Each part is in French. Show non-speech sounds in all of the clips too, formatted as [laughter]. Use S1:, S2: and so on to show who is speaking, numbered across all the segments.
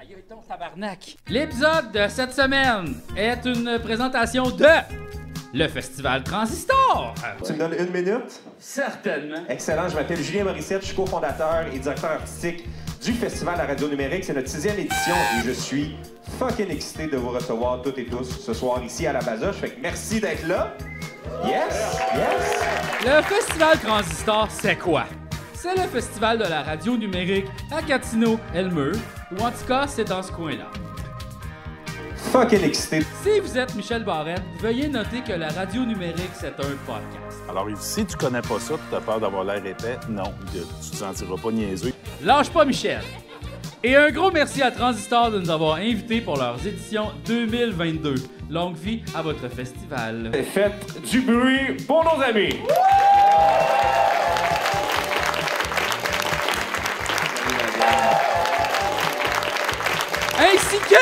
S1: Aïe, aïe, donc, tabarnak. L'épisode de cette semaine est une présentation de le Festival Transistor.
S2: Tu me donnes une minute?
S1: Certainement.
S2: Excellent, je m'appelle Julien Morissette, je suis cofondateur et directeur artistique du Festival de la radio numérique. C'est notre sixième édition et je suis fucking excité de vous recevoir toutes et tous ce soir ici à la Basoche. Fait que merci d'être là. Yes, yes.
S1: Le Festival Transistor, c'est quoi? C'est le festival de la radio numérique à Gatineau, Elmer, ou en tout cas, c'est dans ce coin-là.
S2: Fucking excité.
S1: Si vous êtes Michel Barrette, veuillez noter que la radio numérique, c'est un podcast.
S3: Alors, si tu connais pas ça, tu as peur d'avoir l'air épais, non, tu te sentiras pas niaiseux.
S1: Lâche pas Michel! Et un gros merci à Transistor de nous avoir invités pour leurs éditions 2022. Longue vie à votre festival.
S2: Faites du bruit pour nos amis.
S1: Ainsi que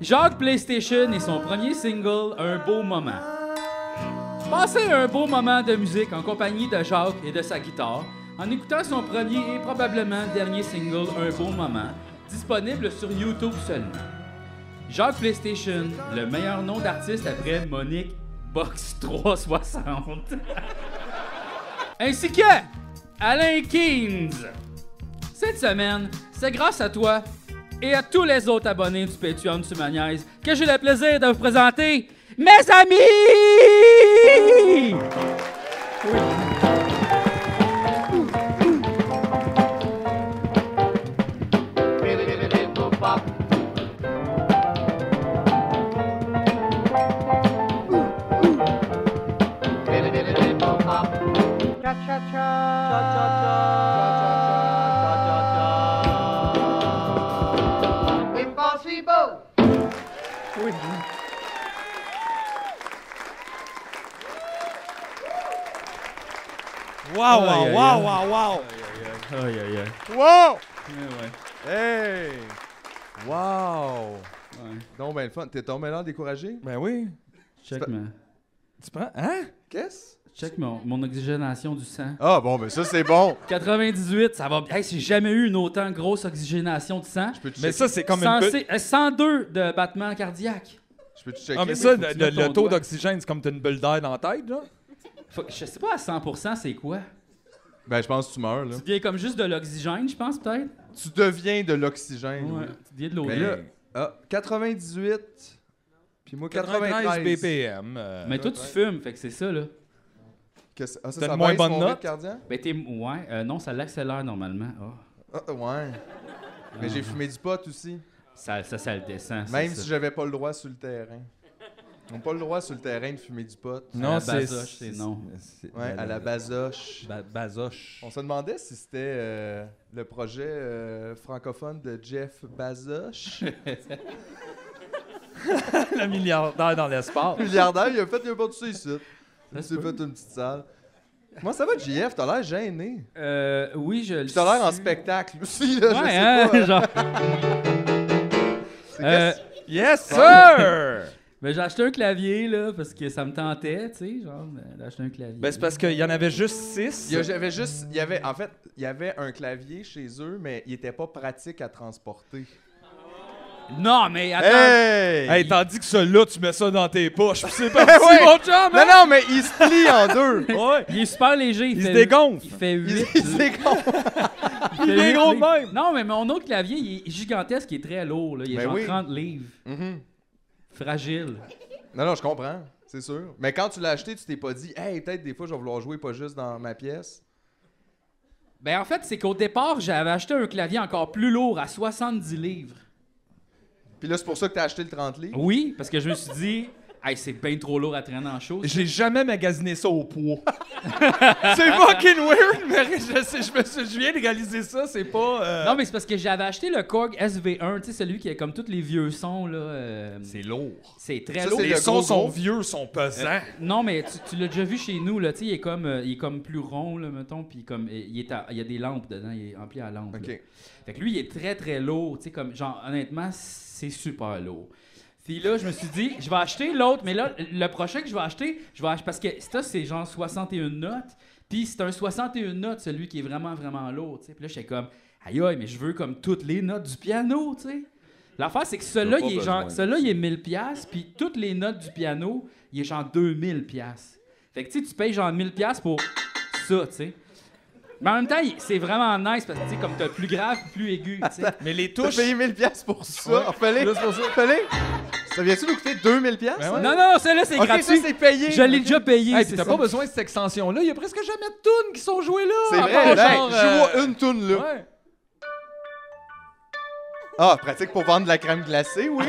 S1: Jacques PlayStation et son premier single, Un beau moment. Passez un beau moment de musique en compagnie de Jacques et de sa guitare en écoutant son premier et probablement dernier single, Un beau moment, disponible sur YouTube seulement. Jacques PlayStation, le meilleur nom d'artiste après Monique Box 360. [laughs] Ainsi que Alain Keynes. Cette semaine, c'est grâce à toi et à tous les autres abonnés du Patreon de Maniaise que j'ai le plaisir de vous présenter mes amis!
S4: Impossible!
S5: Wow, wow,
S1: Aïe, aïe,
S5: wow,
S1: aïe.
S5: wow, wow.
S1: Aïe, aïe, aïe.
S5: Wow!
S1: Ouais,
S5: Hey! Wow!
S1: ouais.
S6: Non, ben le fun, t'es tombé là découragé?
S5: Ben oui.
S1: Check, ma,
S5: Tu penses... Hein?
S6: Qu'est-ce?
S1: check mon, mon oxygénation du sang.
S6: Ah bon, ben ça c'est bon!
S1: 98, ça va bien. Hey, j'ai jamais eu une autant grosse oxygénation de sang.
S6: Je peux-tu
S5: Mais
S6: checker?
S5: ça, c'est comme une... bulle-
S1: Censé- euh, 102 de battements cardiaques.
S6: Je peux-tu checker?
S5: Ah, mais ça,
S1: Faut que
S5: le,
S1: tu mettes
S5: le- le
S1: ton
S5: taux
S1: doigt.
S5: d'oxygène, c'est comme t'as une bulle d'air dans la tête, là.
S1: Faut- je sais pas à 100% c'est quoi.
S6: Ben je pense que tu meurs, là.
S1: Tu deviens comme juste de l'oxygène, je pense peut-être.
S6: Tu deviens de l'oxygène.
S1: Ouais,
S6: oui.
S1: tu deviens de l'eau.
S6: Mais là, ah, 98, puis moi 93.
S5: 93 BPM. euh,
S1: Mais toi, tu
S6: ouais.
S1: fumes, fait que c'est ça, là.
S6: Qu'est-ce- Ah, ça,
S5: T'as
S6: ça
S5: une moins
S6: baisse
S5: bonne
S6: mon
S5: note?
S6: rythme cardiaque?
S1: Ben, t'es. Ouais, euh, non, ça l'accélère normalement. Ah.
S6: Ah, ah, ouais. Mais
S5: Ah.
S6: j'ai fumé du pot aussi,
S1: Ça, ça, ça le descend. c'est
S6: même
S1: ça.
S6: si j'avais pas le droit sur le terrain. Ils n'ont pas le droit sur le terrain de fumer du pot.
S1: À la
S5: Non, c'est...
S1: basoche, c'est non.
S5: c'est-
S6: Ouais, à la basoche.
S5: Ba- basoche.
S6: On se demandait si c'était euh, le projet euh, francophone de Jeff Bezos.
S5: le milliardaire
S6: [laughs]
S5: dans l'espace.
S6: Milliardaire, il a fait, il a pas tout ça ici. Il
S1: se
S6: s'est fait une petite salle. Comment ça va, JF? T'as l'air gêné.
S1: [laughs] Euh, oui, je le.
S6: Puis t'as l'air en
S1: suis.
S6: spectacle aussi, là,
S1: Ouais,
S6: je sais euh.
S1: hein, genre.
S6: pas.
S1: Euh,
S6: [laughs] C'est-
S5: Yes, sir!
S1: ben, j'ai acheté un clavier, là, parce que ça me tentait, tu sais, genre, ben, d'acheter un clavier.
S5: ben, c'est parce qu'il y en avait juste
S6: Il y a-
S5: 6.
S6: j'avais juste, il y avait, en fait, il y avait un clavier chez eux, mais il était pas pratique à transporter.
S1: Non, mais attends.
S6: Hey!
S5: Hey, tandis que celui-là, tu mets ça dans tes poches. puis
S6: [laughs]
S5: C'est parti,
S6: Ouais.
S5: mon chum!
S6: Non, non, mais il se plie en deux.
S5: non! Ouais!
S1: Il est super léger. Il,
S5: Il se
S1: fait-
S5: dégonfle.
S1: Il fait 8.
S6: Il, il s'est con-
S5: il est gros de même.
S1: Non, mais mon autre clavier, il est gigantesque, il est très lourd. Là. Il est
S6: Ben
S1: genre
S6: oui.
S1: 30 livres.
S6: Mhm.
S1: Fragile.
S6: Non, non, je comprends, c'est sûr. Mais quand tu l'as acheté, tu t'es pas dit, hey, peut-être des fois, je vais vouloir jouer pas juste dans ma pièce.
S1: Ben, en fait, c'est qu'au départ, j'avais acheté un clavier encore plus lourd à 70 livres.
S6: Puis là, c'est pour ça que t'as acheté le 30 livres.
S1: Oui, parce que je me suis dit, hey, c'est bien trop lourd à traîner en chose.
S5: J'ai jamais magasiné ça au poids.
S6: [laughs]
S5: c'est fucking weird, mais je, sais- je, me suis- je viens de réaliser ça, c'est pas. euh,
S1: Non, mais c'est parce que j'avais acheté le Korg SV1, tu sais, celui qui est comme tous les vieux sons, là. euh,
S5: C'est lourd.
S1: c'est très
S6: Ça,
S1: lourd.
S6: c'est
S5: Les
S6: le
S5: sons
S6: gros,
S5: sont
S6: gros. Euh,
S5: vieux, sont pesants.
S1: Non, mais tu, tu l'as déjà vu chez nous, là, tu sais, il est comme, euh, il est comme plus rond, là, mettons, puis comme, il, est à- il y a des lampes dedans, il est rempli à lampes. là.
S6: Ok.
S1: Fait que lui, il est très, très lourd, tu sais, comme, genre, honnêtement, c'est super lourd. Puis là, je me suis dit, je vais acheter l'autre, mais là, le prochain que je vais acheter, je vais acheter, parce que ça, c'est genre 61 notes, puis c'est un 61 notes, celui qui est vraiment, vraiment lourd, tu sais. Puis là, j'étais comme, aïe aïe, mais je veux comme toutes les notes du piano, tu sais. L'affaire, c'est que celui-là,
S3: T'as pas
S1: il est genre,
S3: besoin.
S1: celui-là, il est 1000 pièces puis toutes les notes du piano, il est genre 2000 pièces Fait que, tu sais, tu payes genre 1000 pièces pour ça, tu sais. Mais en même temps, il- c'est vraiment nice parce que, tu sais, comme t'as plus grave, plus aigu, tu sais.
S5: Mais les
S6: T'as
S5: touches.
S6: payé 1000 pièces pour ça. Fallait. Fallait. Ça vient-tu nous coûter 2000 pièces?
S5: Ben ouais.
S1: Non, non, celle-là, c'est
S6: Ok, ça,
S1: gratuit.
S6: c'est payé.
S1: Je l'ai déjà payé,
S5: Hey, puis
S1: c'est
S5: t'as
S1: ça.
S5: pas besoin de cette extension-là. Il y a presque jamais de tunes qui sont jouées là.
S6: C'est
S5: à
S6: vrai, hein?
S5: part
S6: là,
S5: genre,
S6: je
S5: Ah, euh,
S6: vois une toune là.
S5: Ouais.
S6: Ah, pratique pour vendre de la crème glacée, oui.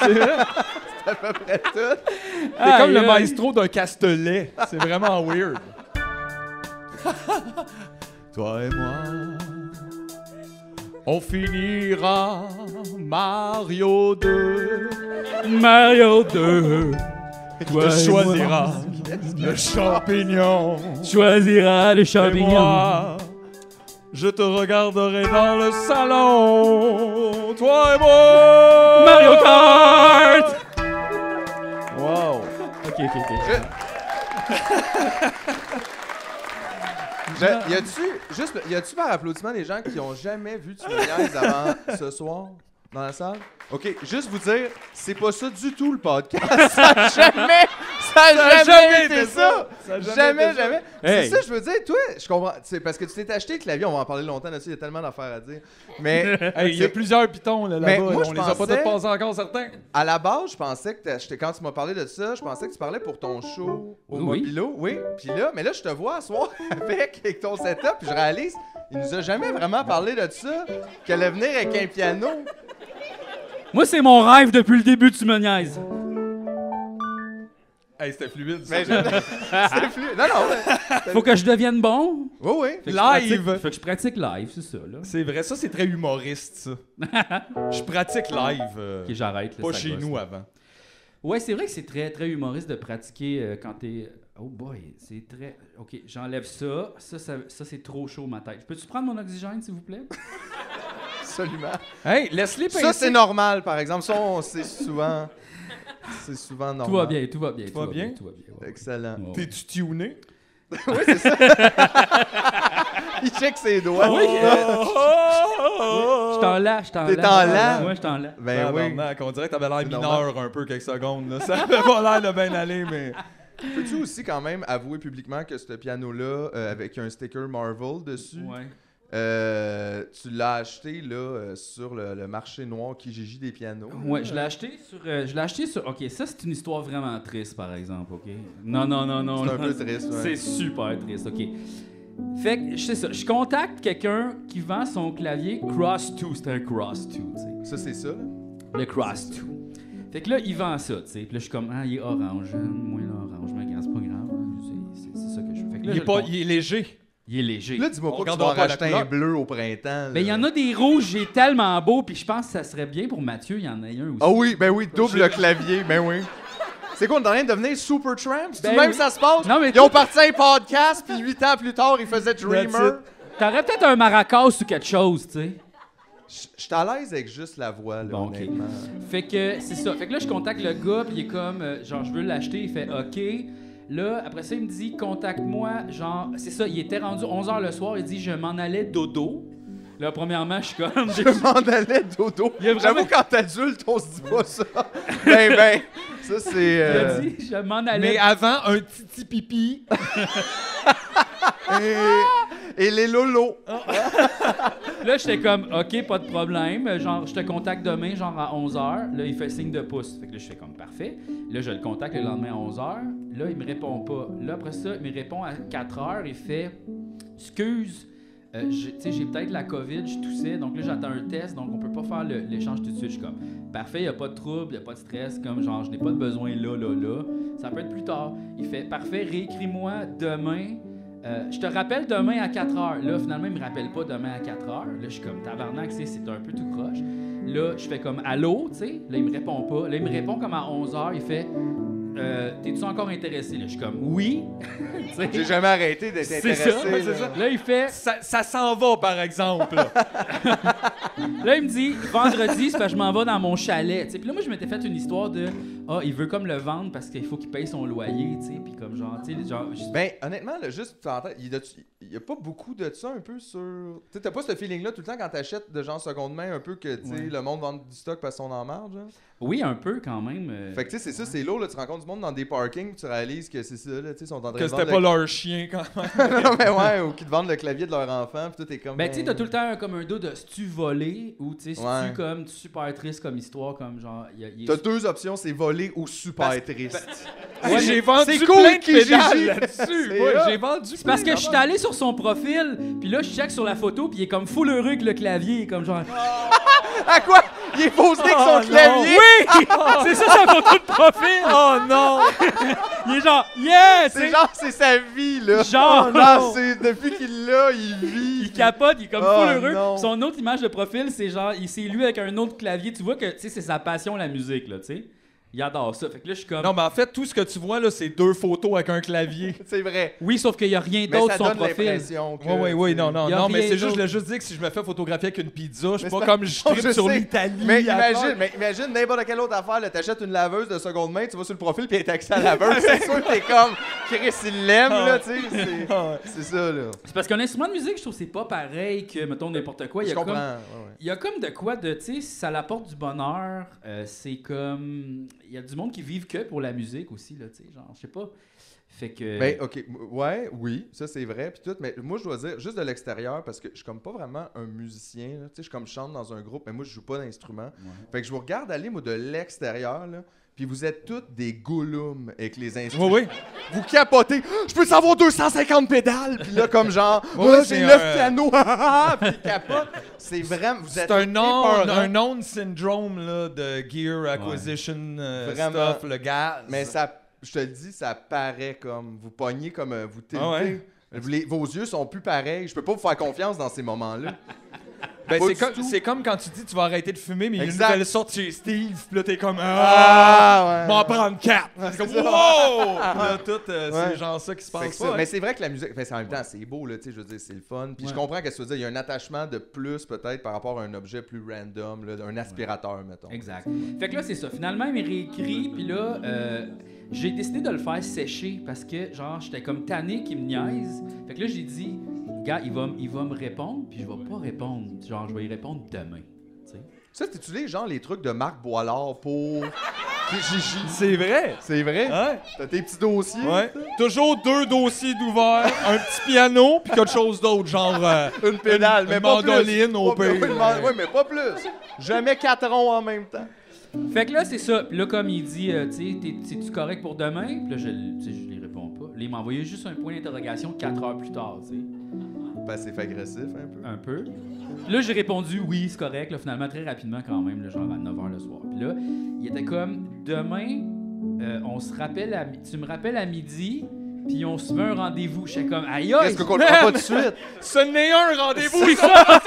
S6: C'est à peu près tout.
S5: T'es comme le
S1: Aïe, aïe.
S5: maestro d'un castelet. C'est vraiment [laughs] weird. Toi et moi, on finira Mario 2.
S1: Mario 2
S5: Tu
S6: Ben,
S5: choisiras le champignon.
S1: choisira le
S5: Et moi, je te regarderai dans le salon. Toi et moi.
S1: Mario Kart!
S5: Wow.
S1: Ok, ok, ok.
S6: Je- y a-tu, juste, y a-tu par applaudissement des gens qui ont jamais vu Tu me niaises avant ce soir dans la salle? Ok, juste vous dire, c'est pas ça du tout le podcast. Ça a jamais, ça a jamais, été ça.
S5: Ça a
S6: Jamais,
S5: jamais
S6: jamais.
S5: été ça.
S1: Hey.
S6: C'est ça, je veux dire, toi, je comprends. C'est parce que tu t'es acheté le clavier, on va en parler longtemps là-dessus, il y a tellement d'affaires à dire. Mais
S5: [laughs] Hey, il y a
S6: C'est-
S5: plusieurs pitons là,
S6: Mais
S5: là-bas.
S6: moi,
S5: là,
S6: je
S5: on les a pas
S6: pensais-
S5: tous passés encore, certains.
S6: À la base, je pensais que t'as- j'étais- quand tu m'as parlé de ça, je pensais que tu parlais pour ton show au
S1: Oui, oui.
S6: Mobilo, oui. Puis là, mais là, je te vois ce soir avec, [laughs] avec ton setup, puis je réalise, il nous a jamais vraiment parlé de ça, qu'elle allait venir avec un piano.
S1: Moi, c'est mon rêve depuis le début, tu me niaises.
S5: Hey, c'était fluide.
S6: Mais je... [laughs] C'est plus... Non, non, mais...
S1: Faut que je devienne bon.
S6: Oui, oui.
S1: Fait que je
S5: Live.
S1: pratique- Fait que je pratique live, c'est ça, là.
S5: C'est vrai, ça c'est très humoriste, ça. [laughs] je pratique live. euh,
S1: Ok, j'arrête. là,
S5: pas
S1: ça
S5: chez
S1: gosse.
S5: nous avant.
S1: Ouais, c'est vrai que c'est très, très humoriste de pratiquer euh, quand t'es. Oh boy, c'est très. Ok, j'enlève ça. Ça, ça, ça, c'est trop chaud, ma tête. Peux-tu prendre mon oxygène, s'il vous plaît?
S6: Absolument.
S5: Hey, laisse-les pincer.
S6: Ça, c'est normal, par exemple. Ça, on- c'est souvent... C'est souvent normal.
S1: Tout va bien, tout va bien. Tout,
S5: va bien?
S1: Tout va bien. ouais,
S6: Excellent.
S1: ouais.
S5: T'es-tu tuné?
S6: Oui, c'est ça. [laughs] il check ses doigts.
S1: Je t'en lâche, je t'en lâche.
S6: T'es en lâche?
S1: Moi, je t'en lâche.
S6: Ben oui.
S5: On dirait que t'avais l'air
S6: C'est
S5: mineur un peu quelques secondes. Là. [laughs] Ça avait pas l'air de bien aller, mais.
S6: Peux-tu aussi quand même avouer publiquement que ce piano-là, euh, avec un sticker Marvel dessus,
S1: Ouais.
S6: euh, tu l'as acheté là euh, sur le, le marché noir Kijiji des pianos?
S1: Ouais, je l'ai acheté sur. euh, je l'ai acheté sur. Ok, ça c'est une histoire vraiment triste, par exemple, ok? Non, non, non, non.
S6: C'est un
S1: non,
S6: peu triste, ouais.
S1: C'est super triste, ok. Fait que, je sais ça, je contacte quelqu'un qui vend son clavier Cross 2. C'était un Cross 2, tu sais.
S6: Ça, c'est ça. là?
S1: Le Cross 2. Fait que là, il vend ça, tu sais. Puis là, je suis comme, ah, il est orange. Hum, Moi, il est orange, mais regarde, c'est pas grave. hein. C'est- C'est c'est ça que je fais. Fait que là,
S5: Il
S1: je
S5: est,
S1: le
S5: pas,
S1: con-
S5: il est léger.
S1: il est léger.
S6: Là, dis-moi
S5: On
S6: pas que tu vas
S5: regardera
S6: en
S5: pas la
S6: racheter un
S5: couleur.
S6: bleu au printemps.
S1: Ben, il y en a des rouges, j'ai tellement beau, puis je pense que ça serait bien pour Mathieu, il y en a un aussi.
S6: Ah oui, ben oui, double clavier, ben oui. C'est quoi, on est en train de devenir Super Tramps?
S1: Ben
S6: tout même
S1: oui.
S6: ça se passe?
S1: Non, mais
S6: Ils ont parti un podcast, puis huit ans plus tard, ils faisaient Dreamer.
S5: That's
S1: T'aurais peut-être un maracas ou quelque chose, tu sais.
S6: Je je suis à l'aise avec juste la voix, là,
S1: Bon, ok.
S6: honnêtement.
S1: Fait que c'est ça. Fait que là, je contacte le gars, puis il est comme, euh, genre, je veux l'acheter. Il fait OK. Là, après ça, il me dit, contacte-moi. Genre, c'est ça, il était rendu 11h le soir. Il dit, je m'en allais dodo. Là, premièrement, je suis comme.
S6: [laughs] Je m'en allais dodo.
S1: Il y a vraiment-
S6: J'avoue, quand t'es adulte, on se dit pas ça. ben, ben, ça, c'est...
S1: Il
S6: euh,
S1: a dit, je m'en
S5: Mais
S1: allais.
S5: avant, un petit pipi.
S6: [laughs] et, et les lolos.
S1: Ah, Là, j'étais comme, OK, pas de problème. Genre, je te contacte demain, genre à 11h. Là, il fait signe de pouce. Fait que là, je fais comme parfait. Là, je le contacte le lendemain à 11h. Là, il me répond pas. Là, après ça, il me répond à 4h. Il fait, excuse, euh, j'ai- tu sais, j'ai peut-être la COVID, je toussais. Donc là, j'attends un test. Donc, on peut pas faire le- l'échange tout de suite. Je suis comme, parfait, il a pas de trouble, il a pas de stress. Comme, genre, je n'ai pas de besoin là, là, là. Ça peut être plus tard. Il fait, parfait, réécris-moi demain. Euh, je te rappelle demain à 4 heures. Là, finalement, il me rappelle pas demain à 4 heures. Là, je suis comme tabarnak, tu sais, c'est un peu tout croche. Là, je fais comme allô, tu sais. Là, il me répond pas. Là, il me répond comme à 11 heures. Il fait euh, T'es-tu encore intéressé Là, je suis comme oui. Tu sais,
S6: J'ai jamais arrêté d'être
S1: c'est
S6: intéressé.
S1: ça, c'est
S6: là.
S1: ça. Là, il fait
S5: Ça, ça s'en va, par exemple. là.
S1: Là, il me dit vendredi, c'est parce que je m'en vais dans mon chalet. tu sais. Puis là, moi, je m'étais fait une histoire de ah, il veut comme le vendre parce qu'il faut qu'il paye son loyer, tu sais, puis comme genre, tu sais, genre, je-
S6: Ben, honnêtement, là, juste, tu entends, il y, a- il y a pas beaucoup de ça un peu sur. Tu sais, t'as pas ce feeling-là tout le temps quand t'achètes de genre seconde main, un peu que, tu sais,
S1: Ouais.
S6: le monde vend du stock parce qu'on en marge. genre.
S1: oui, un peu quand même. euh,
S6: Fait que, tu sais, c'est ça, c'est lourd, là, tu rencontres du monde dans des parkings, tu réalises que c'est ça, là, tu sais, ils sont en train
S5: Que
S6: de
S5: c'était
S6: vendre
S5: pas
S6: le...
S5: leur chien quand même.
S6: non, mais ouais, ou qu'ils te vendent le clavier de leur enfant, pis tout est comme.
S1: Ben, tu sais, t'as tout le temps un- comme un dos de tu volé ou tu sais,
S6: Ouais.
S1: tu comme super triste comme histoire, comme genre. il y a- il est-
S6: T'as deux options, c'est voler ou super
S5: Parce-
S6: triste.
S1: Ouais,
S5: j'ai
S1: mais
S5: vendu
S6: c'est
S5: plein
S6: cool
S5: de
S6: qu'il
S5: pédales
S6: gigit.
S5: là-dessus.
S6: C'est
S5: Moi,
S6: hot.
S5: j'ai vendu
S1: C'est parce que je suis allé sur son profil, puis là, je check sur la photo, puis il est comme full heureux avec le clavier, il est comme genre.
S6: ben, à quoi Il est posé avec son
S1: Oh,
S6: clavier
S1: Oui!
S6: Ah!
S1: [laughs] C'est ça sa photo de profil! Oh non! il est genre, yeah! tu
S6: C'est
S1: sais,
S6: genre, c'est sa vie, là.
S1: Genre,
S6: Là,
S1: non.
S6: c'est depuis qu'il l'a, il vit.
S1: Il capote, il est comme
S6: Oh,
S1: full heureux.
S6: non.
S1: Puis Son autre image de profil, c'est genre, il- c'est lui avec un autre clavier. Tu vois que, tu sais, c'est sa passion, la musique, là, tu sais. Il adore ça. Fait que là, je suis comme.
S5: Non, mais en fait, tout ce que tu vois, là, c'est deux photos avec un clavier.
S6: C'est vrai.
S1: Oui, sauf qu'il y a rien
S6: Mais
S1: d'autre
S6: ça
S1: sur son
S6: donne
S1: profil.
S6: l'impression que.
S5: Oui, oui, oui, non, non,
S1: Y a
S5: non, mais
S1: rien
S5: c'est juste,
S1: d'autre.
S5: je l'ai juste dit que si je me fais photographier avec une pizza, je suis
S6: Mais
S5: pas
S6: c'est-
S5: comme [laughs] je
S6: Non,
S5: tripe
S6: je
S5: sur
S6: sais.
S5: l'Italie.
S6: Mais
S5: à
S6: imagine, mais imagine n'importe quelle autre affaire, là, t'achètes une laveuse de seconde main, tu vas sur le profil puis elle est taxée à
S1: [laughs]
S6: laveuse, c'est sûr que t'es comme Chris il l'aime là, tu sais, c'est-
S5: Ah ouais.
S6: c'est ça là.
S1: C'est parce qu'un instrument de musique, je trouve, que c'est pas pareil que, mettons, n'importe quoi. Il y
S6: Je
S1: a
S6: comprends.
S1: comme-
S6: ouais, ouais.
S1: Il y a comme de quoi de, tu sais, ça l'apporte du bonheur. euh, c'est comme. Il y a du monde qui vivent que pour la musique aussi, là, tu sais, genre, je sais pas. Fait que.
S6: Ben ok, m- ouais, oui, ça c'est vrai puis tout, mais moi je dois dire juste de l'extérieur parce que je suis comme pas vraiment un musicien, là, tu sais, je suis comme chante dans un groupe, mais moi je joue pas d'instrument. Fait que je vous regarde aller moi de l'extérieur là, puis vous êtes toutes des gollums avec les instruments.
S5: Oui, oui.
S6: Vous capotez. Je peux savoir 250 pédales. Puis là, comme genre,
S5: Ouais,
S6: Ah,
S5: ouais,
S6: j'ai
S5: c'est
S6: 9
S5: un-
S6: pianos. [laughs] Puis il capote. C'est vraiment. Vous êtes
S5: C'est un non,
S6: épeurant.
S5: un non syndrome là, de gear acquisition euh,
S6: Vraiment.
S5: stuff, le gaz.
S6: Mais ça, je te le dis, ça paraît comme. Vous pognez comme. euh, Vous tiltez.
S5: Ah ouais?
S6: Vous- les- vos yeux sont plus pareils. Je peux pas vous faire confiance dans ces moments-là.
S5: Ben,
S6: Pas
S5: c'est
S6: du
S5: comme,
S6: tout.
S5: c'est comme quand tu dis tu vas arrêter de fumer, mais il y a une
S6: Exact.
S5: nouvelle sorte chez Steve, puis là t'es comme ah,
S6: Ah,
S5: m'en prendre quatre. C'est comme wow,
S6: ça. [laughs]
S5: Puis là, tout euh,
S6: Ouais.
S5: c'est genre ça qui se
S6: Fait que
S5: passe.
S6: ça-
S5: pas,
S6: Mais
S5: hein.
S6: c'est vrai que la musique, enfin, c'est en même temps, c'est beau, là, tu sais, je veux dire, c'est le fun. Puis je
S1: Ouais.
S6: comprends qu'est-ce que tu veux dire. Il y a un attachement de plus, peut-être, par rapport à un objet plus random, là, un aspirateur, mettons.
S1: Exact. Fait que là, c'est ça. Finalement, il m'a réécrit, puis là, euh, j'ai décidé de le faire sécher parce que, genre, j'étais comme tanné qu'il me niaise. Fait que là, j'ai dit, gars, il va, m- il va me répondre, puis je vais pas répondre. Genre, je vais y répondre demain. tu sais.
S6: Ça, tu les genre les trucs de Marc Boilard pour. [laughs] Gigi.
S5: C'est vrai.
S6: C'est vrai?
S5: Hein?
S6: T'as tes petits dossiers?
S5: Ouais. Toujours deux dossiers d'ouvert, un petit piano, puis quelque chose d'autre, genre euh,
S6: Une pédale,
S5: Une-
S6: mais
S5: une
S6: pas plus.
S5: mandoline au
S6: Pas plus.
S5: pire.
S6: Une man- ouais, mais pas plus. Jamais quatre ronds en même temps.
S1: Fait que là, c'est ça. Puis là, comme il dit, euh, tu sais, t'es- t'es-tu correct pour demain? Puis là, je l- tu sais, je lui réponds pas. Là, il m'a envoyé juste un point d'interrogation quatre heures plus tard, tu sais,
S6: Passif Ben, agressif un peu.
S1: un peu. Puis là, j'ai répondu oui, c'est correct, là, finalement, très rapidement quand même, là, genre à 9h le soir. Puis là, il était comme, demain, euh, on se rappelle à... mi- Tu me rappelles à midi, puis on se met un rendez-vous. J'étais comme, aïe, aïe!
S6: Est-ce qu'on le prend pas tout de suite?
S5: ce n'est un rendez-vous.
S1: C'est ça!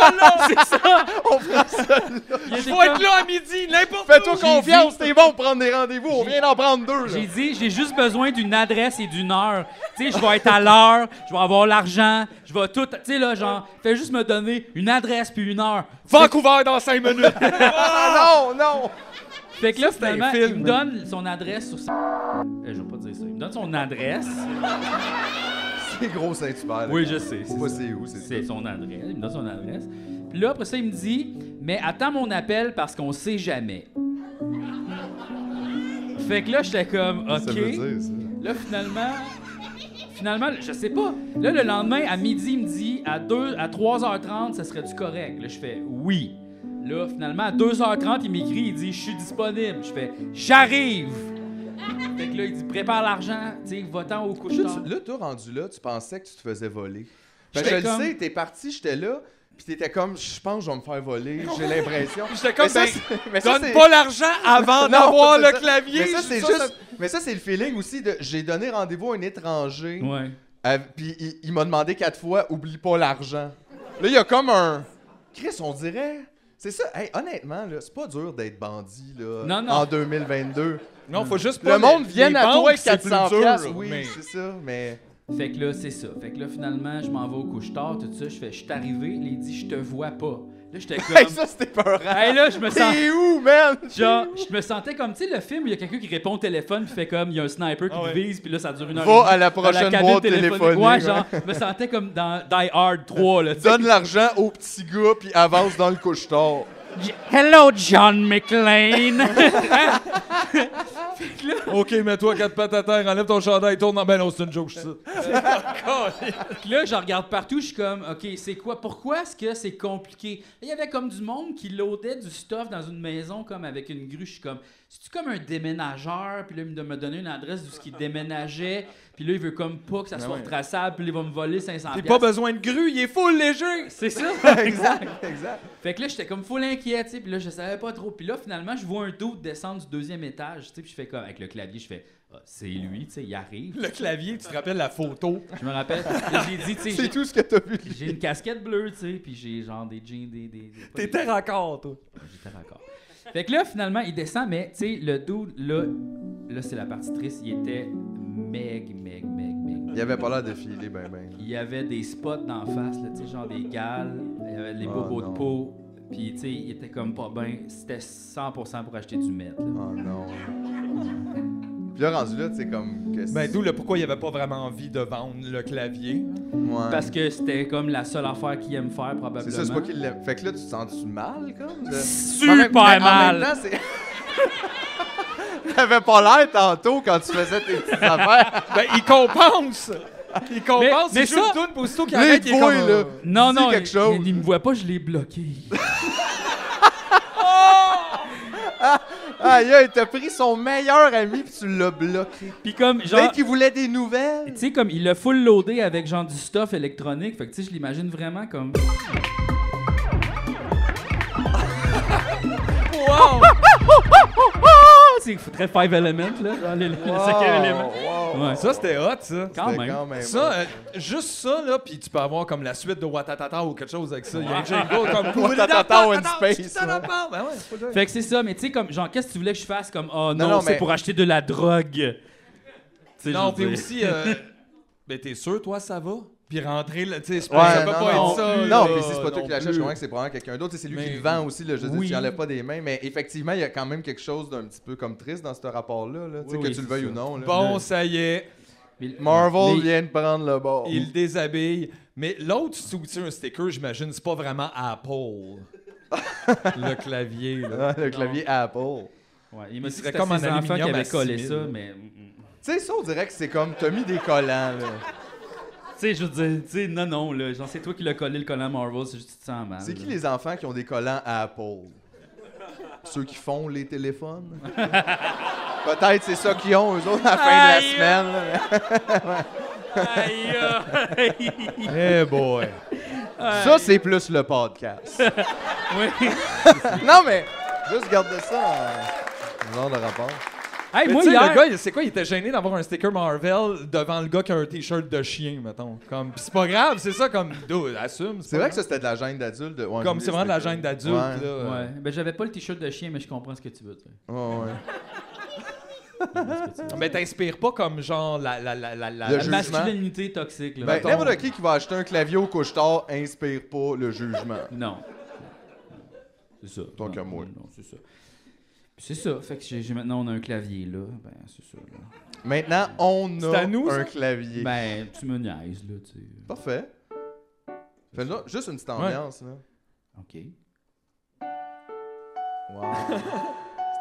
S1: C'est ça! On prend
S5: Je
S1: ça,
S5: vais être là à midi, n'importe
S6: Fais-toi
S5: où.
S6: confiance, t'es bon pour prendre des rendez-vous. On
S1: J'ai-
S6: vient d'en prendre deux. là.
S1: J'ai dit, j'ai juste besoin d'une adresse et d'une heure. Tu sais, je vais être à l'heure, je vais avoir l'argent, je vais tout. Tu sais, là, genre, fais juste me donner une adresse puis une heure.
S5: Vancouver dans 5 minutes.
S6: [laughs] Ah non, non!
S1: Fait que là,
S5: un
S1: finalement,
S5: film.
S1: il me donne son adresse sur sa. Euh, je vais pas dire ça. Il me donne son adresse.
S6: C'est gros Saint-Hubert. là,
S1: Oui,
S6: quand
S1: je
S6: même.
S1: sais, c'est
S6: Pas
S1: ça.
S6: c'est où, c'est
S1: C'est son adresse. Il me donne son adresse. Puis là, après ça, il me dit, mais attends mon appel parce qu'on sait jamais. Fait que là, j'étais comme, OK.
S6: Ça veut dire ça.
S1: Là, finalement, finalement, je sais pas. Là, le lendemain, à midi, il me dit à, 2, à 3h30, ça serait du correct. Là, je fais oui. Là, finalement, à 2h30, il m'écrit, il dit je suis disponible. Je fais j'arrive. Fait que là, il dit prépare l'argent, tu sais, va-t'en au couche
S6: Là, tu- là, toi, rendu là, tu pensais que tu te faisais voler. Ben, je
S1: J'étais
S6: le
S1: comme-
S6: sais, t'es parti, j'étais là, puis t'étais comme, je pense que je vais me faire
S5: [laughs]
S6: voler, j'ai l'impression.
S5: J'étais comme,
S6: Mais ça,
S5: ben,
S6: c'est- mais ça,
S5: Donne
S6: c'est-
S5: pas l'argent
S6: [laughs]
S5: avant
S6: Non,
S5: d'avoir
S6: c'est
S5: le
S6: ça.
S5: clavier.
S6: Mais ça, c'est
S5: ça,
S6: juste.
S5: ça-
S6: Mais ça, c'est le feeling aussi de. J'ai donné rendez-vous à un étranger,
S1: Ouais.
S6: euh, puis il, il m'a demandé quatre fois, oublie pas l'argent. Là, il y a comme un. Chris, on dirait. C'est ça. Hey, honnêtement, là, c'est pas dur d'être bandit là,
S1: Non, non.
S6: en 2022.
S5: Non, faut juste pas.
S6: Le monde
S5: les-
S6: vient
S5: les
S6: à
S5: banques,
S6: toi avec
S5: c'est plus
S6: 400
S5: dur,
S6: piastres, oui,
S5: mais-
S6: c'est ça, mais...
S1: Fait que là, c'est ça. Fait que là, finalement, je m'en vais au couche-tard, tout ça. Je fais, je suis arrivé. Là, il dit, je te vois pas. Là, j'étais comme.
S6: [laughs] Hey, ça, c'était peurant.
S1: Hey, là, je me sens.
S6: T'es où, man?
S1: Genre, je me sentais comme, tu sais, le film, où il y a quelqu'un qui répond au téléphone, puis fait comme, il y a un sniper qui
S5: Ah ouais.
S1: te vise, puis là, ça dure une heure.
S6: Va
S1: et
S6: à la
S1: demie. Dans
S6: prochaine
S1: cabine
S6: boîte
S1: téléphonique.
S6: téléphonique.
S1: Ouais, genre, je me sentais comme dans Die Hard 3, là, tu sais.
S6: Donne l'argent au petit gars, puis avance dans le couche-tard.
S1: J- Hello, John McClane! [laughs]
S5: OK, mets-toi quatre pattes à terre, enlève ton chandail, tourne dans... Ben non, c'est une joke, je suis ça.
S1: Puis là, je regarde partout, je suis comme, OK, c'est quoi? Pourquoi est-ce que c'est compliqué? Il y avait comme du monde qui loadait du stuff dans une maison, comme avec une grue. Je suis comme, c'est-tu comme un déménageur? Puis là, il me- me donner une adresse de ce qu'il déménageait. Puis là, il veut comme pas que ça soit retraçable. Puis là, il va me voler 500
S6: Ah,
S5: T'as Ben pas ben- besoin de grue, il est full léger.
S1: C'est
S5: [laughs]
S1: ça?
S6: exact, exact.
S1: Fait que là, j'étais comme full inquiet, tu sais, puis là, je savais pas trop. Puis là, finalement, je vois un dos descendre du deuxième étage, tu sais, puis je fais comme, avec le clavier, je fais, Ah, c'est lui, tu sais, il arrive.
S5: Le clavier, tu te rappelles la photo?
S1: Je me rappelle, là, j'ai dit, tu sais,
S6: C'est
S1: j'ai-
S6: tout ce que t'as vu.
S1: j'ai une casquette bleue, tu sais, puis j'ai genre des jeans, des. des, des- pas des-
S5: T'étais raccord, toi.
S1: J'étais raccord. Fait que là, finalement, il descend, mais, tu sais, le dos, là, là, c'est la partie triste, il était meg, meg, meg, meg.
S6: Il avait pas l'air de filer, ben, ben.
S1: Il y avait des spots d'en face, là, tu sais, genre des gales, il y avait les
S6: Ah,
S1: bobos
S6: non.
S1: de peau, puis tu sais, il était comme pas bien. C'était 100% pour acheter du mètre.
S6: Oh non. Puis là, rendu là, tu sais, comme. Que
S5: Ben d'où le pourquoi il avait pas vraiment envie de vendre le clavier.
S6: Ouais.
S1: Parce que c'était comme la seule affaire qu'il aime faire, probablement.
S6: C'est ça, c'est pas qu'il l'a. Fait que là, tu te sens-tu mal, comme? de-
S1: Super
S6: Mais en même- mais
S1: mal.
S6: En même temps, c'est. [laughs] T'avais pas l'air tantôt quand tu faisais tes petites affaires.
S5: Ben il compense! Il compense,
S1: mais
S5: il joue
S1: ça-
S5: le tourne pour aussitôt qu'il
S6: Les
S5: arrête, il est
S6: boys,
S5: comme...
S6: là.
S5: euh,
S1: Non,
S6: Dis
S1: non,
S6: quelque
S1: il,
S6: chose.
S1: il- il me voit pas, je l'ai bloqué.
S6: Aïe, aïe, t'as pris son meilleur ami puis tu l'as bloqué.
S1: Puis comme, genre,
S6: Peut-être qu'il voulait des
S1: tu
S6: nouvelles.
S1: sais, comme il l'a full loadé avec genre du stuff électronique. Fait que tu sais, je l'imagine vraiment comme.
S5: Wow!
S1: [laughs] C'est très Five Elements, là, genre le, le cinquième élément.
S6: wow.
S1: Ouais.
S5: Ça c'était hot, ça.
S1: quand
S6: C'était
S1: même.
S6: Oh, quand même.
S5: Ça, euh, juste ça, là, puis tu peux avoir comme la suite de Watatata ou quelque chose avec ça. Il y a un jingle
S6: [laughs]
S5: comme
S6: Watatata in space,
S5: Ben ouais, faut dire.
S1: Fait que c'est ça, mais tu sais, comme, genre, qu'est-ce que tu voulais que je fasse? Comme, oh non,
S6: non,
S1: c'est
S6: mais-
S1: pour acheter de la drogue. Tu sais,
S5: Non,
S1: je veux
S5: t'es
S1: dire.
S5: aussi. euh,
S6: [laughs]
S5: ben, t'es sûr, toi, ça va? Puis rentrer, là, tu sais, c'est
S6: Ouais,
S5: pas- ça peut
S6: non,
S5: pas
S6: non,
S5: être ça.
S6: non,
S5: là,
S6: mais si c'est pas toi
S5: non
S6: qui l'achètes,
S5: plus.
S6: je comprends que c'est probablement quelqu'un d'autre. Tu sais, C'est lui qui
S5: Mais-
S6: le vend aussi, là, je veux dire,
S1: Oui.
S6: tu enlèves pas des mains. Mais effectivement, il y a quand même quelque chose d'un petit peu comme triste dans ce rapport-là, là, tu sais,
S1: Oui,
S6: que
S1: oui,
S6: tu le
S1: c'est
S6: veuilles
S1: ça.
S6: ou non. là.
S5: Bon, ça y est,
S1: Mais-
S6: Marvel
S1: mais-
S6: vient de prendre le bord.
S5: il déshabille. Mais l'autre, si tu outils un sticker, j'imagine, c'est pas vraiment
S6: [laughs]
S5: Apple. le clavier, là.
S6: [laughs] Ah, le clavier Apple.
S1: Ouais, il m'a dit que
S5: serait
S1: c'était
S5: comme en
S1: ses enfants qui
S5: aluminium
S1: avaient collé
S5: assimilé,
S1: ça,
S5: là.
S1: mais... mm, mm.
S6: Tu sais, ça, on dirait que c'est comme, t'as mis des collants, là.
S1: Tu sais, je veux dire, tu sais, non, non, là, genre, c'est toi qui l'as collé, le collant Marvel, c'est juste que tu te sens mal.
S6: C'est
S1: là.
S6: qui les enfants qui ont des collants à Apple? Ceux qui font les
S5: [laughs]
S6: téléphones? Peut-être c'est ça qu'ils ont, eux autres, à la fin de la
S1: Aïe!
S6: semaine. là.
S1: Aïe,
S5: Eh
S1: aïe.
S5: boy!
S6: Ça, c'est plus le podcast.
S1: [laughs] Oui.
S6: non, mais juste garde ça en genre de rapport.
S1: Hey,
S5: Mais
S1: moi,
S5: tu sais,
S1: hier...
S5: le gars, il- c'est quoi, il était gêné d'avoir un sticker Marvel devant le gars qui a un t-shirt de chien, mettons. Comme, pis c'est pas grave, c'est ça, comme, dude, assume.
S6: C'est vrai que ça, c'était de la gêne d'adulte. de- ouais,
S5: Comme,
S6: j'ai oublié,
S5: c'est vraiment de la
S6: c'était
S5: gêne d'adulte,
S6: Ouais.
S5: là. euh,
S1: Ouais, ben j'avais pas le t-shirt de chien, mais je comprends ce que tu veux, tu sais.
S6: Ouais, ouais.
S5: Mais t'inspires pas comme genre la. la, la, la, la-
S6: Le
S5: la-
S1: La
S6: jugement.
S1: masculinité toxique, là.
S6: Ben,
S1: mettons.
S6: n'importe qui qui va acheter un clavier au couche-tard inspire pas le jugement.
S1: Non. C'est ça.
S6: Tant
S1: Non,
S6: qu'à moi.
S1: Non, c'est ça. Puis C'est ça, fait que j'ai- j'ai- maintenant on a un clavier là, ben c'est ça. là.
S6: Maintenant, on
S5: C'est
S6: a
S5: à nous,
S6: un
S5: ça?
S6: clavier.
S1: Ben tu me niaises là, tu sais.
S6: Parfait. Fais-le juste une petite ambiance, [laughs] là.
S1: Ok.
S6: Wow.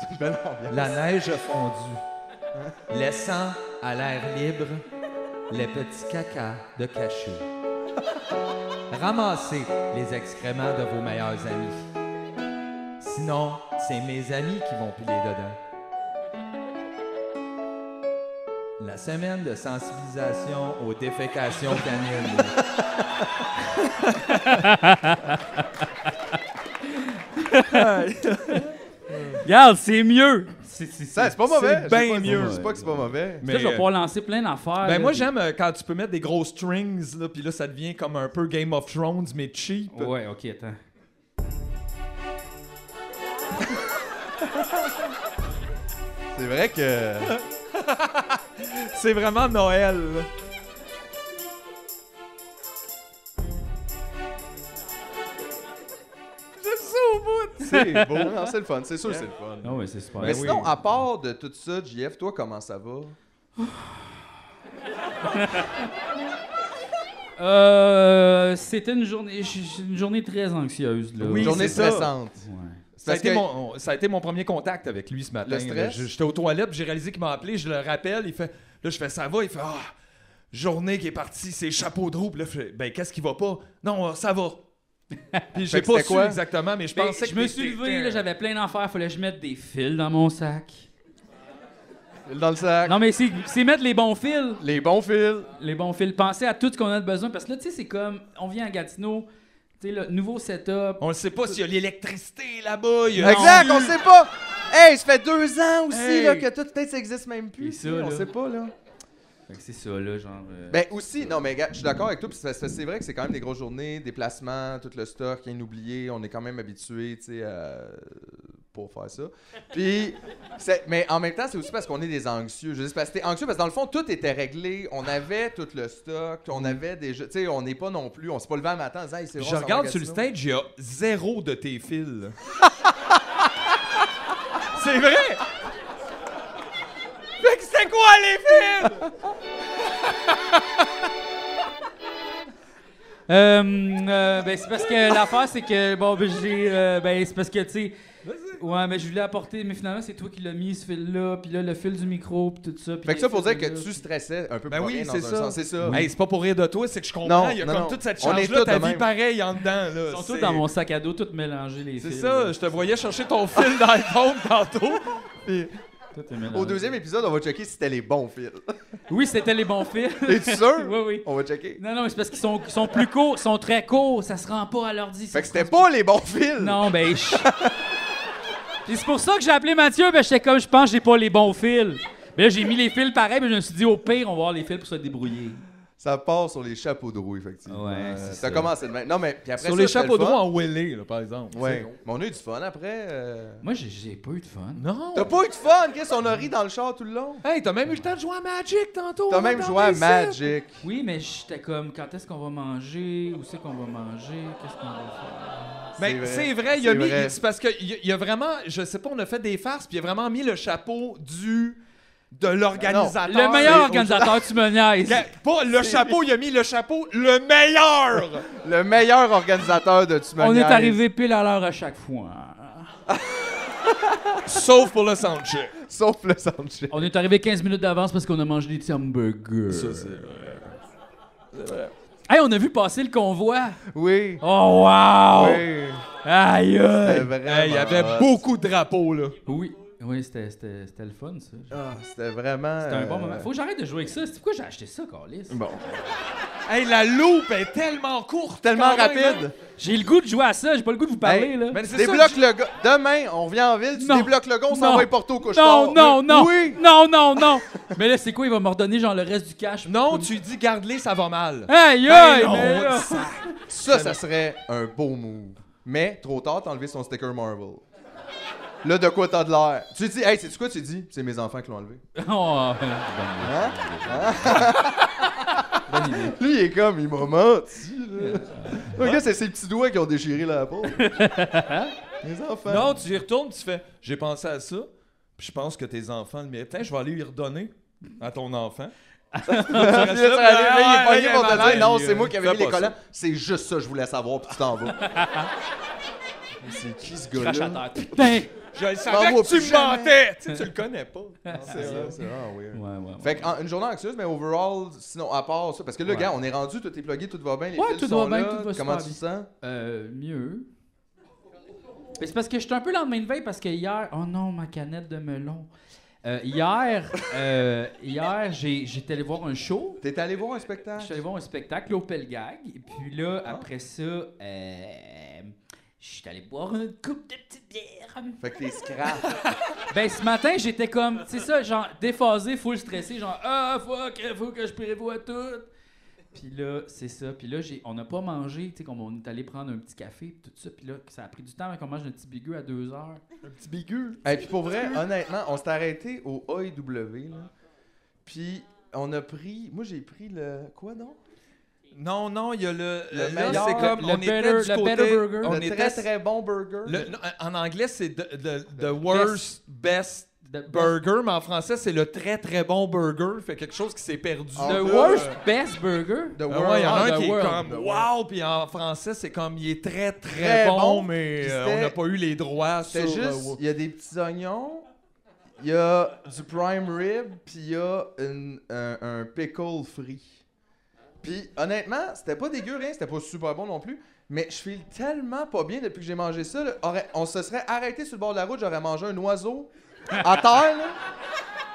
S6: C'est une belle ambiance.
S5: La neige a fondu, laissant à l'air libre les petits cacas de cachou. Ramassez les excréments de vos meilleurs amis. Sinon, c'est mes amis qui vont piler dedans. La semaine de sensibilisation aux défécations
S1: [laughs]
S5: canines.
S1: Regarde, c'est mieux. C'est c'est-
S6: Ça, Ben, c'est pas mauvais.
S5: C'est bien
S6: Je dis pas-
S5: mieux.
S6: Je dis pas que c'est pas mauvais.
S1: Ça, je vais pouvoir lancer plein d'affaires. là,
S5: Ben moi
S1: des-
S5: j'aime euh, quand tu peux mettre des gros strings là puis là ça devient comme un peu Game of Thrones mais cheap.
S1: Ouais, ok, attends.
S6: C'est vrai que. [laughs]
S5: C'est vraiment Noël. là.
S6: C'est beau. Non, c'est le fun. C'est sûr que c'est le fun.
S5: Ben
S1: Non, mais Ah c'est super.
S6: Mais sinon, à part de tout ça, JF, toi, comment ça va?
S1: Euh, c'était une journée, j- une journée très anxieuse. Là.
S5: Oui,
S6: Journée
S5: c'est ça.
S6: stressante.
S5: Ça a,
S6: Parce
S5: été
S6: que-
S5: mon, ça a été mon premier contact avec lui ce matin.
S6: Le stress?
S5: Je- J'étais aux toilettes, puis j'ai réalisé qu'il m'a appelé, je le rappelle, il fait là je fais ça va, il fait ah journée qui est partie, c'est chapeau de roue, Puis là, je fais, ben qu'est-ce qui va pas Non, euh,
S6: [laughs]
S5: ça va. puis j'ai
S6: que
S5: pas
S6: c'était
S5: su
S6: quoi?
S5: exactement, mais je
S1: Ben,
S5: pensais que
S1: je me
S5: t'es-
S1: suis
S5: t'es-
S1: levé,
S5: t'es-
S1: là, j'avais plein d'affaires, fallait que je mette des fils dans mon sac.
S6: Dans le sac.
S1: Non, mais c'est c'est mettre les bons fils.
S6: Les bons fils.
S1: Les bons fils. Penser à tout ce qu'on a de besoin. Parce que là, tu sais, c'est comme, on vient à Gatineau, tu sais, le nouveau setup.
S5: On ne sait pas s'il y a l'électricité là-bas, il y a-
S6: Exact, on sait pas. Hey, ça fait deux ans aussi
S1: Hey.
S6: là, que tout, peut-être ça existe même plus.
S1: Et ça,
S6: tu sais, on
S1: là.
S6: sait pas, là.
S1: Fait que c'est ça, là, genre. euh,
S6: Ben aussi, non, mais gars, je suis d'accord avec toi. puis c'est- C'est vrai que c'est quand même des grosses journées, déplacements, tout le stock, inoublié. On est quand même habitué, tu sais, à- pour faire ça. Puis, c'est- mais en même temps, c'est aussi parce qu'on est des anxieux. Je dis parce que t'es anxieux parce que dans le fond, tout était réglé. On avait tout le stock, on avait des jeux. Tu sais, on n'est pas non plus. On s'est pas levé un matin en disant, hey, c'est vrai,
S5: Mm. Je
S6: on s'en va
S5: regarde
S6: à
S5: sur le
S6: Gatineau.
S5: stage, il y a zéro de
S6: [laughs]
S5: tes fils. c'est vrai Fait que c'est quoi les fils
S1: Euh, euh, ben, c'est [laughs] parce que l'affaire, c'est que, bon, ben, j'ai. euh, ben, c'est parce que, tu sais. Ouais, mais je voulais apporter, mais finalement, c'est toi qui l'as mis, ce fil-là, puis là, le fil du micro, puis tout ça. puis
S6: Fait que ça pour
S1: les
S6: dire
S1: fils
S6: que
S1: de là.
S6: tu stressais un peu
S5: Ben
S6: pour
S5: oui,
S6: rien dans
S5: c'est
S6: un
S5: ça.
S6: sens, c'est ça.
S5: Hey, c'est pas pour rire de toi, c'est que je comprends,
S6: Non,
S5: il y a
S6: non,
S5: comme
S6: non.
S5: toute cette
S6: On est
S5: charge-là,
S6: tous
S5: ta
S6: de
S5: vie
S6: même.
S5: pareille en dedans. Là.
S1: Ils sont
S5: C'est-
S1: tous dans mon sac à dos, tous mélangés, les
S5: C'est
S1: fils,
S5: ça,
S1: là.
S5: je te voyais chercher ton [laughs] fil dans l'iPhone tantôt.
S1: Tout est mélangé.
S6: Au deuxième épisode, on va checker si c'était les bons fils.
S1: Oui, c'était les bons fils.
S6: [laughs] T'es sûr?
S1: [laughs] oui, oui.
S6: On va checker.
S1: Non, non, mais c'est parce qu'ils sont, ils sont plus courts, ils sont très courts, ça se rend pas à l'ordi. ça
S6: Fait que
S1: se
S6: c'était pas les bons fils.
S1: Non, ben. je- Puis c'est pour ça que j'ai appelé Mathieu, ben j'étais comme, je pense, que j'ai pas les bons fils. Mais là, j'ai mis les fils pareil, mais je me suis dit, au pire, on va avoir les fils pour se débrouiller.
S6: Ça part sur les chapeaux de roue, effectivement. Euh,
S1: Ouais, c'est
S6: ça,
S1: ça.
S6: commence de même. Non, mais puis après
S5: Sur
S6: ça,
S5: les
S6: c'était
S5: chapeaux
S6: le
S5: de roue
S6: fun.
S5: en Willy, là, par exemple.
S6: Ouais. Mais on a eu du fun après. euh.
S1: Moi, j'ai- j'ai pas eu de fun.
S5: Non!
S6: T'as pas eu de fun, qu'est-ce qu'on a ri dans le char tout le long?
S5: Hey, t'as même eu le temps de jouer à Magic tantôt! hein,
S6: T'as
S5: en
S6: même
S5: attendant
S6: joué à
S5: ici.
S6: Magic.
S1: Oui, mais j'étais comme, quand est-ce qu'on va manger? Où c'est qu'on va manger? Qu'est-ce qu'on va faire?
S5: Mais
S6: vrai.
S5: Ben, c'est vrai, il a
S6: C'est
S5: mis.
S6: vrai.
S5: c'est parce que il y a- il y a vraiment, je sais pas, on a fait des farces, puis il a vraiment mis le chapeau du. de l'organisateur.
S1: Le meilleur organisateur, tu me niaises.
S5: Ga- Pas le chapeau, il a mis le chapeau, le meilleur!
S6: Le meilleur organisateur de Tu me
S1: On est
S6: niaises.
S1: arrivé pile à l'heure à chaque fois.
S5: Sauf pour le soundcheck.
S6: Sauf le soundcheck.
S1: On est arrivé 15 minutes d'avance parce qu'on a mangé des petits hamburgers. Hey, on a vu passer le convoi.
S6: Oui.
S1: Oh, wow!
S6: Oui.
S1: Aïe! aïe.
S6: C'était vraiment euh,
S5: Hey, il y avait
S6: hot.
S5: beaucoup de drapeaux, là.
S1: Oui, oui, c'était- c'était c'était le fun, ça.
S6: Ah, C'était vraiment.
S1: C'était un bon
S6: euh, Ben-
S1: moment. Faut que j'arrête de jouer avec ça. C'est pourquoi j'ai acheté ça, Carlis.
S6: Bon.
S5: Hey, la loupe est tellement courte,
S6: Tellement
S5: quand même, hein.
S6: rapide.
S1: J'ai le goût de jouer à ça. J'ai pas le goût de vous parler,
S6: Hey,
S1: là.
S5: Mais c'est ça,
S6: Débloque le gars. Demain, on revient en ville, tu
S1: Non.
S6: débloques le gars, on
S1: Non.
S6: s'en va à Porto au
S1: Non,
S6: couche-tard.
S1: non,
S6: Oui.
S1: non!
S6: Oui.
S1: Non, non, non! [laughs] mais là, c'est quoi? Il va me redonner, genre, le reste du cash.
S5: je- Non, tu dis garde-les, ça va mal.
S1: Aïe,
S5: Ben
S1: aïe!
S5: non,
S1: mais là-
S6: Ça, ça serait un beau move. Mais trop tard, t'as enlevé son sticker Marvel. Là, de quoi t'as de l'air? Tu dis, hey, c'est quoi tu dis? C'est mes enfants qui l'ont
S5: [laughs]
S6: enlevé.
S1: Oh, bonne idée. Bonne idée.
S6: Lui, il est comme, il m'a menti. Là, Le gars, c'est ses petits doigts qui ont déchiré la
S5: [laughs]
S6: peau. mes enfants.
S5: Non, tu y retournes, tu fais J'ai pensé à ça, puis je pense que tes enfants le méritent. Tiens, Je vais aller lui redonner à ton enfant. Ah,
S6: Puis là, [laughs] tu arrives, là, il est pogné
S5: Ouais,
S6: pour
S5: ouais,
S6: te
S5: ouais,
S6: dire, non,
S5: il,
S6: c'est
S5: euh,
S6: moi qui avais
S5: fais
S6: mis les
S5: pas ça.
S6: collants. C'est juste ça, je voulais savoir, puis tu t'en
S5: [laughs]
S6: vas. Mais c'est qui ce
S1: Crache à
S6: gars-là?
S1: terre. Putain!
S5: Je le
S6: M'en
S5: savais
S6: vois
S5: que tu
S6: plus
S5: me
S6: jamais.
S5: mentais. Tu sais, tu le connais pas.
S6: C'est vrai, c'est vraiment weird.
S1: Ouais, ouais, ouais.
S6: Fait que, en- une journée anxieuse, mais overall, sinon, à part ça, parce que là,
S1: Ouais.
S6: gars, on est rendu, tout est plugué, tout va bien, les
S1: Ouais,
S6: fils
S1: tout
S6: sont
S1: va bien,
S6: là,
S1: tout va
S6: comment
S1: super
S6: tu te sens?
S1: Euh, mieux. Mais c'est parce que j'étais un peu le lendemain de veille parce que hier. Oh non, ma canette de melon. Euh, hier, euh, hier j'ai- j'étais allé voir un show.
S6: T'es allé voir un
S1: Je
S6: spectacle?
S1: suis allé voir un spectacle, l'Opel Gag. Et puis là, après ça, euh, je suis allé boire une coupe de petite bière.
S6: Fait que t'es [laughs] scrap.
S1: Ben, ce matin, j'étais comme, c'est ça, genre, déphasé, full stressé, genre, ah, fuck, faut que je prévoie tout. Puis là, c'est ça. Puis là, j'ai, on n'a pas mangé, tu sais, comme on est allé prendre un petit café, puis tout ça. Puis là, ça a pris du temps avant qu'on mange notre petit bigu à deux heures.
S5: Petit bigu.
S6: Et puis pour vrai, honnêtement, on s'est arrêté au E AEW, là. Puis on a pris, moi j'ai pris le, quoi non?
S5: Non, non, il y a le. là,
S6: meilleur,
S5: c'est comme
S1: le
S5: on
S1: better-
S5: était du
S1: le
S5: côté-
S1: better burger.
S5: On
S6: le
S5: était-
S6: très très bon burger.
S5: le- non, en anglais, c'est the, the- the worst best
S1: The
S5: burger, mais en français, c'est le très très bon burger. Fait quelque chose qui s'est perdu.
S6: Ah,
S1: The
S6: En plus,
S1: worst
S6: euh,
S1: best burger.
S6: The
S5: Ah
S6: world.
S5: ouais, il y en a
S1: Ah,
S5: un
S1: the
S5: qui
S1: world,
S5: est
S6: the
S5: comme wow, puis en français, c'est comme il est très
S6: Très
S5: très, bon,
S6: bon,
S5: mais
S6: puis
S5: euh,
S6: c'était-
S5: on n'a pas eu les droits sur
S6: C'est
S5: euh,
S6: juste,
S5: wow.
S6: il y a des petits oignons, il y a du prime rib, puis il y a une- un, un pickle frit. Puis honnêtement, c'était pas dégueu rien, c'était pas super bon non plus, mais je file tellement pas bien depuis que j'ai mangé ça. là. Aurait- on se serait arrêté sur le bord de la route, j'aurais mangé un oiseau à terre, là.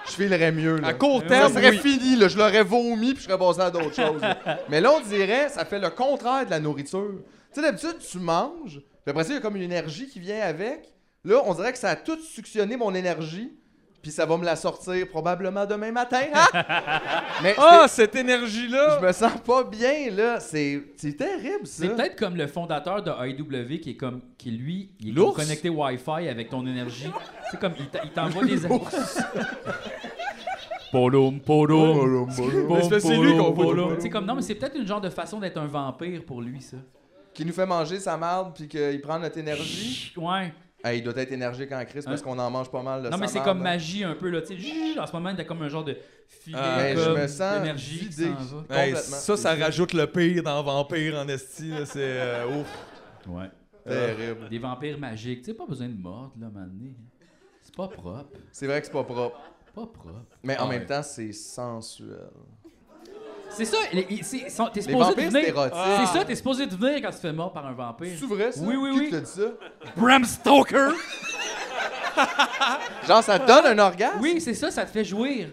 S6: Je filerais mieux, là.
S5: À court
S6: Ça
S5: terme,
S6: serait
S5: oui.
S6: fini, là. Je l'aurais vomi puis je serais passé à d'autres choses. là.
S1: [laughs]
S6: Mais là, on dirait, ça fait le contraire de la nourriture. Tu sais, d'habitude, tu manges, puis après ça, il y a comme une énergie qui vient avec. Là, on dirait que ça a tout suctionné mon énergie, puis ça va me la sortir probablement demain matin.
S1: [laughs]
S6: Ah! Mais
S5: Ah,
S6: c'est-
S5: cette énergie-là!
S6: je me sens pas bien, là. C'est c'est terrible, ça.
S1: C'est peut-être comme le fondateur de IW qui est comme qui lui, il est
S5: L'ours?
S1: comme connecté Wi-Fi avec ton énergie. C'est comme il t'a- il t'envoie des [laughs] Polum,
S6: Oh,
S1: polum.
S5: Mais c'est parce que c'est lui qu'on voit.
S1: C'est comme non, mais c'est peut-être une genre de façon d'être un vampire pour lui ça.
S6: Qui nous fait manger sa marde, puis qu'il prend notre énergie.
S1: Ouais.
S6: Eh, il doit être énergique en crise parce
S1: Hein?
S6: qu'on en mange pas mal, hein. de
S1: Non mais
S6: sa
S1: c'est
S6: marde,
S1: comme
S6: là.
S1: magie un peu là, tu sais. zzz, En ce moment, t'as comme un genre de filet
S5: Ah,
S6: mais je
S1: comme
S6: me sens
S1: d'énergie qui
S6: vidé.
S1: s'en va.
S5: Hey,
S6: Complètement.
S5: ça, ça rajoute le pire dans Vampire en esti. là, C'est euh, ouf.
S6: Terrible.
S1: Des vampires magiques, tu sais pas besoin de mordre là, mané. hein. C'est pas propre,
S6: C'est vrai que c'est pas propre.
S1: pas propre.
S6: Mais en
S5: Ouais.
S6: même temps, c'est sensuel.
S1: C'est ça, les- ils- c'est- sont- t'es
S6: Les
S1: supposé
S6: vampires, c'est
S1: devenir.
S6: érotique.
S1: C'est ça, t'es supposé devenir quand tu te fais mort par un vampire.
S6: C'est vrai, ça?
S1: Oui, oui,
S6: Qui
S1: oui.
S6: te dit ça?
S5: Bram Stoker!
S6: [laughs] Genre, ça donne un orgasme?
S1: Oui, c'est ça, ça te fait jouir.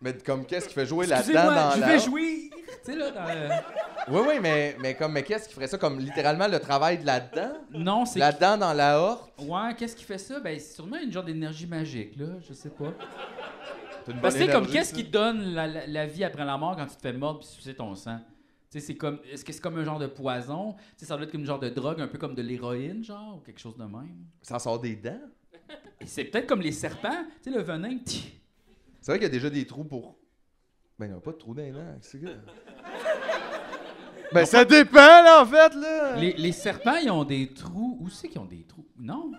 S6: Mais comme, qu'est-ce qui fait jouer là-dedans
S1: Excusez-moi,
S6: dans
S1: je
S6: la...
S1: vais jouir. Tu sais, là, dans le-
S6: Oui, oui, mais, mais comme, mais qu'est-ce qui ferait ça? Comme, littéralement, le travail de là-dedans?
S1: Non, c'est.
S6: Là-dedans, dans la horte?
S1: Ouais, qu'est-ce qui fait ça? Ben, c'est sûrement une genre d'énergie magique, là, je sais pas.
S6: T'as une
S1: Parce que
S6: bonne
S1: c'est comme,
S6: énergie,
S1: qu'est-ce
S6: ça.
S1: qui te donne la, la- la vie après la mort quand tu te fais mordre puis sucer ton sang? Tu sais, c'est comme. Est-ce que c'est comme un genre de poison? Tu sais, ça doit être comme une genre de drogue, un peu comme de l'héroïne, genre, ou quelque chose de même.
S6: Ça sort des dents?
S1: Et c'est peut-être comme les serpents, tu sais, le venin. tch,
S6: C'est vrai qu'il y a déjà des trous pour... Ben, il n'y a pas de trous dans les dents, c'est que... Ben, ça dépend, là, en fait, là!
S1: Les, les serpents, ils ont des trous. Où c'est qu'ils ont des trous? Non?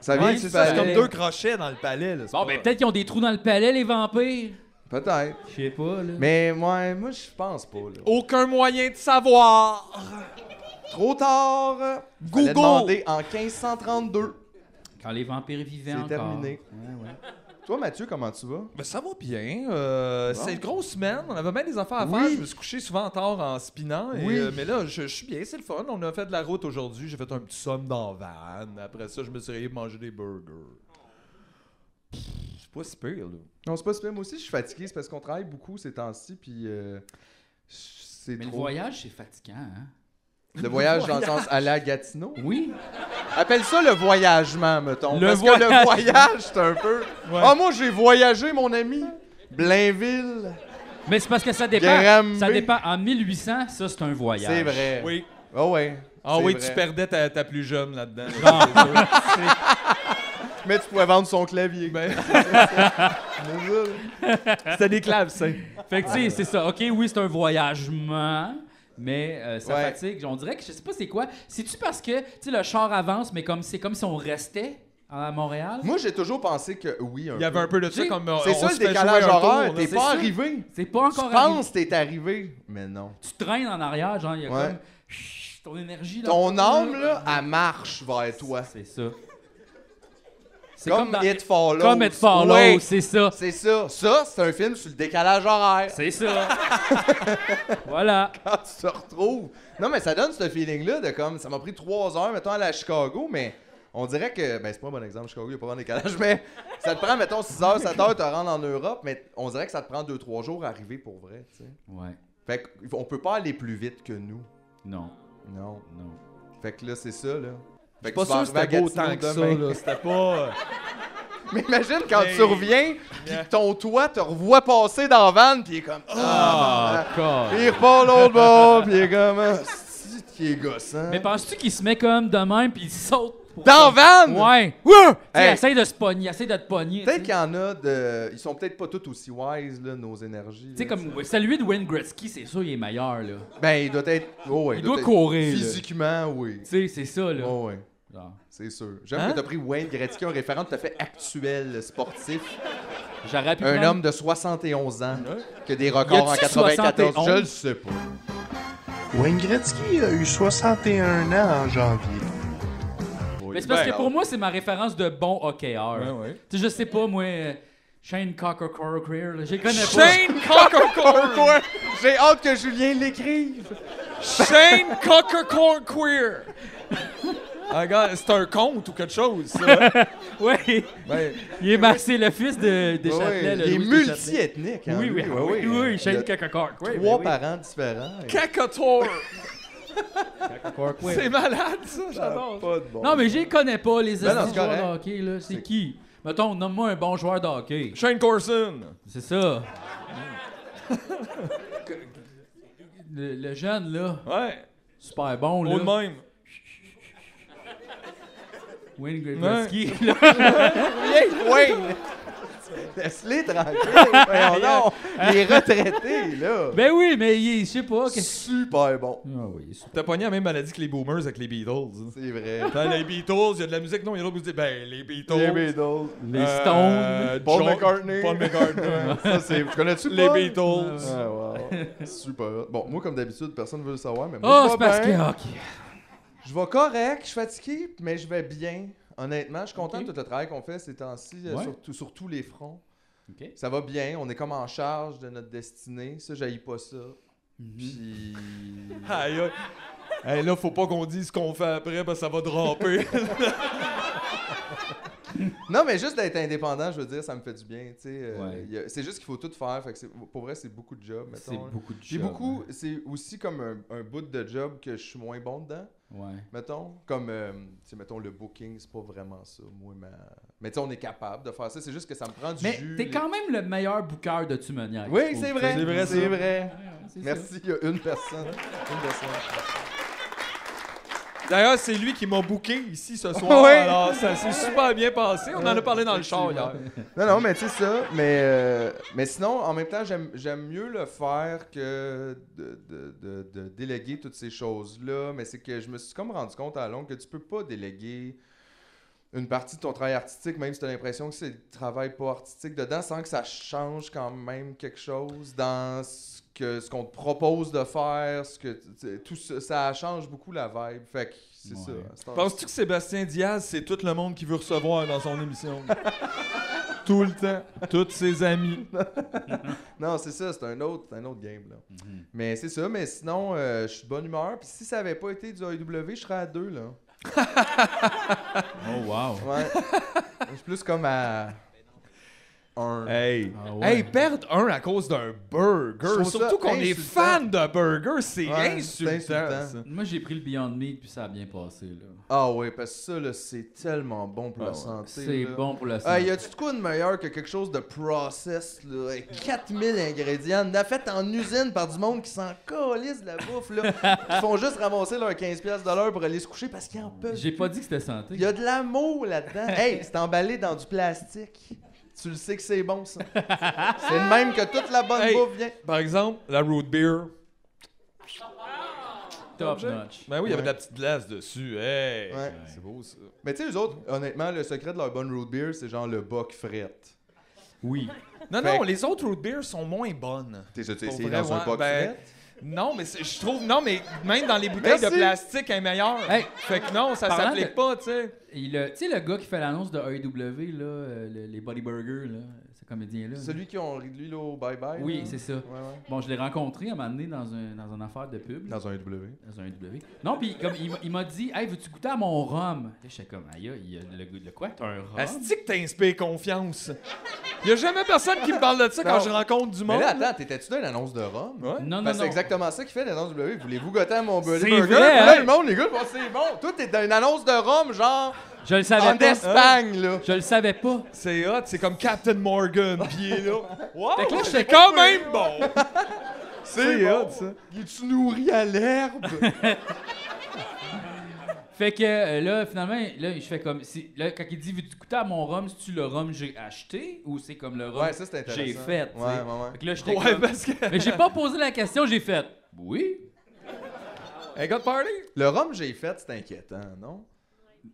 S6: Ça vient
S5: Ouais,
S6: du
S5: c'est ça, c'est comme
S6: palais.
S5: deux crochets dans le palais. Là, c'est
S1: Bon,
S5: pas-
S1: ben peut-être qu'ils ont des trous dans le palais, les vampires.
S6: Peut-être.
S1: Je sais pas, là.
S6: Mais moi, moi je pense pas, là.
S5: Aucun moyen de savoir!
S6: Trop tard! Google!
S5: Google.
S6: demandé en 1532.
S1: Quand les vampires vivaient
S6: C'est
S1: encore.
S6: terminé.
S1: Ouais, ouais.
S6: Toi, Mathieu, comment tu vas?
S5: Ben, ça va bien. euh,
S6: Bon.
S5: C'est une grosse semaine. On avait même des affaires à
S6: Oui.
S5: faire. Je me suis couché souvent tard en spinant. et,
S6: Oui.
S5: euh, mais là, je, je suis bien. C'est le fun. On a fait de la route aujourd'hui. J'ai fait un petit somme dans la van. Après ça, je me suis réveillé pour manger des burgers. Pff, C'est pas si pire, là.
S6: Non, c'est pas super. Moi aussi, je suis fatigué. C'est parce qu'on travaille beaucoup ces temps-ci, puis euh, c'est
S1: Mais le
S6: trop.
S1: voyage, c'est fatigant, hein?
S6: Le voyage dans le sens aller à Gatineau.
S1: Oui.
S6: Appelle ça le voyagement, mettons.
S1: Le
S6: parce que le
S1: voyagement.
S6: voyage, c'est un peu... Ah, moi, j'ai voyagé, mon ami! Blainville!
S1: Mais c'est parce que ça dépend.
S6: Grammer.
S1: Ça dépend. En 1800, ça, c'est un voyage.
S6: C'est vrai.
S5: Oui.
S6: Ah ouais.
S5: Ah
S6: c'est
S5: oui,
S6: vrai.
S5: tu perdais ta, ta plus jeune là-dedans.
S6: Mais tu pouvais vendre son clavier. [laughs]
S5: C'était des clavecins.
S1: Fait que, tu sais, c'est ça. OK, oui, c'est un voyagement. Mais euh, ça
S6: Ouais.
S1: fatigue. On dirait que je sais pas c'est quoi. C'est-tu parce que, tu sais, le char avance, mais comme c'est comme si on restait à Montréal?
S6: moi, j'ai toujours pensé que oui, un
S5: Il y avait
S6: peu.
S5: un peu de ça
S1: T'sais,
S5: comme. on-
S6: C'est
S5: on
S6: ça
S5: se
S6: le
S5: fait
S6: décalage
S5: jouer un tour,
S6: horaire.
S5: là.
S6: T'es
S1: c'est
S6: pas
S1: ça.
S6: arrivé.
S1: C'est pas
S6: Tu
S1: encore arrivé.
S6: penses que t'es arrivé, mais non.
S1: Tu traînes en arrière, genre, il y a
S6: Ouais.
S1: comme... Chut, Ton énergie, là.
S6: Ton âme, là, elle marche vers toi.
S1: C'est ça. C'est
S6: Comme,
S1: dans-
S6: It Follows.
S1: Comme It Follows,
S6: Ouais,
S1: c'est ça.
S6: c'est ça. Ça, c'est un film sur le décalage horaire.
S1: C'est ça. [laughs] voilà.
S6: Quand tu te retrouves. Non, mais ça donne ce feeling-là de comme. Ça m'a pris trois heures, mettons, à la Chicago, mais on dirait que. Ben, c'est pas un bon exemple, Chicago, il n'y a pas vraiment de décalage, [laughs] mais ça te prend, mettons, 6 heures, 7 heures, te rendre en Europe, mais on dirait que ça te prend 2-3 jours à arriver pour vrai, tu sais.
S1: Ouais.
S6: Fait qu'on peut pas aller plus vite que nous.
S1: Non,
S6: Non.
S1: non.
S6: Fait que là, c'est ça, là. Fait que
S5: Pas
S6: tu vas
S5: sûr que
S6: arriver à
S5: c'était beau
S6: Gatineau
S5: tant que ça,
S6: demain. [laughs]
S5: là. C'était
S6: euh,
S5: pas.
S6: Mais imagine quand
S5: Mais-
S6: tu reviens, pis que ton toit te revoit passer dans la van, pis il est comme. Ah!
S1: Encore.
S6: Pis il repart l'autre bord, pis il est comme. Ah, c'est qui est gossant.
S1: Mais penses-tu qu'il se met comme de même puis il saute pour
S6: Dans
S1: ça.
S6: Van!
S1: Ouais.
S6: Wouh!
S1: Tu sais,
S6: Hey.
S1: Essaye de se pogner, essaye de te pogner.
S6: Peut-être
S1: tu sais.
S6: qu'il y en a de. Ils sont peut-être pas tous aussi wise, là, nos énergies.
S1: Tu sais,
S6: là,
S1: comme celui de Wayne Gretzky, c'est sûr, il est meilleur, là.
S6: Ben, il doit être. oh, ouais,
S1: Il doit
S6: être-
S1: courir, là.
S6: Physiquement, oui.
S1: Tu sais, c'est ça, là.
S6: Oh, ouais.
S1: Genre.
S6: C'est sûr. J'aime
S5: Hein?
S6: que t'as pris Wayne Gretzky, un référent tout à fait actuel, sportif.
S1: J'aurais pu
S6: Un
S1: prendre-
S6: homme de 71 ans qui a des records en
S1: Y a-tu
S6: 94.
S1: 71?
S6: Je le sais pas.
S4: Wayne Gretzky a eu 61 ans en janvier.
S1: Mais c'est parce
S6: Ben,
S1: que pour moi, c'est ma référence de bon hockeyeur.
S5: Ouais, ouais.
S1: Tu sais, je sais pas, moi, euh, Shane Cocker Career, là, je les connais pas.
S5: [laughs] Shane Cocker
S6: J'ai hâte que Julien l'écrive.
S5: Shane Cocker Queer! Ah, gars, c'est un conte ou quelque chose, ça.
S1: [laughs] Ouais.
S5: Ben,
S1: Il est marcé le fils de
S6: Ouais,
S1: Deschâtelet.
S6: il est multi-ethnique. hein,
S1: Oui,
S6: lui.
S1: oui,
S6: Ouais,
S1: oui,
S6: ouais.
S1: oui,
S6: Il a
S1: Shane Cocker Career. Oui,
S6: Trois
S1: ben
S6: parents différents.
S5: Cacator!
S1: oui, Cocker Career.
S5: C'est malade, ça, j'adore.
S6: Pas de bon.
S1: Non, mais je les connais pas, les
S6: Ben non,
S1: astuces
S6: c'est
S1: joueurs de
S6: correct.
S1: hockey, là. C'est
S6: C'est-
S1: qui? Mettons, nomme-moi un bon joueur de hockey.
S5: Shane Corson!
S1: C'est
S6: [laughs]
S1: ça. le, le jeune, là,
S5: Ouais,
S1: super bon,
S5: on de
S1: là.
S5: même.
S1: Wayne Gretzky, là.
S6: Hey, Wayne! Laisse-les
S1: [laughs]
S6: tranquilles. Voyons donc. Il est retraité, là.
S1: Ben oui, mais il est, je sais pas. qu'est-ce-
S6: Super bon.
S1: Ah oui, il est super.
S5: T'as pogné la même maladie que les boomers avec les Beatles.
S6: C'est vrai.
S5: Ben, les Beatles, il y a de la musique, non, il y en a d'autres qui disent, ben, les Beatles.
S6: Les Beatles.
S1: Les
S5: euh,
S1: Stones.
S6: Paul
S5: John-
S6: McCartney.
S5: Paul McCartney.
S6: Ça, c'est... Tu connais-tu
S5: les
S6: Paul?
S5: Beatles.
S6: Ah, wow. Super. Bon, moi, comme d'habitude, personne ne veut le savoir, mais moi,
S1: Oh,
S6: je vais
S1: c'est parce
S6: bien.
S1: que. ok.
S6: Je vais correct, je suis fatigué, mais je vais bien. Honnêtement, je suis content de tout le travail qu'on fait ces temps-ci, euh,
S1: Ouais.
S6: sur, tout- sur tous les fronts.
S1: Ok.
S6: Ça va bien, on est comme en charge de notre destinée. Ça, j'haïs pas ça. Puis...
S5: [laughs] Aïe, aïe. Hey, là, faut pas qu'on dise ce qu'on fait après, parce que ça
S6: [laughs]
S5: va draper.
S6: Non, mais juste d'être indépendant, je veux dire, ça me fait du bien. tu sais, euh,
S1: Ouais.
S6: y a- C'est juste qu'il faut tout faire. fait que c'est- pour vrai, c'est beaucoup de job, mettons.
S1: C'est
S6: là.
S1: beaucoup de
S6: J'ai
S1: job.
S6: beaucoup... C'est aussi comme un, un bout de job que je suis moins bon dedans.
S1: Ouais.
S6: Mettons, comme, euh, tu sais, mettons, le booking, c'est pas vraiment ça, moi, ma- mais tu sais, on est capable de faire ça, c'est juste que ça me prend du
S1: Mais
S6: jus.
S1: t'es
S6: les-
S1: quand même le meilleur bouqueur de Tumoniac. je
S6: Oui,
S1: trouve,
S6: c'est vrai,
S1: tu sais.
S6: c'est vrai.
S1: C'est ça.
S6: Merci, il y a une personne. Une personne.
S5: D'ailleurs, c'est lui qui m'a booké ici ce soir.
S6: Ouais.
S5: Alors, ça s'est super bien passé. On en a parlé dans le char hier.
S6: Non, non, mais tu sais ça, mais, euh, mais sinon, en même temps, j'aime j'aime mieux le faire que de, de- de- de déléguer toutes ces choses-là, mais c'est que je me suis comme rendu compte à la longue que tu peux pas déléguer une partie de ton travail artistique, même si tu as l'impression que c'est le travail pas artistique dedans, sans que ça change quand même quelque chose dans ce que ce qu'on te propose de faire, ce que tu sais, tout ça, ça change beaucoup la vibe. Fait que c'est
S1: Ouais.
S6: ça. C'est un-
S5: Penses-tu que Sébastien Diaz, c'est tout le monde qui veut recevoir dans son
S6: [laughs]
S5: émission? tout le temps. Tous ses amis.
S6: Non, c'est ça, c'est un autre, c'est un autre game là. Mais c'est ça, mais sinon euh, je suis de bonne humeur, puis si ça avait pas été du AEW, je serais à deux là.
S1: Oh, wow.
S6: Ouais. je suis plus comme à un.
S5: Hey.
S1: Ah ouais.
S5: Hey, perdre un à cause d'un burger.
S6: trouve ça
S5: Surtout qu'on est
S6: insultant.
S5: fan de burger, c'est
S6: Ouais,
S5: insultant.
S6: c'est insultant.
S5: ça.
S1: Moi, j'ai pris le Beyond Meat, puis ça a bien passé, là.
S6: Ah ouais, parce que ça là, c'est tellement bon pour
S5: Ah
S6: la
S5: ouais.
S6: santé.
S1: C'est
S6: là.
S1: bon pour la
S6: Ah,
S1: santé.
S6: y a-tu de quoi de meilleur que quelque chose de process, là? avec 4000 ingrédients, la fait en usine par du monde qui s'en calisse de la bouffe, là. qui font juste ramasser leurs 15$ piastres de l'heure pour aller se coucher parce qu'ils en peuvent
S1: J'ai pas dit que c'était santé.
S6: Il y a de
S1: [laughs]
S6: l'amour là-dedans. Hey, c'est emballé dans du plastique. Tu le sais que c'est bon, ça. C'est le même que toute la bonne
S5: Hey.
S6: bouffe vient.
S5: Par exemple, la root beer.
S1: Top notch.
S5: Ben oui, il y avait
S6: Ouais.
S5: de la petite glace dessus. Hey.
S6: Ouais.
S5: C'est beau, ça.
S6: Mais tu sais, eux autres, honnêtement, le secret de leur bonne root beer, c'est genre le boc frette.
S1: Oui.
S5: Non,
S6: Fait
S5: non,
S6: que-
S5: les autres root beers sont moins bonnes.
S6: T'es
S5: Pour
S6: essayé
S5: vrai,
S6: dans un
S5: ouais,
S6: boc
S5: ben,
S6: frette?
S5: Non, mais c'est- je trouve, non, mais même
S6: [laughs]
S5: dans les bouteilles de
S6: Merci.
S5: plastique, elle est meilleure.
S1: Hey.
S5: Fait que non, ça
S1: Parlant
S5: s'applique
S1: de-
S5: pas, tu sais.
S1: Et le- Tu sais, le gars qui fait l'annonce de AEW, là, euh, le- les Body Burger, là, ce comédien-là.
S6: Celui qui ont ri de lui, là, au bye-bye.
S1: Oui,
S6: là.
S1: c'est ça.
S6: Ouais, ouais.
S1: Bon, je l'ai rencontré à m'amener dans, un, dans une affaire de pub. là,
S6: Dans un W.
S1: Dans un E W. Non, puis comme il m'a- il m'a dit, hey, veux-tu goûter à mon rhum? Là, J'étais comme, aïe, aïe, le, le, le quoi? T'as un rhum?
S5: Asti que t'inspires confiance. Y a jamais personne qui me parle de ça quand
S6: Non.
S5: je rencontre du
S6: Mais
S5: monde.
S6: là, attends, t'étais-tu dans une annonce de Rome?
S5: Ouais.
S1: Non, non,
S6: Parce
S1: non.
S6: que c'est exactement ça qu'il fait l'annonce du W. Voulez-vous goûter à mon Bully
S1: C'est
S6: Burger?
S1: vrai,
S6: Là,
S1: hein?
S6: le monde, les gars, bon, c'est bon. Toi, t'es dans une annonce de Rome, genre
S1: Je le
S6: en
S1: savais pas.
S6: Espagne, là.
S1: Je le savais pas.
S5: C'est hot, c'est comme Captain Morgan, pis il est là. Wow,
S1: [laughs] Fait que là, je sais
S5: c'est quand même bon. [laughs]
S6: C'est
S5: bon. [laughs]
S6: hot, ça. Il est-tu nourri à l'herbe?
S1: Fait que euh, là, finalement, là, je fais comme. si- là, quand il dit, veux-tu goûter à mon rhum, c'est-tu le rhum que j'ai acheté ou c'est comme le rhum
S6: Ouais, ça, c'est
S1: que
S6: intéressant.
S1: j'ai fait? tu sais?
S6: Ouais, ouais, ouais.
S1: Fait que là, j'étais
S5: Ouais,
S1: comme-
S5: parce que.
S1: Mais j'ai pas posé la question, j'ai fait. Oui.
S5: Un gars de party?
S6: Le rhum que j'ai fait, c'est inquiétant, non?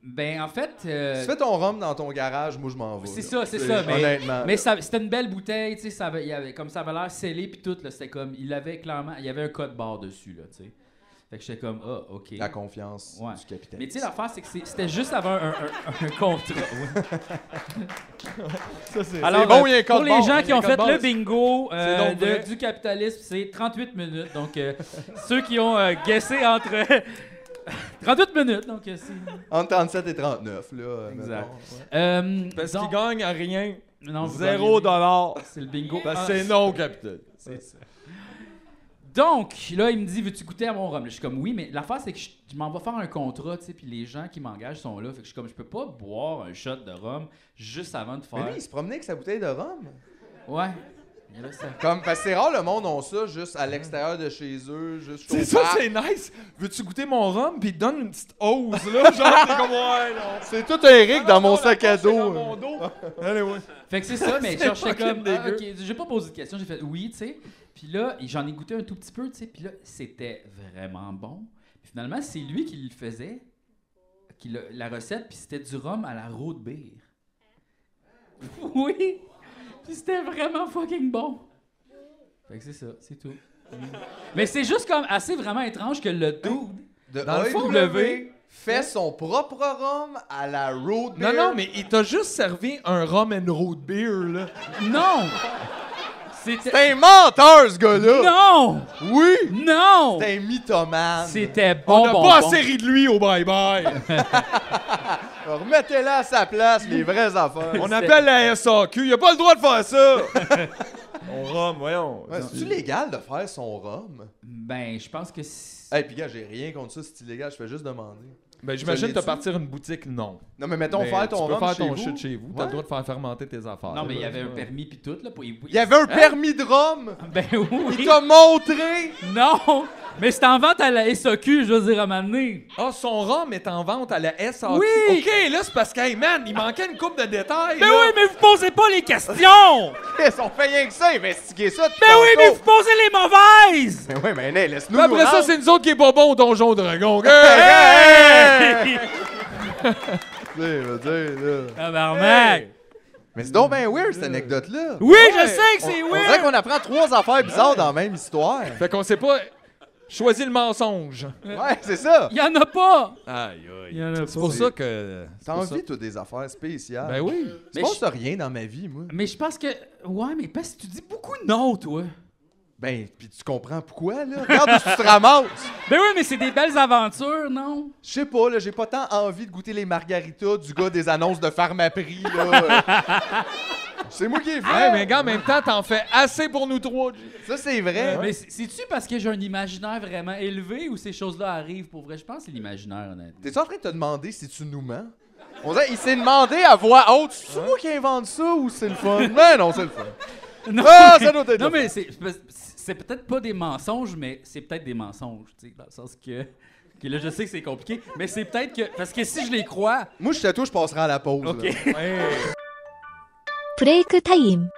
S1: Ben, en fait. euh,
S6: Tu fais ton rhum dans ton garage, moi je m'en vais.
S1: C'est
S6: là.
S1: ça, c'est ça. Mais,
S6: Honnêtement.
S1: mais ça- c'était une belle bouteille, tu sais, ça avait, il y avait- comme ça avait l'air scellé puis tout, là, c'était comme, il avait clairement, il y avait un code barre dessus, là, tu sais. Fait que j'étais comme, ah, ok.
S6: La confiance
S1: Ouais.
S6: du capitaine.
S1: Mais tu sais, l'affaire, c'est que c'est- c'était juste avant un, un- un- un contrat. ouais.
S5: Ça, c'est.
S1: Alors,
S6: bon,
S1: euh,
S6: il y a un code
S1: pour les
S6: barre,
S1: gens
S5: il y
S1: qui
S5: a un
S1: ont
S5: code
S1: fait
S5: barre.
S1: le bingo euh,
S5: C'est donc
S1: de-
S5: vrai.
S1: du capitalisme, c'est 38 minutes. Donc, euh, [laughs] ceux qui ont euh, guessé entre [laughs] 38 minutes, donc euh, c'est.
S6: Entre 37 et 39, là. euh,
S1: Exact.
S6: mettons, ouais.
S1: Euh,
S5: Parce
S1: donc-
S5: qu'il gagne à rien.
S1: non, vous gagnez.
S5: Zéro dollar.
S1: C'est le bingo.
S5: Parce
S1: Ah,
S5: que c'est non, capitaine.
S1: Donc, là, il me dit Veux-tu goûter à mon rhum Là, Je suis comme Oui, mais l'affaire, c'est que je, je m'en vais faire un contrat, tu sais, puis les gens qui m'engagent sont là. Fait que je suis comme Je peux pas boire un shot de rhum juste avant de
S6: Mais
S1: faire.
S6: lui, il se promenait avec sa bouteille de rhum.
S1: Ouais. Mais là, ça-
S6: Comme, parce que c'est rare le monde ont ça juste à l'extérieur de chez eux, juste au
S5: C'est ça,
S6: parc.
S5: c'est nice. Veux-tu goûter mon rhum? Puis il te donne une petite hausse, là. Genre, t'es comme,
S1: [laughs]
S5: ouais, non.
S6: C'est tout Eric dans mon
S5: Non, la
S6: sac à
S5: poche, c'est dans
S6: dos.
S5: mon dos. euh. [laughs] Allez, ouais.
S1: Fait que c'est [laughs] ça, mais je
S5: C'est
S1: cherchais
S5: fucking
S1: comme Ah,
S5: dégueu.
S1: Ok, j'ai pas posé de question, j'ai fait Oui, tu sais. Puis là, j'en ai goûté un tout petit peu, tu sais, puis là, c'était vraiment bon. Puis finalement, c'est lui qui le faisait, qui le- la recette, puis c'était du rhum à la road beer. [laughs] Oui! Puis c'était vraiment fucking bon. Fait que c'est ça, c'est tout. Mm. Mais c'est juste comme assez vraiment étrange que le dude.
S6: De
S5: Dans le
S6: AEW,
S5: fond, levé.
S6: fait son propre rhum à la road
S5: Non,
S6: beer.
S5: non, mais il t'a juste servi un rum and road beer, là.
S1: Non! Hein? C'était.
S6: T'es un menteur, ce gars-là!
S1: Non!
S6: Oui!
S1: Non!
S6: T'es un mythomane!
S1: C'était
S5: On
S1: bon,
S5: n'a
S1: bon,
S5: pas
S1: bon.
S5: assez ri de lui au bye-bye.
S6: Remettez-la à sa place, les vraies affaires!
S5: On appelle la SAQ. Il a pas le droit de faire ça. On rhum, voyons.
S6: Ouais, C'est-tu légal de faire son rhum?
S1: Ben, je pense que. si-
S6: Hey, pis gars, j'ai rien contre ça, c'est illégal, je fais juste demander.
S5: Ben, j'imagine
S6: Ça
S5: t'as
S6: l'est-tu?
S5: partir une boutique, non.
S6: Non, mais mettons,
S5: Mais
S6: faire ton
S5: Ben, tu peux
S6: rhum
S5: faire
S6: chez
S5: ton
S6: vous.
S5: shit chez vous. T'as
S6: Ouais.
S5: le droit de faire fermenter tes affaires.
S1: Non, mais il y
S5: là,
S1: avait un
S5: ouais.
S1: permis puis tout, là. Pour... Il
S6: Il y avait un
S5: Ah.
S6: permis de rhum!
S1: [laughs] Ben oui! [laughs]
S6: Il t'a montré! [laughs]
S1: Non! Mais c'est en vente à la SAQ, je veux dire, à m'amener.
S5: Ah, son rhum est en vente à la SAQ.
S1: Oui!
S5: OK, là, c'est parce que, hey, man, il manquait une coupe de détails.
S1: Mais
S5: là.
S1: Ben oui, mais vous posez pas les questions!
S6: Chris, on fait rien que ça, investiguer ça!
S1: Mais oui, mais vous posez les mauvaises!
S6: Mais oui, mais hey, laisse-nous
S5: Ben Mais Ben
S6: nous
S5: après ça,
S6: rendre.
S5: c'est nous autres qui est pas bon au Donjon Dragon.
S6: Hey,
S5: Hey!
S6: hey, hey, hey. Tu sais, je veux dire, là.
S1: Tabarnak!
S6: Mais c'est donc bien weird, cette anecdote-là!
S1: Oui, je sais que c'est
S6: On dirait
S1: weird!
S6: qu'on apprend trois affaires bizarres dans la même histoire.
S5: Fait qu'on sait pas... Choisis le mensonge.
S6: Ouais, c'est ça.
S1: Il y en a pas!
S5: Aïe,
S1: Il y
S5: aïe.
S1: en a
S5: C'est
S1: pas.
S5: pour ça que...
S6: T'as envie, toi, des affaires spéciales.
S5: Ben oui.
S6: Je
S1: Mais
S6: pense
S1: je,
S6: à rien dans ma vie, moi.
S1: mais je pense que. Ouais, mais parce que tu dis beaucoup non, toi.
S6: Ben, pis tu comprends pourquoi,
S5: [laughs]
S6: là? Regarde où tu te ramasses.
S1: Ben oui, mais c'est des belles aventures, non?
S6: Je sais pas, là, j'ai pas tant envie de goûter les margaritas du gars des annonces de Pharmaprix, là. c'est moi qui ai fait.
S5: Ouais, mais gars, en même temps, t'en fais assez pour nous trois.
S6: Ça, c'est vrai.
S1: Mais c'est- c'est-tu parce que j'ai un imaginaire vraiment élevé ou ces choses-là arrivent pour vrai? Je pense que c'est l'imaginaire, honnêtement.
S6: T'es-tu en train de te demander si tu nous mens? On dirait, il s'est demandé à voix haute, c'est moi qui invente ça ou c'est le fun? Mais non, c'est le fun.
S1: Non,
S6: Ah,
S1: mais-
S6: ça doit être
S1: Non,
S6: le
S1: mais c'est, c'est peut-être pas des mensonges, mais c'est peut-être des mensonges, tu sais, dans le sens que. que là, je sais que c'est compliqué, mais c'est peut-être que. Parce que si je les crois.
S6: Moi, je suis à toi, je passerai à la pause.
S1: OK.
S6: là.
S5: Ouais.
S7: ブレイクタイム。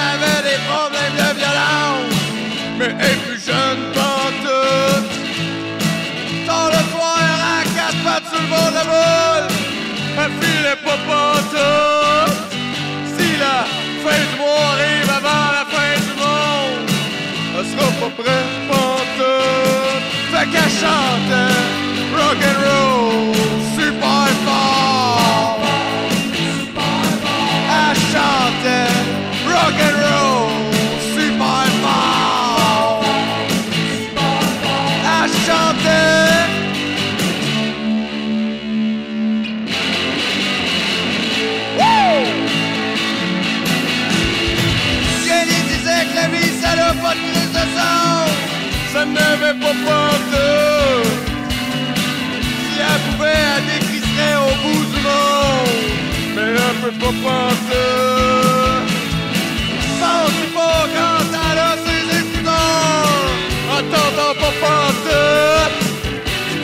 S6: euh, la balle, elle filet pas pantoute. Si la fin du mois arrive avant la fin du monde, elle sera pas prête pantoute. Fait qu'elle chante rock and roll super fort. Elle chante rock and roll Oh, super fort. Elle chante Jenny disait que la vie, ça n'a pas de plus de sens. Ça n'avait pas peur Si elle pouvait, elle décrisserait au bout du monde. Mais elle peut pas penser. Pense pas quand elle a ses étudiants. En t'entendant pas penser.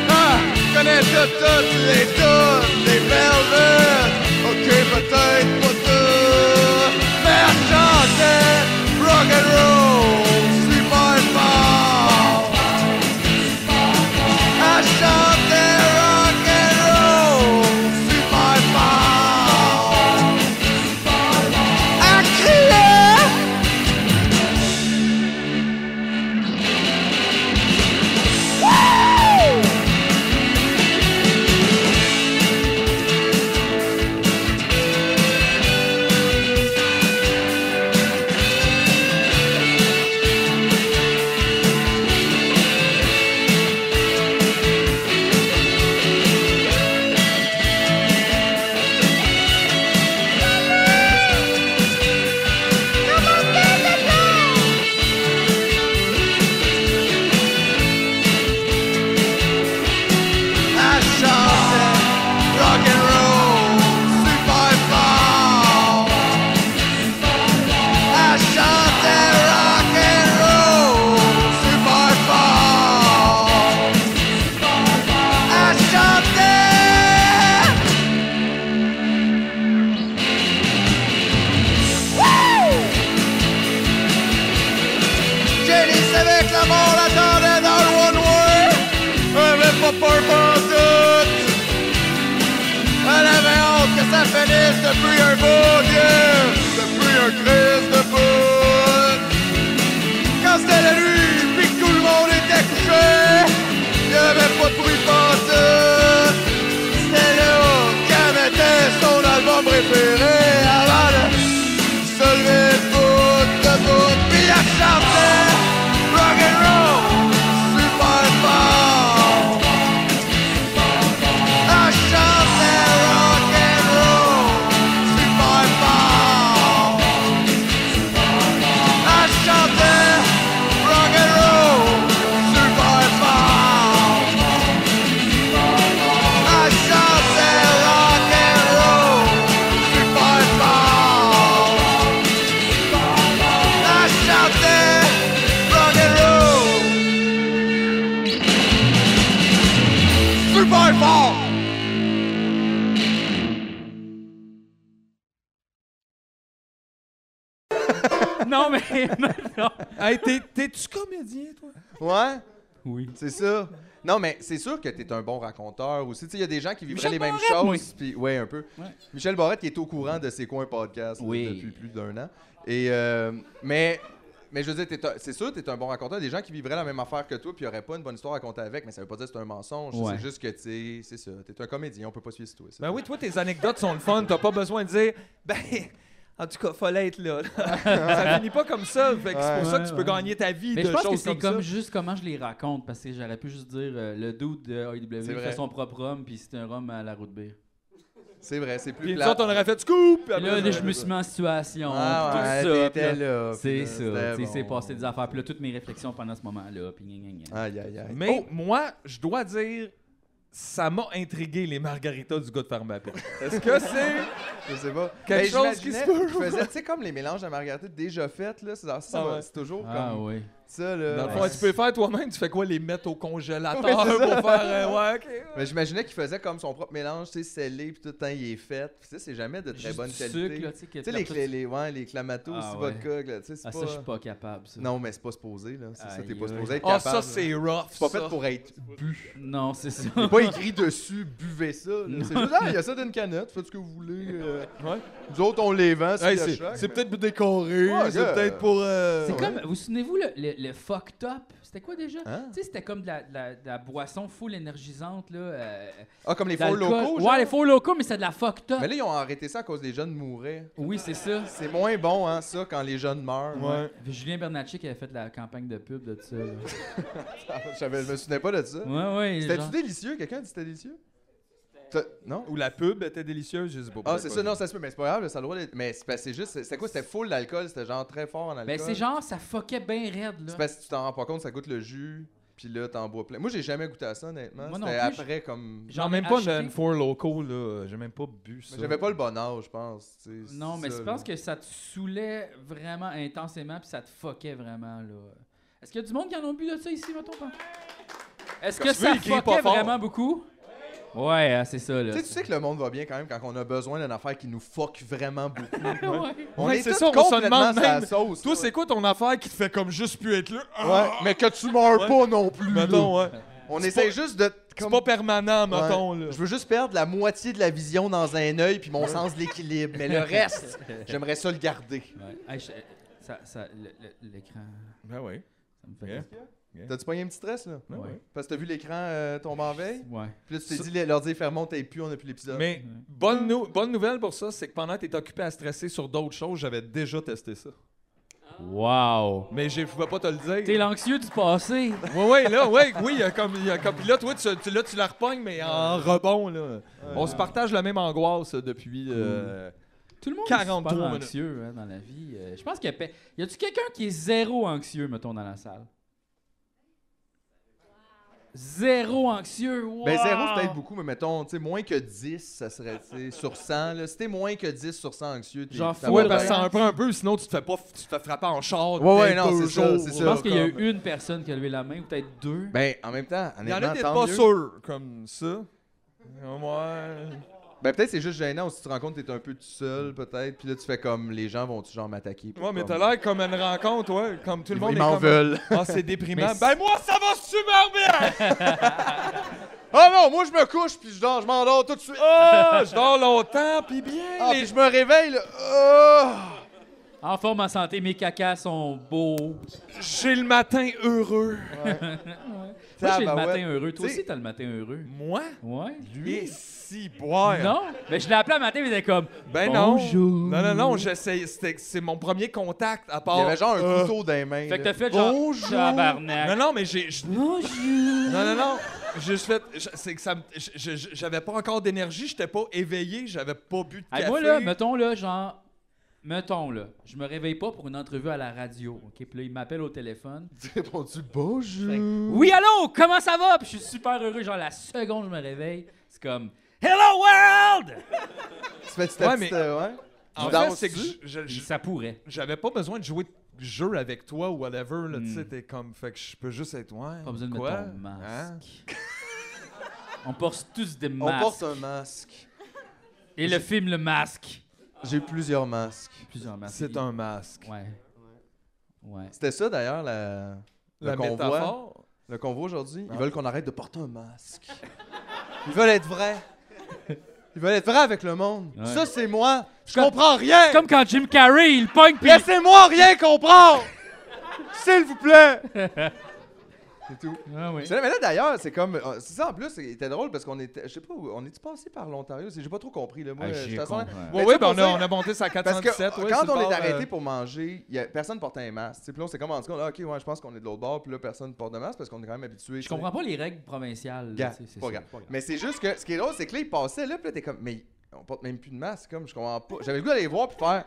S6: Ah, je connais toutes, toutes les toutes, les velvets. Ok, peut-être pas toutes. Mais elle chantait rock and roll, super fort. Elle chantait rock and roll, super fort. Elle criait. I shouted, rock and roll, super fort. I shouted, rock and roll, super fort. I shouted. Jenny savait que la mort l'attendait dans le One Way. Elle avait pas peur pantoute. Elle avait hâte que ça finisse depuis un bout, yeah. Depuis un Christ de bout. Quand c'était la nuit, puis que tout le monde était couché, il n'y avait pas de bruit pantoute. C'était là qu'elle mettait son album préféré avant de se lever bout de bout, puis elle chantait rock and roll super fort. Elle chantait rock and roll super fort. Elle chantait rock and roll super fort. Elle chantait rock and roll super fort. I shout there, rock and roll. Super Bowl.
S1: Non, mais. [laughs] non.
S5: Hey, t'es- t'es-tu comédien, toi?
S6: Ouais,
S1: Oui.
S6: c'est ça. Non, mais c'est sûr que t'es un bon raconteur aussi. Tu sais, il y a des gens qui vivraient
S1: Michel
S6: les mêmes
S1: Barrette, moi.
S6: choses. Puis, ouais, un peu.
S1: Ouais.
S6: Michel Barrette, qui est au courant de ses coins podcasts là,
S1: Oui.
S6: depuis plus d'un an. Et, euh, mais, mais je veux dire, t'es un- c'est sûr, t'es un bon raconteur. Des gens qui vivraient la même affaire que toi, puis n'auraient pas une bonne histoire à raconter avec, mais ça veut pas dire que c'est un mensonge.
S1: Ouais.
S6: C'est juste que, tu sais, c'est ça. T'es un comédien, on peut pas suivre toi. Ça.
S5: Ben oui, toi, tes anecdotes sont le fun. T'as pas besoin de dire, [laughs] ben, en tout cas, fallait être là.
S6: [laughs]
S5: ça finit pas comme ça. Fait que c'est pour ça que tu peux
S1: Ouais, ouais.
S5: gagner ta vie
S1: Mais
S5: de
S1: je pense que
S5: choses
S1: c'est
S5: comme,
S1: comme
S5: ça.
S1: juste comment je les raconte, parce que j'aurais pu juste dire euh, le dude de AEW
S6: C'est
S1: fait
S6: vrai.
S1: son propre rhum, puis c'est un rhum à la route bière.
S6: C'est vrai, c'est plus
S5: Puis nous
S6: plate.
S5: autres, on aurait fait scoop. puis
S1: Puis
S5: après,
S1: Là,
S5: ça-
S1: là, je me suis mis en situation, puis
S6: Ah
S1: tout
S6: ouais,
S1: ça. puis
S6: t'étais
S1: là,
S6: là.
S1: C'est
S6: puis
S1: ça,
S6: là,
S1: tu sais,
S6: c'était
S1: c'est
S6: bon.
S1: passé des affaires, puis là, toutes mes réflexions pendant ce moment-là, puis gna, gna, gna.
S6: Aïe, aïe, aïe.
S5: Mais moi, je dois dire, ça m'a intrigué les margaritas du gars de Farmapé.
S6: Oh,
S5: Est-ce que c'est.
S6: Je sais pas.
S5: Quelque
S6: Mais
S5: chose qui se
S6: j'imaginais-
S5: peut.
S6: Je faisais, tu sais, comme les mélanges de margarita déjà faites, là. c'est- Ça, ça
S5: Ah
S6: m'a-
S5: ouais.
S6: c'est toujours
S1: Ah
S6: comme.
S1: oui.
S6: Ça, là.
S5: Dans le
S6: ouais.
S5: fond, tu peux le faire toi-même, tu fais quoi Les mettre au congélateur
S6: Ouais, c'est ça.
S5: pour faire. euh, ouais, ok.
S6: Mais Ben, j'imaginais qu'il faisait comme son propre mélange, tu sais, scellé, puis tout le temps, il est fait. Puis ça, c'est jamais de très
S1: Juste
S6: bonne
S1: du
S6: qualité.
S1: sucre, là, tu sais, qui
S6: tu
S1: est
S6: sais, les,
S1: partout-
S6: clés- les, ouais, les clamatos,
S1: Ah,
S6: aussi,
S1: ouais.
S6: vodka, là, tu sais, c'est
S1: Ah, ça,
S6: pas...
S1: je suis pas capable. Ça.
S6: Non, mais c'est pas supposé, là. C'est ça, t'es pas
S1: Aïe,
S6: supposé
S1: aïe.
S6: être
S5: Ah,
S6: capable.
S5: ça,
S6: là.
S5: c'est rough.
S6: C'est pas
S5: ça.
S6: fait pour
S5: [laughs]
S6: être bu.
S1: Non, c'est ça.
S6: Il est pas écrit dessus, buvez ça. là. C'est juste, ah, il y a ça d'une canette, faites ce que vous voulez. euh.
S5: Ouais.
S6: Nous autres, on les vend, c'est
S5: Hey,
S6: le
S5: c'est
S6: choc,
S5: c'est
S6: mais-
S5: peut-être pour décorer,
S6: Ouais,
S5: c'est
S6: gars.
S5: peut-être pour. euh,
S1: C'est
S5: ouais.
S1: comme, vous souvenez-vous, le, le, le fuck top? C'était quoi déjà?
S6: Hein?
S1: Tu sais, c'était comme de la, de la- de la boisson full énergisante, là. euh,
S6: Ah, comme les faux
S1: d'alcool.
S6: locaux, genre?
S1: Ouais, les faux locaux, mais c'est de la fuck top.
S6: Mais là, ils ont arrêté ça à cause des jeunes mouraient.
S1: Oui, c'est ça.
S6: C'est moins bon, hein, ça, quand les jeunes meurent. [laughs]
S5: Ouais.
S1: Puis Julien Bernatchez qui avait fait la campagne de pub de ça. là.
S6: Je savais- je me souvenais pas de ça.
S1: Ouais, ouais.
S6: C'était-tu
S1: genre-
S6: délicieux? Quelqu'un dit c'était délicieux? T'as- Non?
S5: Ou la pub était délicieuse, je sais pas.
S6: Ah,
S5: peut-être
S6: c'est
S5: pas.
S6: ça, non, ça se peut, mais c'est pas grave, ça a le droit d'être. Mais c'est parce que c'est juste, c'est- c'était quoi? C'était full d'alcool, c'était genre très fort en alcool.
S1: Ben, c'est genre, ça fuckait bien raide, là.
S6: C'est parce que tu t'en rends pas compte, ça goûte le jus, puis là, t'en bois plein. Moi, j'ai jamais goûté à ça, honnêtement.
S1: Moi non
S6: C'était
S1: plus,
S6: après, comme.
S1: J'en
S5: Genre,
S1: ai
S5: même pas
S1: acheté.
S5: une Four Loco, là. J'ai même pas bu ça.
S6: Mais J'avais pas le bon âge, je pense. tu sais,
S1: Non, mais
S6: ça,
S1: je
S6: là.
S1: pense que ça te saoulait vraiment intensément, puis ça te fuckait vraiment, là. Est-ce qu'il y a du monde qui en ont bu de ça ici, mettons? pas? Est-ce que
S5: Quand tu veux,
S1: ça
S5: il crie pas
S1: fuckait
S5: fort.
S1: vraiment beaucoup? Ouais, hein, c'est ça, là.
S6: Tu sais, tu sais que le monde va bien quand même quand on a besoin d'une affaire qui nous fuck vraiment beaucoup.
S1: Ouais.
S6: On
S5: Ouais,
S6: est
S5: c'est
S6: tous
S5: ça, on se
S6: complètement
S5: demande
S6: sur la
S5: même,
S6: sauce.
S5: Toi,
S6: là.
S5: c'est quoi ton affaire qui te fait comme juste pu être là? Ah,
S6: Ouais, mais que tu meurs
S5: Ouais.
S6: pas non plus. là.
S5: Mettons, ouais.
S6: On
S5: C'est
S6: essaie
S5: pas-
S6: juste de.
S5: C'est
S6: comme-
S5: pas permanent, mettons,
S6: Ouais.
S5: là.
S6: Je veux juste perdre la moitié de la vision dans un œil puis mon sens de l'équilibre.
S5: [laughs]
S6: Mais le reste, j'aimerais ça le garder.
S1: Ouais. Hey, je- ça, ça, le- le- l'écran,
S5: Ben oui.
S1: ça me fait...
S5: Yeah.
S6: T'as-tu pas eu un petit stress, là?
S5: Ben oui.
S6: Parce que t'as vu l'écran euh, tomber en veille?
S1: Ouais.
S6: Puis là, tu t'es dit, leur dire, Fermont, t'es plus, on a plus l'épisode.
S5: Mais bonne, nou- bonne nouvelle pour ça, c'est que pendant que t'es occupé à stresser sur d'autres choses, j'avais déjà testé ça.
S1: Wow!
S5: Mais j'ai- je pouvais pas te le dire.
S1: T'es l'anxieux du passé!
S5: Ouais, ouais, là, ouais, oui, il y a comme, il y a comme- puis là, toi, tu, tu- là, tu la repognes, mais en rebond, là. On se partage la même angoisse depuis. euh,
S1: Tout le monde est
S5: 43
S1: super
S5: minutes.
S1: anxieux hein, dans la vie. Euh, je pense qu'il y a... pe- Y a-tu quelqu'un qui est zéro anxieux, mettons, dans la salle? Zéro anxieux! Wow.
S6: Ben, zéro, c'est peut-être beaucoup, mais mettons, tu sais, moins que 10, ça serait, tu sais, sur 100. Là. Si t'es moins que 10 sur 100 anxieux, t'es.
S1: Genre
S6: ça
S1: full
S6: va
S5: Ouais,
S1: le
S5: parce que
S6: bien.
S5: ça en prend un peu, sinon tu te fais pas, tu te fais frapper en char.
S6: Ouais, ouais,
S5: dès
S6: non,
S5: deux
S6: c'est ça,
S5: jours.
S6: c'est
S1: Je
S6: ça.
S1: pense qu'il y a
S6: comme-
S1: eu une personne qui a levé la main, ou peut-être deux.
S6: Ben, en même temps,
S5: Il y en a
S6: honnêtement,
S5: des
S6: tant
S5: pas
S6: mieux.
S5: sûrs, comme ça. Ouais.
S6: Ben, peut-être c'est juste gênant, ou si tu te rends compte que t'es un peu tout seul, peut-être, puis là, tu fais comme, les gens vont-tu genre m'attaquer?
S5: Ouais, mais t'as
S6: Comme-
S5: l'air comme à une rencontre, ouais. Comme tout le monde
S6: Ils
S5: est
S6: m'en
S5: comme-
S6: veulent.
S5: Ah, c'est déprimant.
S6: Mais
S5: Ben, moi, ça va super bien!
S6: Ah non, moi, je me couche, puis je dors, je m'endors tout de suite.
S5: Ah, je dors longtemps, puis bien.
S6: Ah,
S5: les-
S6: puis je me réveille, là. Ah!
S1: En forme, en santé, mes cacas sont beaux.
S5: J'ai le matin heureux.
S1: Moi, j'ai le
S6: Tabarouette.
S1: matin heureux. Toi
S6: T'sais-
S1: aussi, t'as le matin heureux.
S5: Moi?
S1: Ouais.
S5: Lui? si, boire.
S1: Non? Mais je l'ai appelé le matin, mais il était comme...
S5: Ben non.
S1: Bonjour.
S5: Non, non, non, j'essaye. c'était- C'est mon premier contact, à part.
S6: Il y avait genre un
S5: euh,
S6: couteau dans les mains.
S1: Fait que t'as
S6: là.
S1: fait genre...
S5: Bonjour.
S1: Tabarnak.
S5: Non, non, mais j'ai. j'-
S1: Bonjour.
S5: Non, non, non. J'ai Juste fait. j'- C'est que ça me- j'- j'- J'avais pas encore d'énergie, j'étais pas éveillé, j'avais pas bu de
S1: Hey,
S5: café.
S1: moi, là, mettons, là, genre... Mettons, là, je me réveille pas pour une entrevue à la radio, OK? Puis là, il m'appelle au téléphone.
S6: J'ai [laughs] répondu bonjour.
S1: Oui, allô, comment ça va? Puis je suis super heureux. Genre, la seconde, je me réveille, c'est comme... Hello, world!
S6: Tu fais ta
S5: Ouais,
S6: petite,
S5: mais-
S6: euh, ouais.
S5: En
S6: Tu
S5: fait,
S6: danses
S5: c'est que
S6: dessus?
S5: j- je- je-
S1: Ça pourrait.
S5: j'avais pas besoin de jouer de jeu avec toi ou whatever, là, tu sais, t'es comme. Fait que je peux juste être. Ouais.
S1: Hmm. Pas besoin de
S5: quoi?
S1: mettre ton
S5: Hein?
S1: masque. On porte tous des
S6: On
S1: masques.
S6: porte un masque.
S1: Et le film Le Masque.
S6: J'ai plusieurs masques.
S1: Plusieurs masques.
S5: C'est un masque.
S1: Ouais. Ouais.
S6: C'était ça d'ailleurs la...
S5: La
S6: le convoi.
S5: métaphore.
S6: Le convoi aujourd'hui. Ils veulent qu'on arrête de porter un masque. Ils veulent être vrais. Ils veulent être vrais avec le monde.
S1: Ouais.
S6: Ça c'est moi. Je
S1: Comme-
S6: comprends rien.
S1: Comme quand Jim Carrey, il pogne pis...
S6: Laissez-moi rien comprendre. S'il vous plaît. c'est tout.
S1: Ah oui.
S6: C'est là, mais là d'ailleurs, c'est comme. euh, C'est ça en plus, c'était drôle parce qu'on était. Je sais pas, où- on est-tu passé par l'l'Ontario? C'est- J'ai pas trop compris. Là, moi,
S1: Ah,
S6: euh,
S1: j'y
S6: de toute façon,
S1: comprends.
S6: mais
S5: Ouais,
S6: tu
S5: ouais,
S6: sais, pour
S5: ben on, a,
S6: dire-
S5: on a monté sa
S6: Parce que
S5: 417.
S6: euh,
S5: ouais,
S6: quand
S5: sur le
S6: on
S5: bord,
S6: est arrêté
S5: euh,
S6: pour manger, y a, personne portait un masque. C'est Puis là, on s'est comme rendu compte, ah, ok, ouais, je pense qu'on est de l'autre bord, puis là, personne porte de masque parce qu'on est quand même habitué.
S1: Je comprends pas les règles provinciales. là,
S6: Gars,
S1: tu sais,
S6: c'est
S1: c'est
S6: pas
S1: ça.
S6: grave. Mais c'est juste que ce qui est drôle, c'est que là, ils passaient là, puis là, t'es comme, mais on porte même plus de masque, comme, je comprends pas. J'avais le goût d'aller les voir, puis faire,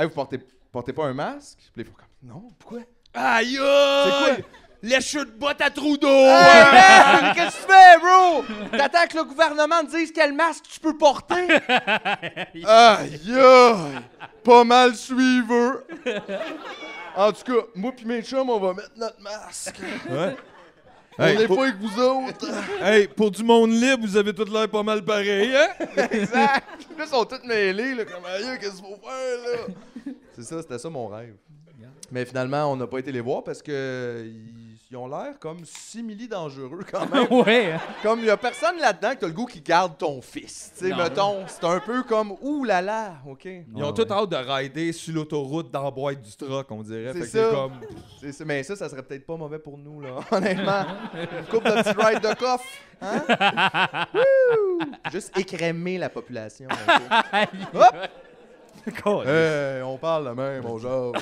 S6: hey, vous portez, portez pas un masque? Puis là, ils font comme, non, pourquoi?
S5: Aïe!
S6: C'est
S5: aïe!
S6: quoi?
S5: Les chutes bottes à Trudeau!
S6: Hey, man, qu'est-ce que tu fais, bro? T'attends que le gouvernement te dise quel masque tu peux porter?
S8: [laughs]
S6: Aïe, aïe, pas mal suiveux.
S8: En tout cas, moi pis mes chums, on va mettre notre masque.
S5: Ouais.
S8: On
S5: Hey,
S8: n'est
S5: pour,
S8: pas avec vous autres.
S5: hey, pour du monde libre, vous avez tout l'air pas mal pareil, hein?
S8: exact. Là, ils sont tous mêlés, là, comme aïe, qu'est-ce qu'il faut faire, là?
S6: C'est ça, c'était ça mon rêve. Mais finalement, on n'a pas été les voir parce que ils, ils ont l'air comme simili dangereux quand même.
S1: [laughs] ouais.
S6: [laughs]
S1: hein.
S6: comme il y a personne là-dedans que t'as le goût qui garde ton fils. Tu sais,
S1: Non.
S6: mettons, c'est un peu comme ouh là là, ok.
S5: Ils ont
S1: Ouais,
S5: tout
S1: ouais.
S5: hâte de rider sur l'autoroute dans la boîte du truck, on dirait.
S6: C'est
S5: Fait que
S6: ça.
S5: c'est comme.
S6: C'est- c'est- mais ça, ça serait peut-être pas mauvais pour nous là, [laughs] honnêtement. Une couple de petits rides de coffre, hein? Wouh! Juste écrémer la population. ok?
S1: Cool.
S6: Hey, on parle de même, mon genre.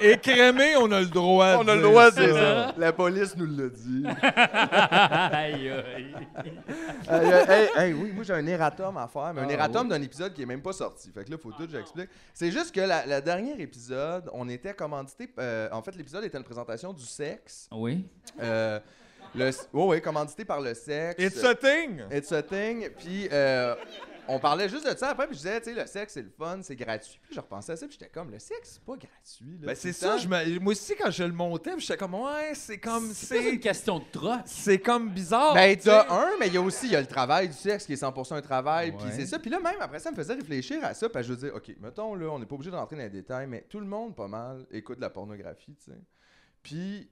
S5: Écrémé, on a le droit.
S6: On
S5: de
S6: a le
S5: dire
S6: droit de
S5: ça.
S6: dire ça. La police nous l'a dit.
S1: Aïe, aïe.
S6: hey, hey, Euh,
S5: [laughs]
S6: hey, hey, oui, moi j'ai un erratum à faire, mais un
S1: Ah,
S6: erratum d'un épisode qui est même pas sorti. Fait que là, faut
S5: Ah
S6: tout que j'explique. C'est juste que la- le dernier épisode, on était commandité. euh, en fait, l'épisode était une présentation du sexe.
S1: Oui.
S6: Euh, le, oh, oui, commandité par le sexe.
S5: It's a thing!
S6: It's a thing. Puis euh, on parlait juste de ça après, puis je disais, tu sais, le sexe, c'est le fun, c'est gratuit. Puis je repensais à ça, puis j'étais comme, le sexe, c'est pas gratuit. Là,
S5: Ben,
S6: tout
S5: c'est
S6: le
S5: ça,
S6: temps.
S5: je me- moi aussi, quand je le montais, j'étais comme, ouais, c'est comme,
S1: C'est pas
S5: c'est.
S1: une question de troc.
S5: C'est comme bizarre.
S6: Ben,
S5: tu sais.
S6: t'as un, mais il y a aussi il y a le travail du sexe qui est 100% un travail, puis c'est ça. Puis là, même après ça, me faisait réfléchir à ça, parce que je veux dire, OK, mettons, là, on n'est pas obligé de rentrer dans les détails, mais tout le monde, pas mal, écoute de la pornographie, tu sais. Puis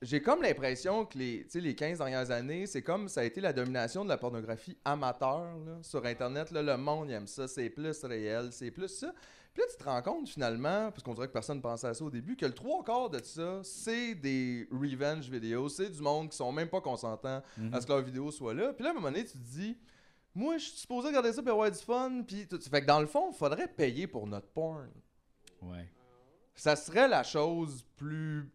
S6: j'ai comme l'impression que les, tu sais, les 15 dernières années, c'est comme ça a été la domination de la pornographie amateur, là, sur Internet, là, le monde, il aime ça, c'est plus réel, c'est plus ça. Puis là, tu te rends compte finalement, parce qu'on dirait que personne ne pensait à ça au début, que le trois quarts de ça, c'est des revenge vidéos, c'est du monde qui sont même pas consentants à ce que leurs vidéos soient là. Puis là, à un moment donné, tu te dis, moi, je suis supposé regarder ça pour avoir du fun. Puis tout- fait que dans le fond, il faudrait payer pour notre porn.
S1: Ouais.
S6: Ça serait la chose plus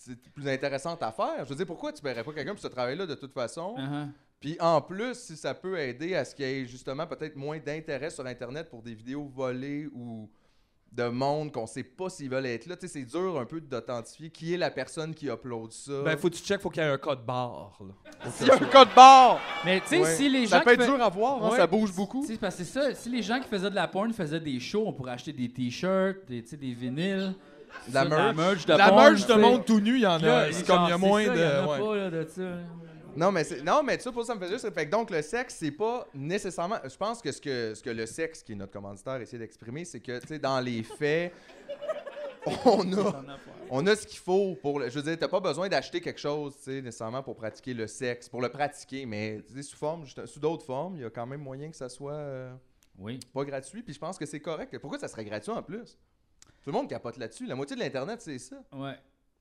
S6: c'est plus intéressante à faire. Je veux dire, pourquoi tu paierais pas quelqu'un pour ce travail-là de toute façon?
S1: Uh-huh.
S6: Puis en plus, si ça peut aider à ce qu'il y ait justement peut-être moins d'intérêt sur Internet pour des vidéos volées ou de monde qu'on sait pas s'ils veulent être là, tu sais, c'est dur un peu d'authentifier qui est la personne qui upload ça. [laughs]
S5: Ben, faut que tu check, faut qu'il y ait un code barre. là.
S6: S'il y a un code barre!
S1: Mais tu sais,
S6: Ouais.
S1: si les gens.
S6: Ça peut
S1: qui
S6: être
S1: fa-
S6: dur à voir, hein,
S1: Ouais.
S6: ça bouge beaucoup.
S1: Tu sais, parce que c'est ça, si les gens qui faisaient de la porn faisaient des shows, on pourrait acheter des t-shirts, des, tu sais, des vinyles,
S6: De la
S1: ça, de
S6: merch.
S1: de
S5: La
S1: porn,
S5: merge
S1: tu
S5: de
S1: sais.
S5: monde tout nu, il y en
S1: Là,
S5: a. C'est comme, il y a
S1: genre,
S5: moins
S1: c'est ça,
S5: de.
S1: y en a
S5: ouais.
S1: pas, là, de ça, là.
S6: Non, mais c'est- non, mais ça, pour ça, me fait juste réfléchir. Donc, le sexe, c'est pas nécessairement. Je pense que ce que, ce que le sexe, qui est notre commanditaire, essaie d'exprimer, c'est que, tu sais, dans les faits, on a, on a ce qu'il faut pour. le- je veux dire, t'as pas besoin d'acheter quelque chose, tu sais, nécessairement pour pratiquer le sexe, pour le pratiquer, mais tu sais, sous forme, juste- sous d'autres formes, il y a quand même moyen que ça soit euh,
S1: Oui.
S6: pas gratuit. Puis je pense que c'est correct. Pourquoi ça serait gratuit en plus? Tout le monde capote là-dessus. La moitié de l'Internet, c'est ça.
S1: Ouais.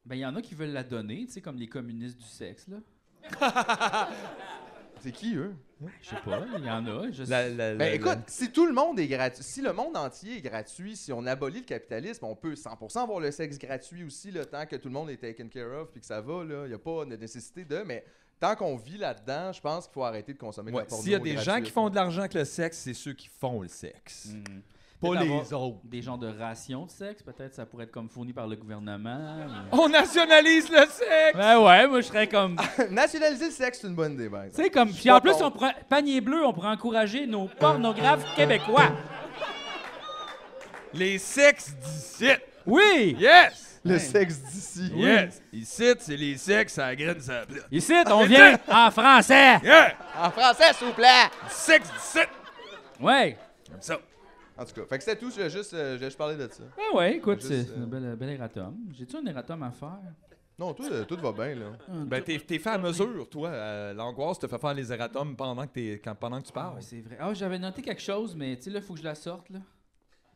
S1: Ben, il y en a qui veulent la donner, tu sais, comme les communistes du sexe, là.
S6: C'est qui, eux?
S1: Je sais pas, il y en a. Je sais.
S5: La- la- la-
S6: Ben écoute, si tout le monde est gratuit, si le monde entier est gratuit, si on abolit le capitalisme, on peut 100% avoir le sexe gratuit aussi, le tant que tout le monde est taken care of puis que ça va, là. Il n'y a pas de nécessité de, mais tant qu'on vit là-dedans, je pense qu'il faut arrêter de consommer de
S5: Ouais,
S6: la porno
S5: S'il y a des gens
S6: gratuite, Mm.
S5: qui font
S6: là.
S5: de l'argent avec le sexe, c'est ceux qui font le sexe.
S1: Mhm.
S5: Pas
S1: Peut-être
S5: les
S1: avoir-
S5: autres.
S1: Des gens de ration de sexe, peut-être, ça pourrait être comme fourni par le gouvernement.
S5: On nationalise le sexe!
S1: Ben ouais, moi je serais comme.
S6: Nationaliser le sexe, c'est une bonne idée, par exemple.
S1: Tu sais, comme. Puis en plus, on pourrait. Panier bleu, on pourrait encourager nos pornographes québécois.
S5: Les sexes d'ici!
S1: Oui!
S5: Yes!
S6: Le sexe d'ici.
S5: Yes! Ici, c'est les sexes à la graine sur la plate.
S1: Ici, on [laughs] vient en français!
S5: Yeah!
S6: En français, s'il vous plaît!
S5: Sexe d'ici!
S1: Ouais!
S5: Comme ça.
S6: En tout cas, fait que c'est tout, je voulais juste, euh, je voulais juste parler de ça.
S1: Ben ouais, écoute,
S6: Juste,
S1: c'est
S6: euh,
S1: c'est un bel, bel erratum. J'ai-tu un erratum à faire?
S6: Non, tout, euh, tout va bien, là.
S5: Ben, t'es, t'es fait à mesure, toi. Euh, l'angoisse te fait faire les erratums pendant que, t'es, quand- pendant que tu
S1: Ah,
S5: parles.
S1: ouais, c'est vrai. Ah, j'avais noté quelque chose, mais tu sais, là, faut que je la sorte, là.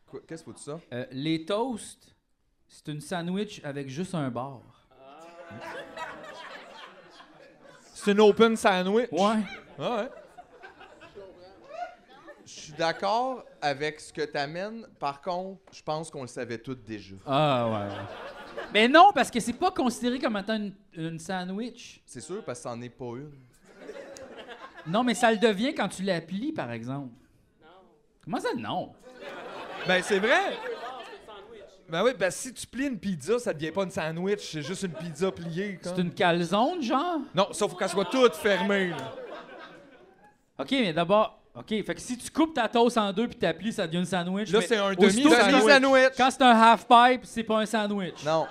S6: Quoi- Qu'est-ce que faut de ça?
S1: Euh, les toasts, c'est une sandwich avec juste un bar.
S5: C'est une open sandwich.
S1: Ouais.
S5: Ah ouais.
S6: Je suis d'accord avec ce que t'amènes. Par contre, je pense qu'on le savait tous déjà.
S1: Ah, ouais, ouais. Mais non, parce que c'est pas considéré comme étant une, une sandwich.
S6: C'est sûr, parce que c'en est pas une.
S1: Non, mais ça le devient quand tu l'applies, par exemple. Comment ça, non?
S5: Ben, c'est vrai. Ben oui, ben si tu plies une pizza, ça devient pas une sandwich, c'est juste une pizza pliée. comme.
S1: C'est une calzone, genre?
S5: Non, sauf qu'elle soit toute fermée. là.
S1: OK, mais d'abord, OK, fait que si tu coupes ta toast en deux puis t'applies, ça devient une sandwich.
S5: Là,
S1: mais
S5: c'est un
S1: aussitôt que
S5: demi-sandwich.
S1: c'est-
S6: Sandwich.
S1: Quand c'est un half-pipe, c'est pas un sandwich.
S6: Non.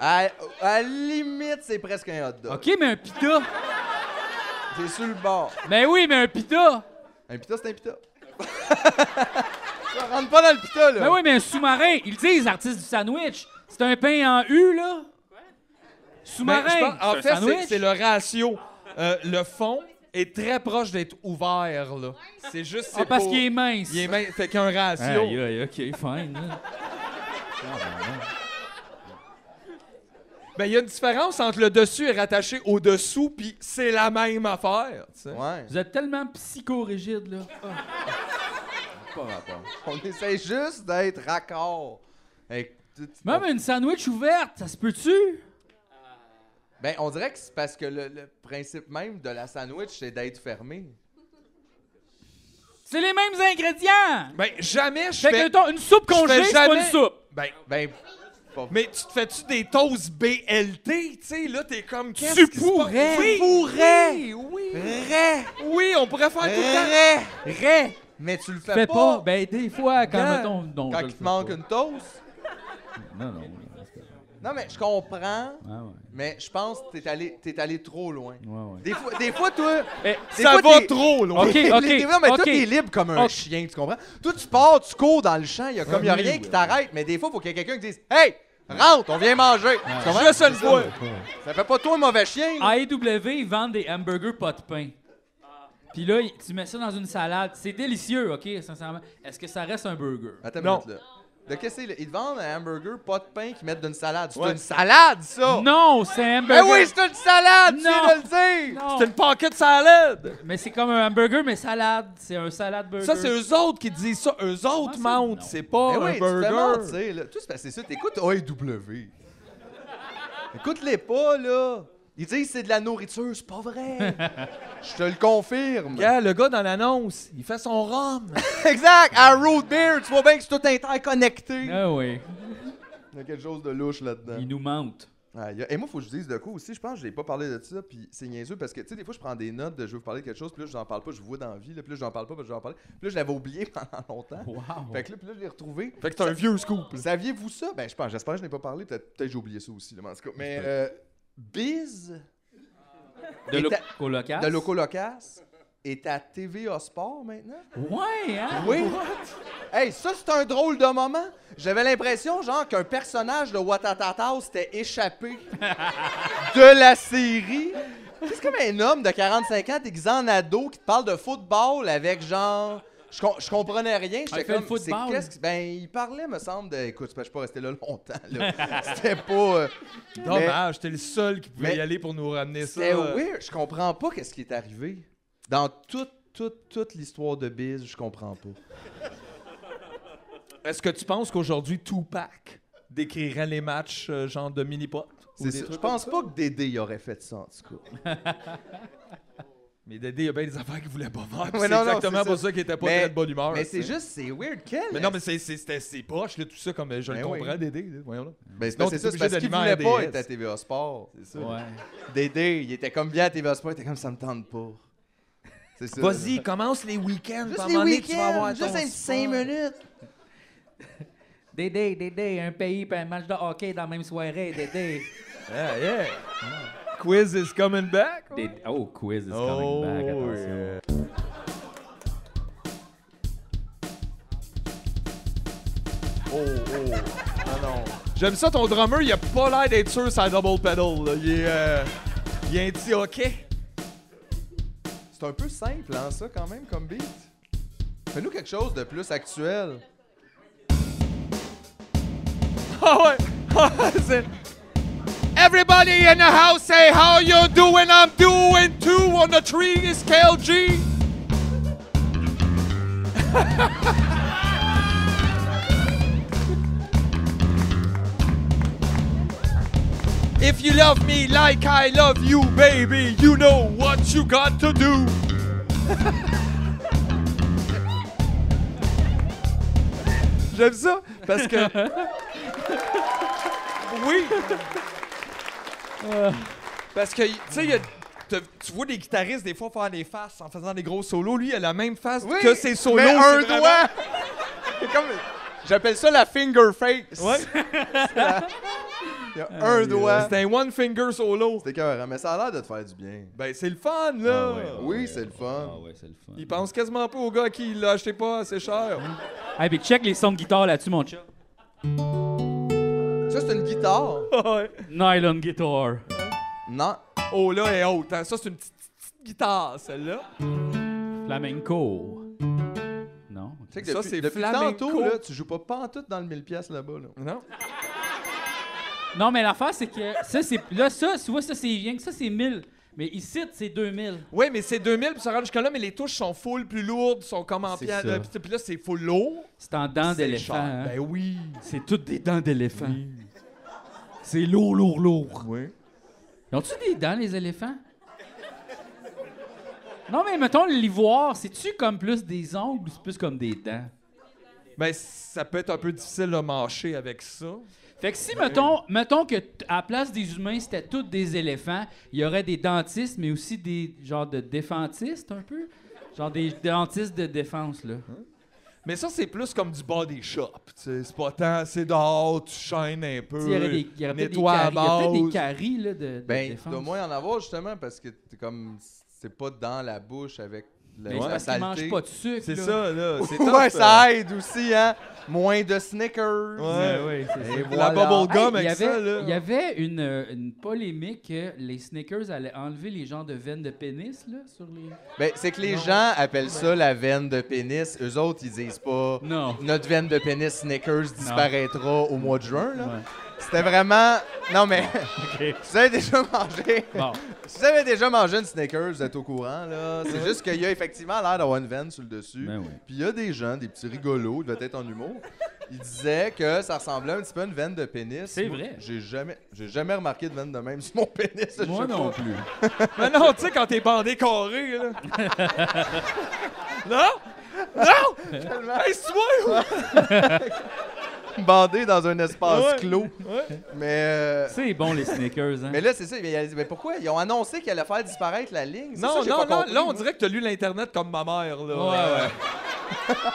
S6: À, à la limite, c'est presque un hot dog.
S1: OK, mais un pita.
S6: C'est sur le bord.
S1: Mais oui, mais un pita.
S6: Un pita, c'est
S1: [laughs]
S6: un pita. Ça rentre pas dans le pita, là.
S1: Mais Ben oui, mais un sous-marin. Ils le disent, les artistes du sandwich. C'est un pain en U, là.
S5: Ben, je
S1: Sous-marin.
S5: pense- en
S1: c'est un
S5: fait, c'est-
S1: sandwich.
S5: c'est le ratio. Euh, le fond est très proche d'être ouvert, là. C'est juste.
S1: Ah,
S5: c'est
S1: parce
S5: pour-
S1: qu'il est mince.
S5: Il est mince. Fait qu'un ratio.
S1: Aïe, aïe, OK, fine. là.
S5: Ben, il y a une différence entre le dessus et rattaché au dessous, puis c'est la même affaire, tu sais.
S6: Ouais.
S1: Vous êtes tellement psychorigide, là.
S6: On essaie juste d'être raccord. Avec tout-
S1: Même une sandwich ouverte, ça se peut-tu?
S6: Ben, on dirait que c'est parce que le, le principe même de la sandwich, c'est d'être fermé.
S1: C'est les mêmes ingrédients.
S5: Ben, jamais je
S1: Fait
S5: fais.
S1: que ton- une soupe
S5: je
S1: congée,
S5: fais
S1: c'est pas
S5: jamais-
S1: une soupe.
S5: Ben,
S6: Ben,
S5: mais tu te fais-tu des toasts BLT, tu sais? Là, t'es comme. qu'est-ce
S1: Tu
S5: qui se passe?
S1: pourrais.
S5: Oui,
S1: Tu
S5: pourrais! Oui! Oui, on pourrait faire tout le temps.
S1: Ray,
S6: mais tu le fais,
S1: fais
S6: pas.
S1: pas. Ben, des fois, quand,
S5: Gars,
S1: mettons... Non, je
S6: Quand
S1: le
S6: il te
S1: fais
S6: manque
S1: pas.
S6: une toast.
S1: Non, non.
S6: Non, mais je comprends,
S1: Ah, ouais.
S6: mais je pense que t'es allé, t'es allé trop loin.
S1: Ouais, ouais.
S6: Des fois, des
S1: [laughs]
S6: fois toi.
S1: Eh,
S6: des
S5: Ça
S6: fois,
S5: va
S6: t'es-
S5: trop loin. [laughs]
S1: OK,
S6: Les-
S1: OK,
S6: les- non, mais toi,
S1: OK.
S6: t'es libre comme un
S1: OK.
S6: chien, tu comprends? Toi, tu pars, tu cours dans le champ, il y a comme y a
S1: oui,
S6: rien
S1: oui,
S6: qui
S1: oui.
S6: t'arrête, mais des fois, il faut qu'il y ait quelqu'un qui dise Hey, rentre, on vient manger. Tu comprends?
S5: Juste une fois.
S6: Ça fait pas toi un mauvais chien. là.
S1: AEW, ils vendent des hamburgers pas de pain.
S6: Ah.
S1: Puis là, y- tu mets ça dans une salade. C'est délicieux, OK, sincèrement. Est-ce que ça reste un burger?
S6: Attends, une
S5: Non.
S6: minute, là. De qu'est-ce que c'est, là? Ils te vendent un hamburger, pas de pain, qu'ils mettent d'une salade. C'est
S9: Ouais.
S6: une salade, ça!
S1: Non, c'est un
S6: Ben
S1: hamburger.
S6: oui, c'est une salade, tu
S1: Non.
S6: viens de le dire!
S1: Non.
S5: C'est une pocket salade.
S1: Mais c'est comme un hamburger, mais salade. C'est un salade burger.
S5: Ça, c'est eux autres qui disent ça. Eux autres
S1: ça?
S5: mentent.
S1: Non.
S5: C'est pas
S6: Ben
S5: un
S6: oui, tu te fais
S5: burger.
S6: mentir, là. Tout se passait ça. T'écoutes AEW. Écoute-les pas, là. Ils disent c'est de la nourriture, c'est pas [laughs] vrai. Je te le confirme.
S5: Gars, le gars dans l'annonce, il fait son rhum.
S6: Exact, à Root Beer, tu vois bien que c'est tout interconnecté.
S1: Ah oui,
S6: Il y a quelque chose de louche là-dedans.
S1: ils nous mentent.
S6: Aïe, aïe. Et moi, faut que je dise de quoi aussi. Je pense que j'ai pas parlé de ça, puis c'est niaiseux parce que, tu sais, des fois, je prends des notes de je veux vous parler de quelque chose, puis là, je n'en parle pas, je vous vois dans la vie, là, puis là, je n'en parle pas, puis je vais en parler. Puis là, je l'avais oublié [laughs] pendant longtemps.
S1: Wow.
S6: Fait que là, puis là, je l'ai retrouvé.
S5: Fait que t'es un vieux scoop.
S6: Saviez-vous ça? Ben, je pense, j'espère que je n'ai pas parlé. Peut-être peut-être que j'ai oublié ça aussi, là, mais en tout cas. Mais euh, Biz
S1: De
S6: Et
S1: lo-
S6: ta-
S1: Colocasse?
S6: de Locolocas est à TVA Sport maintenant?
S1: Ouais, hein?
S6: Oui! Hey, ça, c'est un drôle de moment. J'avais l'impression, genre, qu'un personnage de Watatata s'était
S1: [laughs]
S6: échappé de la série. C'est comme un homme de 45 ans déguisé en ado qui te parle de football avec, genre... Je, com- je comprenais rien.
S1: Ah, il
S6: J'étais
S1: fait
S6: comme,
S1: le football.
S6: c'est qu'est-ce qui- Ben, il parlait, me semble, de... Écoute, je peux pas rester là longtemps,
S1: [laughs]
S6: là. C'était pas... euh,
S5: Dommage, t'es le seul qui pouvait
S6: Mais-
S5: y aller pour nous ramener ça.
S6: C'était weird. Je comprends pas qu'est-ce qui est arrivé. Dans toute, toute, toute l'histoire de Biz, je comprends pas.
S5: Est-ce que tu penses qu'aujourd'hui, Tupac décrirait les matchs euh, genre de mini-pot?
S6: C'est
S5: Ou des
S6: ça.
S5: trucs
S6: Je pense pas que Dédé y aurait fait ça, en tout cas.
S5: Mais Dédé, il y a bien des affaires qu'il voulait pas faire. puis
S6: Ouais,
S5: c'est
S6: non, non,
S5: exactement
S6: c'est
S5: pour
S6: ça.
S5: ça qu'il était pas
S6: Mais-
S5: très de bonne humeur.
S6: mais
S5: tu
S6: c'est
S5: sais.
S6: juste, c'est weird. Quel?
S5: Mais non, mais c'est- c'est- c'était ses poches, là, tout ça, comme euh, je le
S6: Ben oui.
S5: comprends, Dédé. là. Voyons là.
S6: Ben, c'est
S5: sinon,
S6: c'est
S5: t'es
S6: ça, c'est
S5: obligé
S6: parce
S5: d'aller
S6: qu'il
S5: vers
S6: voulait pas
S5: RDS.
S6: être à TVA Sport. C'est ça.
S1: Ouais.
S6: Dédé, il était comme bien à TVA Sport, il était comme ça me tente pas. C'est ça.
S5: Vas-y, commence les week-ends. puis à
S6: Juste
S5: un
S6: les
S5: moment donné, tu vas
S6: week-ends,
S5: avoir
S6: juste un
S5: ton
S6: petit 5
S5: sport.
S6: minutes.
S1: Dédé, Dédé, un pays puis un match de hockey dans la même soirée, Dédé.
S5: Ah, yeah. Quiz is coming back. ouais.
S1: Dédé- Oh, quiz is coming
S5: Oh,
S1: back, attention.
S5: yeah.
S6: Oh, oh. Ah non.
S5: J'aime ça, ton drummer, il a pas l'air d'être sûr sa double pedal. là. Il est. euh, il est un petit hockey.
S6: C'est un peu simple, hein, ça, quand même, comme beat. Fais-nous quelque chose de plus actuel.
S5: [laughs] Ah ouais! [laughs] C'est- Everybody in the house say how you doing? I'm doing two on the three is KLG. If you love me like I love you, baby, you know what you got to do. [laughs] J'aime ça parce que [laughs] Oui. Parce Euh. que, tu sais, il y a- t'as- tu vois des guitaristes des fois faire des faces en faisant des gros solos. Lui, il a la même face
S10: Oui,
S5: que ses solos.
S10: mais
S5: c'est
S10: un
S5: vraiment- [laughs]
S10: doigt. C'est comme. J'appelle ça la finger face.
S5: Ouais.
S6: Il y a un doigt.
S5: C'est un one [laughs] finger solo.
S6: C'était écœurant, mais ça a l'air de te faire du bien.
S5: Ben, c'est le fun, là.
S6: Oui, c'est le fun.
S1: Ah ouais, c'est le fun.
S5: Il pense quasiment pas au gars à qui il l'a acheté pas assez cher.
S1: Hey, puis check les sons de guitare là-dessus, mon chat.
S6: Ça, c'est une guitare.
S5: Ouais.
S1: Nylon guitar.
S6: Non.
S5: oh là est haute. hein. Ça, c'est une petite, petite, petite guitare, celle-là.
S1: Flamenco. Non.
S6: Tu sais que
S5: Ça,
S6: depuis,
S5: c'est
S6: depuis
S5: flamenco.
S6: tantôt, là, tu joues pas pantoute dans le 1000 pièces là-bas. Là.
S5: Non?
S1: Non, mais l'affaire, c'est que ça, c'est. Là, ça, tu vois, ça, c'est rien que ça, c'est 1000. Mais ici, c'est 2000.
S5: Oui, mais c'est 2000 puis ça rentre jusqu'à là, mais les touches sont full plus lourdes, sont comme en
S6: C'est
S5: pierre. euh,
S6: ça.
S5: Puis puis là, c'est full lourd.
S1: C'est en dents
S5: C'est
S1: d'éléphant.
S5: cher.
S1: hein.
S5: Ben oui.
S1: C'est toutes des dents d'éléphant. C'est lourd, lourd, lourd.
S6: Oui.
S1: Ils ont-tu des dents, les éléphants? Non, mais mettons l'ivoire, c'est-tu comme plus des ongles ou c'est plus comme des dents?
S5: Ben, ça peut être un peu difficile de marcher avec ça.
S1: Fait que si,
S6: Ben
S1: mettons, mettons que t- à la place des humains, c'était tous des éléphants, il y aurait des dentistes, mais aussi des genres de défentistes, un peu? Genre des dentistes de défense, là.
S5: Mais ça, c'est plus comme du body shop. tu sais. C'est pas tant, c'est dehors, tu chaînes un peu.
S1: Il y aurait des, il y aurait peut-être des
S5: nettoie
S1: caries, il y aurait peut-être
S5: base.
S1: des caries, là, de, de
S6: Ben, il
S1: défense.
S6: doit moins en avoir justement parce que t'es comme c'est pas dans la bouche avec le,
S1: Mais
S6: la
S1: Ben, c'est parce qu'ils mangent
S6: saleté.
S1: pas de sucre,
S5: C'est
S1: là.
S6: [laughs]
S5: ça, là. C'est tough,
S6: Ouais, ça aide aussi, hein. Moins de Snickers.
S5: Ouais, ouais,
S1: c'est
S6: Et
S1: ça.
S6: voilà.
S5: La bubble
S1: Hey,
S5: gum
S1: il y
S5: avec
S1: avait,
S5: ça, là.
S1: il y avait une, euh, une polémique que les sneakers allaient enlever les genres de veines de pénis là, sur
S6: [laughs]
S1: les.
S6: Ben, c'est que les gens appellent ça la veine de pénis. Eux autres, ils disent pas.
S1: Non.
S6: Notre veine de pénis Snickers disparaîtra au mois de juin. là. C'était vraiment. Non,
S1: [laughs]
S6: mais. si vous avez déjà mangé.
S1: Bon.
S6: Si vous avez déjà mangé une Snickers, vous êtes au courant. là. C'est juste qu'il y a effectivement l'air d'avoir une veine sur le dessus.
S1: Ben oui.
S6: Puis il y a des gens, des petits rigolos, ils devaient être en humour. Ils disaient que ça ressemblait un petit peu à une veine de pénis.
S1: C'est
S6: Moi,
S1: vrai.
S6: J'ai jamais, j'ai jamais remarqué de veine de même sur mon pénis. je
S1: Moi
S6: sais
S1: non
S6: pas.
S1: plus.
S5: Mais Ah non, tu sais, quand t'es bandé carré,
S1: [laughs]
S5: là. non? Non? Hey, c'est toi!
S6: Bandé dans un espace
S5: Ouais.
S6: clos. Mais. euh,
S1: C'est bon les sneakers hein.
S6: Mais là, c'est ça. Mais, elle- mais pourquoi? Ils ont annoncé qu'ils allaient faire disparaître la ligne. C'est ça
S5: Non,
S6: que j'ai
S5: non,
S6: pas
S5: non,
S6: compris,
S5: là, on
S6: moi.
S5: dirait que t'as lu l'Internet comme ma mère, là.
S1: Ouais, ouais.
S5: [laughs]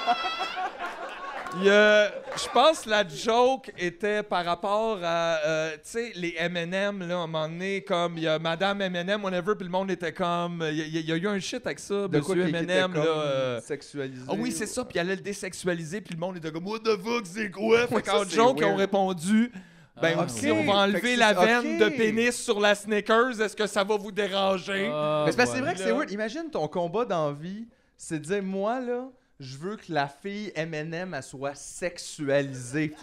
S5: Il y a- je pense que la joke était par rapport à, euh, tu sais, les M&M, là, à un moment donné, comme il y a Madame M&M, whatever, puis le monde était comme, il y, a- il y a eu un shit avec ça,
S6: De quoi
S5: Monsieur
S6: qu'ils étaient
S5: M&M, là.
S6: comme
S5: euh,
S6: sexualisés.
S5: Ah oui, c'est ça, puis il allait le désexualiser, puis le monde était comme, what the fuck, c'est quoi? Fait
S6: Ouais, ça,
S5: qu'en
S6: c'est
S5: joke, ils
S6: weird.
S5: ont répondu, ben
S1: Ah,
S5: aussi,
S6: ok. Fait
S5: on va
S6: que
S5: enlever
S6: c'est-
S5: la
S6: ok.
S5: veine de pénis sur la Snickers, est-ce que ça va vous déranger?
S1: Ah,
S6: Mais c'est parce que c'est
S1: voilà.
S6: vrai que c'est weird. Imagine ton combat d'envie, c'est de dire moi là, je veux que la fille M&M elle soit sexualisée.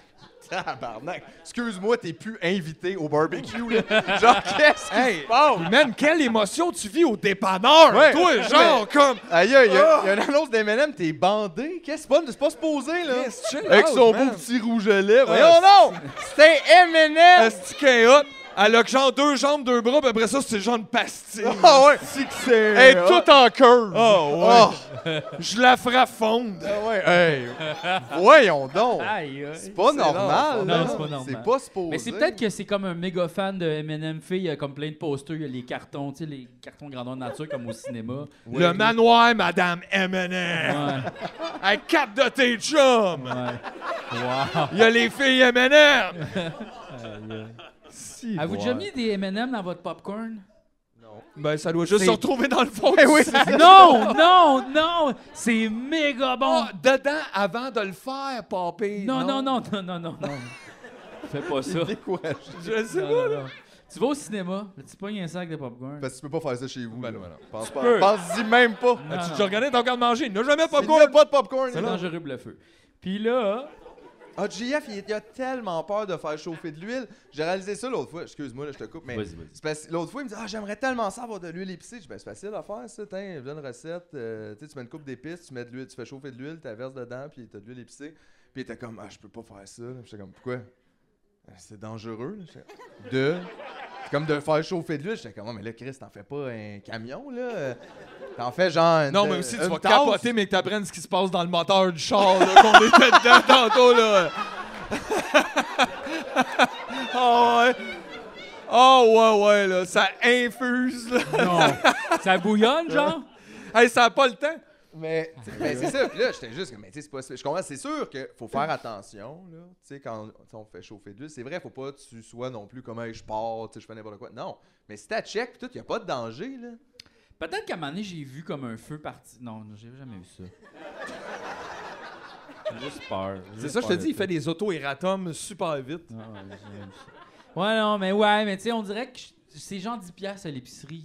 S6: Tabarnak. Excuse-moi, t'es plus invité au barbecue là. Genre qu'est-ce que
S5: Hey, man, quelle émotion tu vis au dépanneur,
S6: Ouais.
S5: toi, genre, comme...
S6: Aïe, aïe, il y, a il y a une annonce d'M&M, t'es bandé. Qu'est-ce que c'est pas- c'est pas supposé là.
S5: Chris, chill
S6: Avec
S5: out,
S6: son
S5: man.
S6: beau petit rouge à lèvres.
S5: Ah,
S6: non, non, c'était M&M.
S5: Asti qu'elle est hot. Elle a que genre deux jambes, deux bras, puis après ça, c'est genre une pastille.
S6: Ah ouais.
S5: Asti que c'est.
S6: Elle est toute en curve.
S5: Oh, Je la frappe fondre.
S6: Ah ouais, hey. Voyons donc.
S1: Aïe, aïe.
S6: C'est pas
S1: Non,
S6: normal. là.
S1: c'est pas normal.
S6: C'est pas supposé.
S1: Mais c'est peut-être que c'est comme un méga fan de M&M fille, il y a comme plein de posters, il y a les cartons, tu sais, les cartons grandeur nature comme au cinéma.
S5: Le manoir, Madame M&M.
S1: Ouais,
S5: Elle capte de tes chums.
S1: ouais. Wow.
S5: Il y a les filles M&M. Si,
S1: Avez-vous déjà mis des M&M dans votre popcorn?
S5: Ben, ça doit juste
S1: C'est-
S5: se retrouver dans le fond.
S6: oui,
S5: du-
S1: [laughs] non, non, non! C'est méga bon!
S5: Ah, dedans avant de le faire, papy.
S1: Non, non, non, non, non, non, non. [laughs] Fais pas ça.
S6: Découragé.
S5: Je sais
S1: Non,
S5: pas.
S1: non, non. Tu vas au cinéma, tu pognes un sac de popcorn.
S6: Parce que tu peux pas faire ça chez vous.
S5: Ben
S6: là.
S5: non, ben non.
S6: Pense,
S1: peux.
S6: pas, pense-y même pas.
S1: Non,
S5: As-tu
S1: non.
S5: déjà regardé ton garde-manger? Il n'a jamais pas
S6: Il n'y a pas de popcorn.
S1: C'est
S6: là.
S1: dangereux pour le feu. Puis là,
S6: Ah, JF, il, il a tellement peur de faire chauffer de l'huile. J'ai réalisé ça l'autre fois. Excuse-moi, là, je te coupe, mais.
S1: Vas-y, vas-y.
S6: c'est parce que L'autre fois, il me dit Ah, j'aimerais tellement ça avoir de l'huile épicée. Je dis Ben, c'est facile à faire, ça. Tiens, je donne une recette. euh, tu sais, tu mets une coupe d'épices, tu mets de l'huile, tu fais chauffer de l'huile, tu la verses dedans, puis t'as de l'huile épicée. Puis il était comme Ah, je peux pas faire ça. là. J'étais comme Pourquoi Euh, C'est dangereux. là. J'étais- De. C'est comme de faire chauffer de l'huile. J'étais comme Ah, mais là, Chris, t'en fais pas un camion, là. Euh, T'en fais genre. une-
S5: Non, mais aussi, tu
S6: une
S5: vas
S6: tasse.
S5: capoter, mais que t'apprennes ce qui se passe dans le moteur du char, là, qu'on était
S6: [laughs]
S5: dedans [laughs] tantôt, là. Ah ouais. Ah Oh, ouais, ouais, là, ça infuse, là.
S1: Non. Ça bouillonne, genre?
S5: Hey, ça n'a pas le temps.
S6: Mais, tu sais, mais c'est ça. Puis là, j'étais juste comme, mais tu sais, c'est pas Je comprends, c'est sûr qu'il faut faire attention, là. Tu sais, quand tu sais, on fait chauffer de l'huile, c'est vrai, faut pas que tu sois non plus comme, hey, je pars, tu sais, je fais n'importe quoi. Non. Mais si t'as check, pis tout, y a pas de danger, là.
S1: Peut-être qu'à un moment donné, j'ai vu comme un feu parti. Non, non, j'ai jamais vu ça.
S5: [laughs]
S1: J'ai juste peur. J'ai
S5: C'est
S1: juste
S5: ça, je te
S1: peur
S5: dis, il
S1: de
S5: fait des auto-erratums super vite.
S1: Ah, ouais, j'ai jamais vu ça. ouais, non, mais ouais, mais tu sais, on dirait que je- c'est genre 10 piastres à l'épicerie.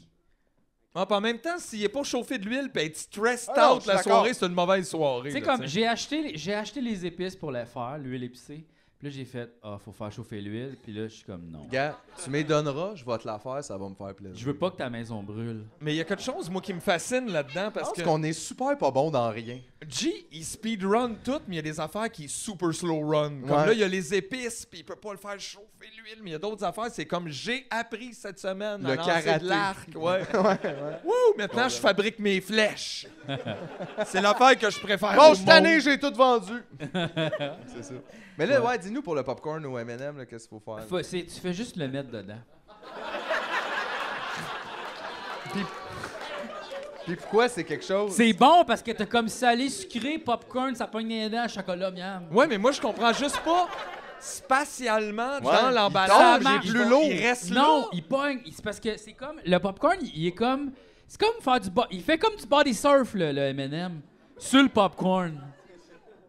S5: Ah, puis en même temps, s'il est pas chauffé de l'huile, puis être stressed
S11: Ah non, je
S5: out
S11: suis
S5: la
S11: d'accord.
S5: soirée, c'est une mauvaise soirée.
S1: Tu sais,
S5: là,
S1: comme
S5: tu sais.
S1: j'ai acheté, les- j'ai acheté les épices pour les faire, l'huile épicée. Puis là, j'ai fait, ah, faut faire chauffer l'huile. Puis là, je suis comme, non.
S6: Gars, tu me donneras, je vais te la faire, ça va me faire plaisir.
S1: Je veux pas que ta maison brûle.
S5: Mais il y a quelque chose, moi, qui me fascine là-dedans,
S6: Je
S5: parce
S6: pense
S5: que
S6: qu'on est super pas bon dans rien.
S5: G, il speedrun tout, mais il y a des affaires qui super slow run. Comme
S6: Ouais.
S5: là, il y a les épices, puis il peut pas le faire chauffer l'huile, mais il y a d'autres affaires. C'est comme j'ai appris cette semaine
S6: Le
S5: à lancer
S6: karaté.
S5: de l'arc. Ouais. Wouh, maintenant, je fabrique mes flèches. c'est l'affaire que je préfère
S6: Bon,
S5: au
S6: cette année,
S5: monde.
S6: j'ai tout vendu. [laughs] c'est ça. Mais là, ouais, dis-nous pour le popcorn ou M&M, là, qu'est-ce qu'il faut faire?
S1: Faut- c'est- tu fais juste le mettre dedans.
S6: Puis pourquoi c'est quelque chose?
S1: C'est bon parce que t'as comme salé, sucré, popcorn, ça pogne les dents, chocolat, miam.
S5: Ouais, mais moi, je comprends juste pas spatialement dans
S6: il
S1: tombe,
S5: l'emballage. il
S1: il est
S5: va-
S1: plus
S5: Il reste
S1: Non,
S5: là.
S1: il pogne. il- C'est parce que c'est comme. Le popcorn, il, il est comme. C'est comme faire du. bo- Il fait comme du body surf, là, le MM. Sur le popcorn.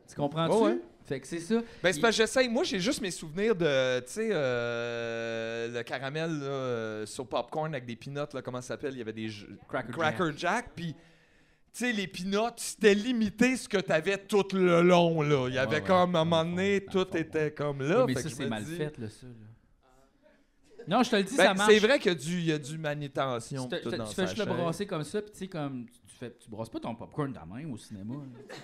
S1: Tu comprends-tu?
S6: Ouais, ouais.
S1: Fait que c'est ça.
S5: Ben, c'est
S1: Il-
S5: parce que j'essaye. Moi, j'ai juste mes souvenirs de, tu sais, euh, le caramel là, euh, sur popcorn avec des peanuts, là, comment ça s'appelle? Il y avait des jeux-
S1: Cracker
S5: Jack. Puis, tu sais, les peanuts, c'était limité ce que t'avais tout le long, là. Il y avait
S1: ouais.
S5: comme, à un moment donné,
S1: Dans le
S5: tout
S1: fond,
S5: était comme là.
S1: Ouais, mais
S5: Fait
S1: ça,
S5: que je
S1: c'est
S5: me
S1: mal
S5: dis-
S1: fait, là, ça. là. Non, je te le dis,
S5: Ben,
S1: ça marche.
S5: c'est vrai qu'il y a du, il y a du manutention.
S1: Tu, te-
S5: tout
S1: te-
S5: dans
S1: tu fais juste le
S5: sachet.
S1: brasser comme ça, puis tu sais, comme. Tu, tu fais, tu brasses pas ton popcorn de la main au cinéma. là.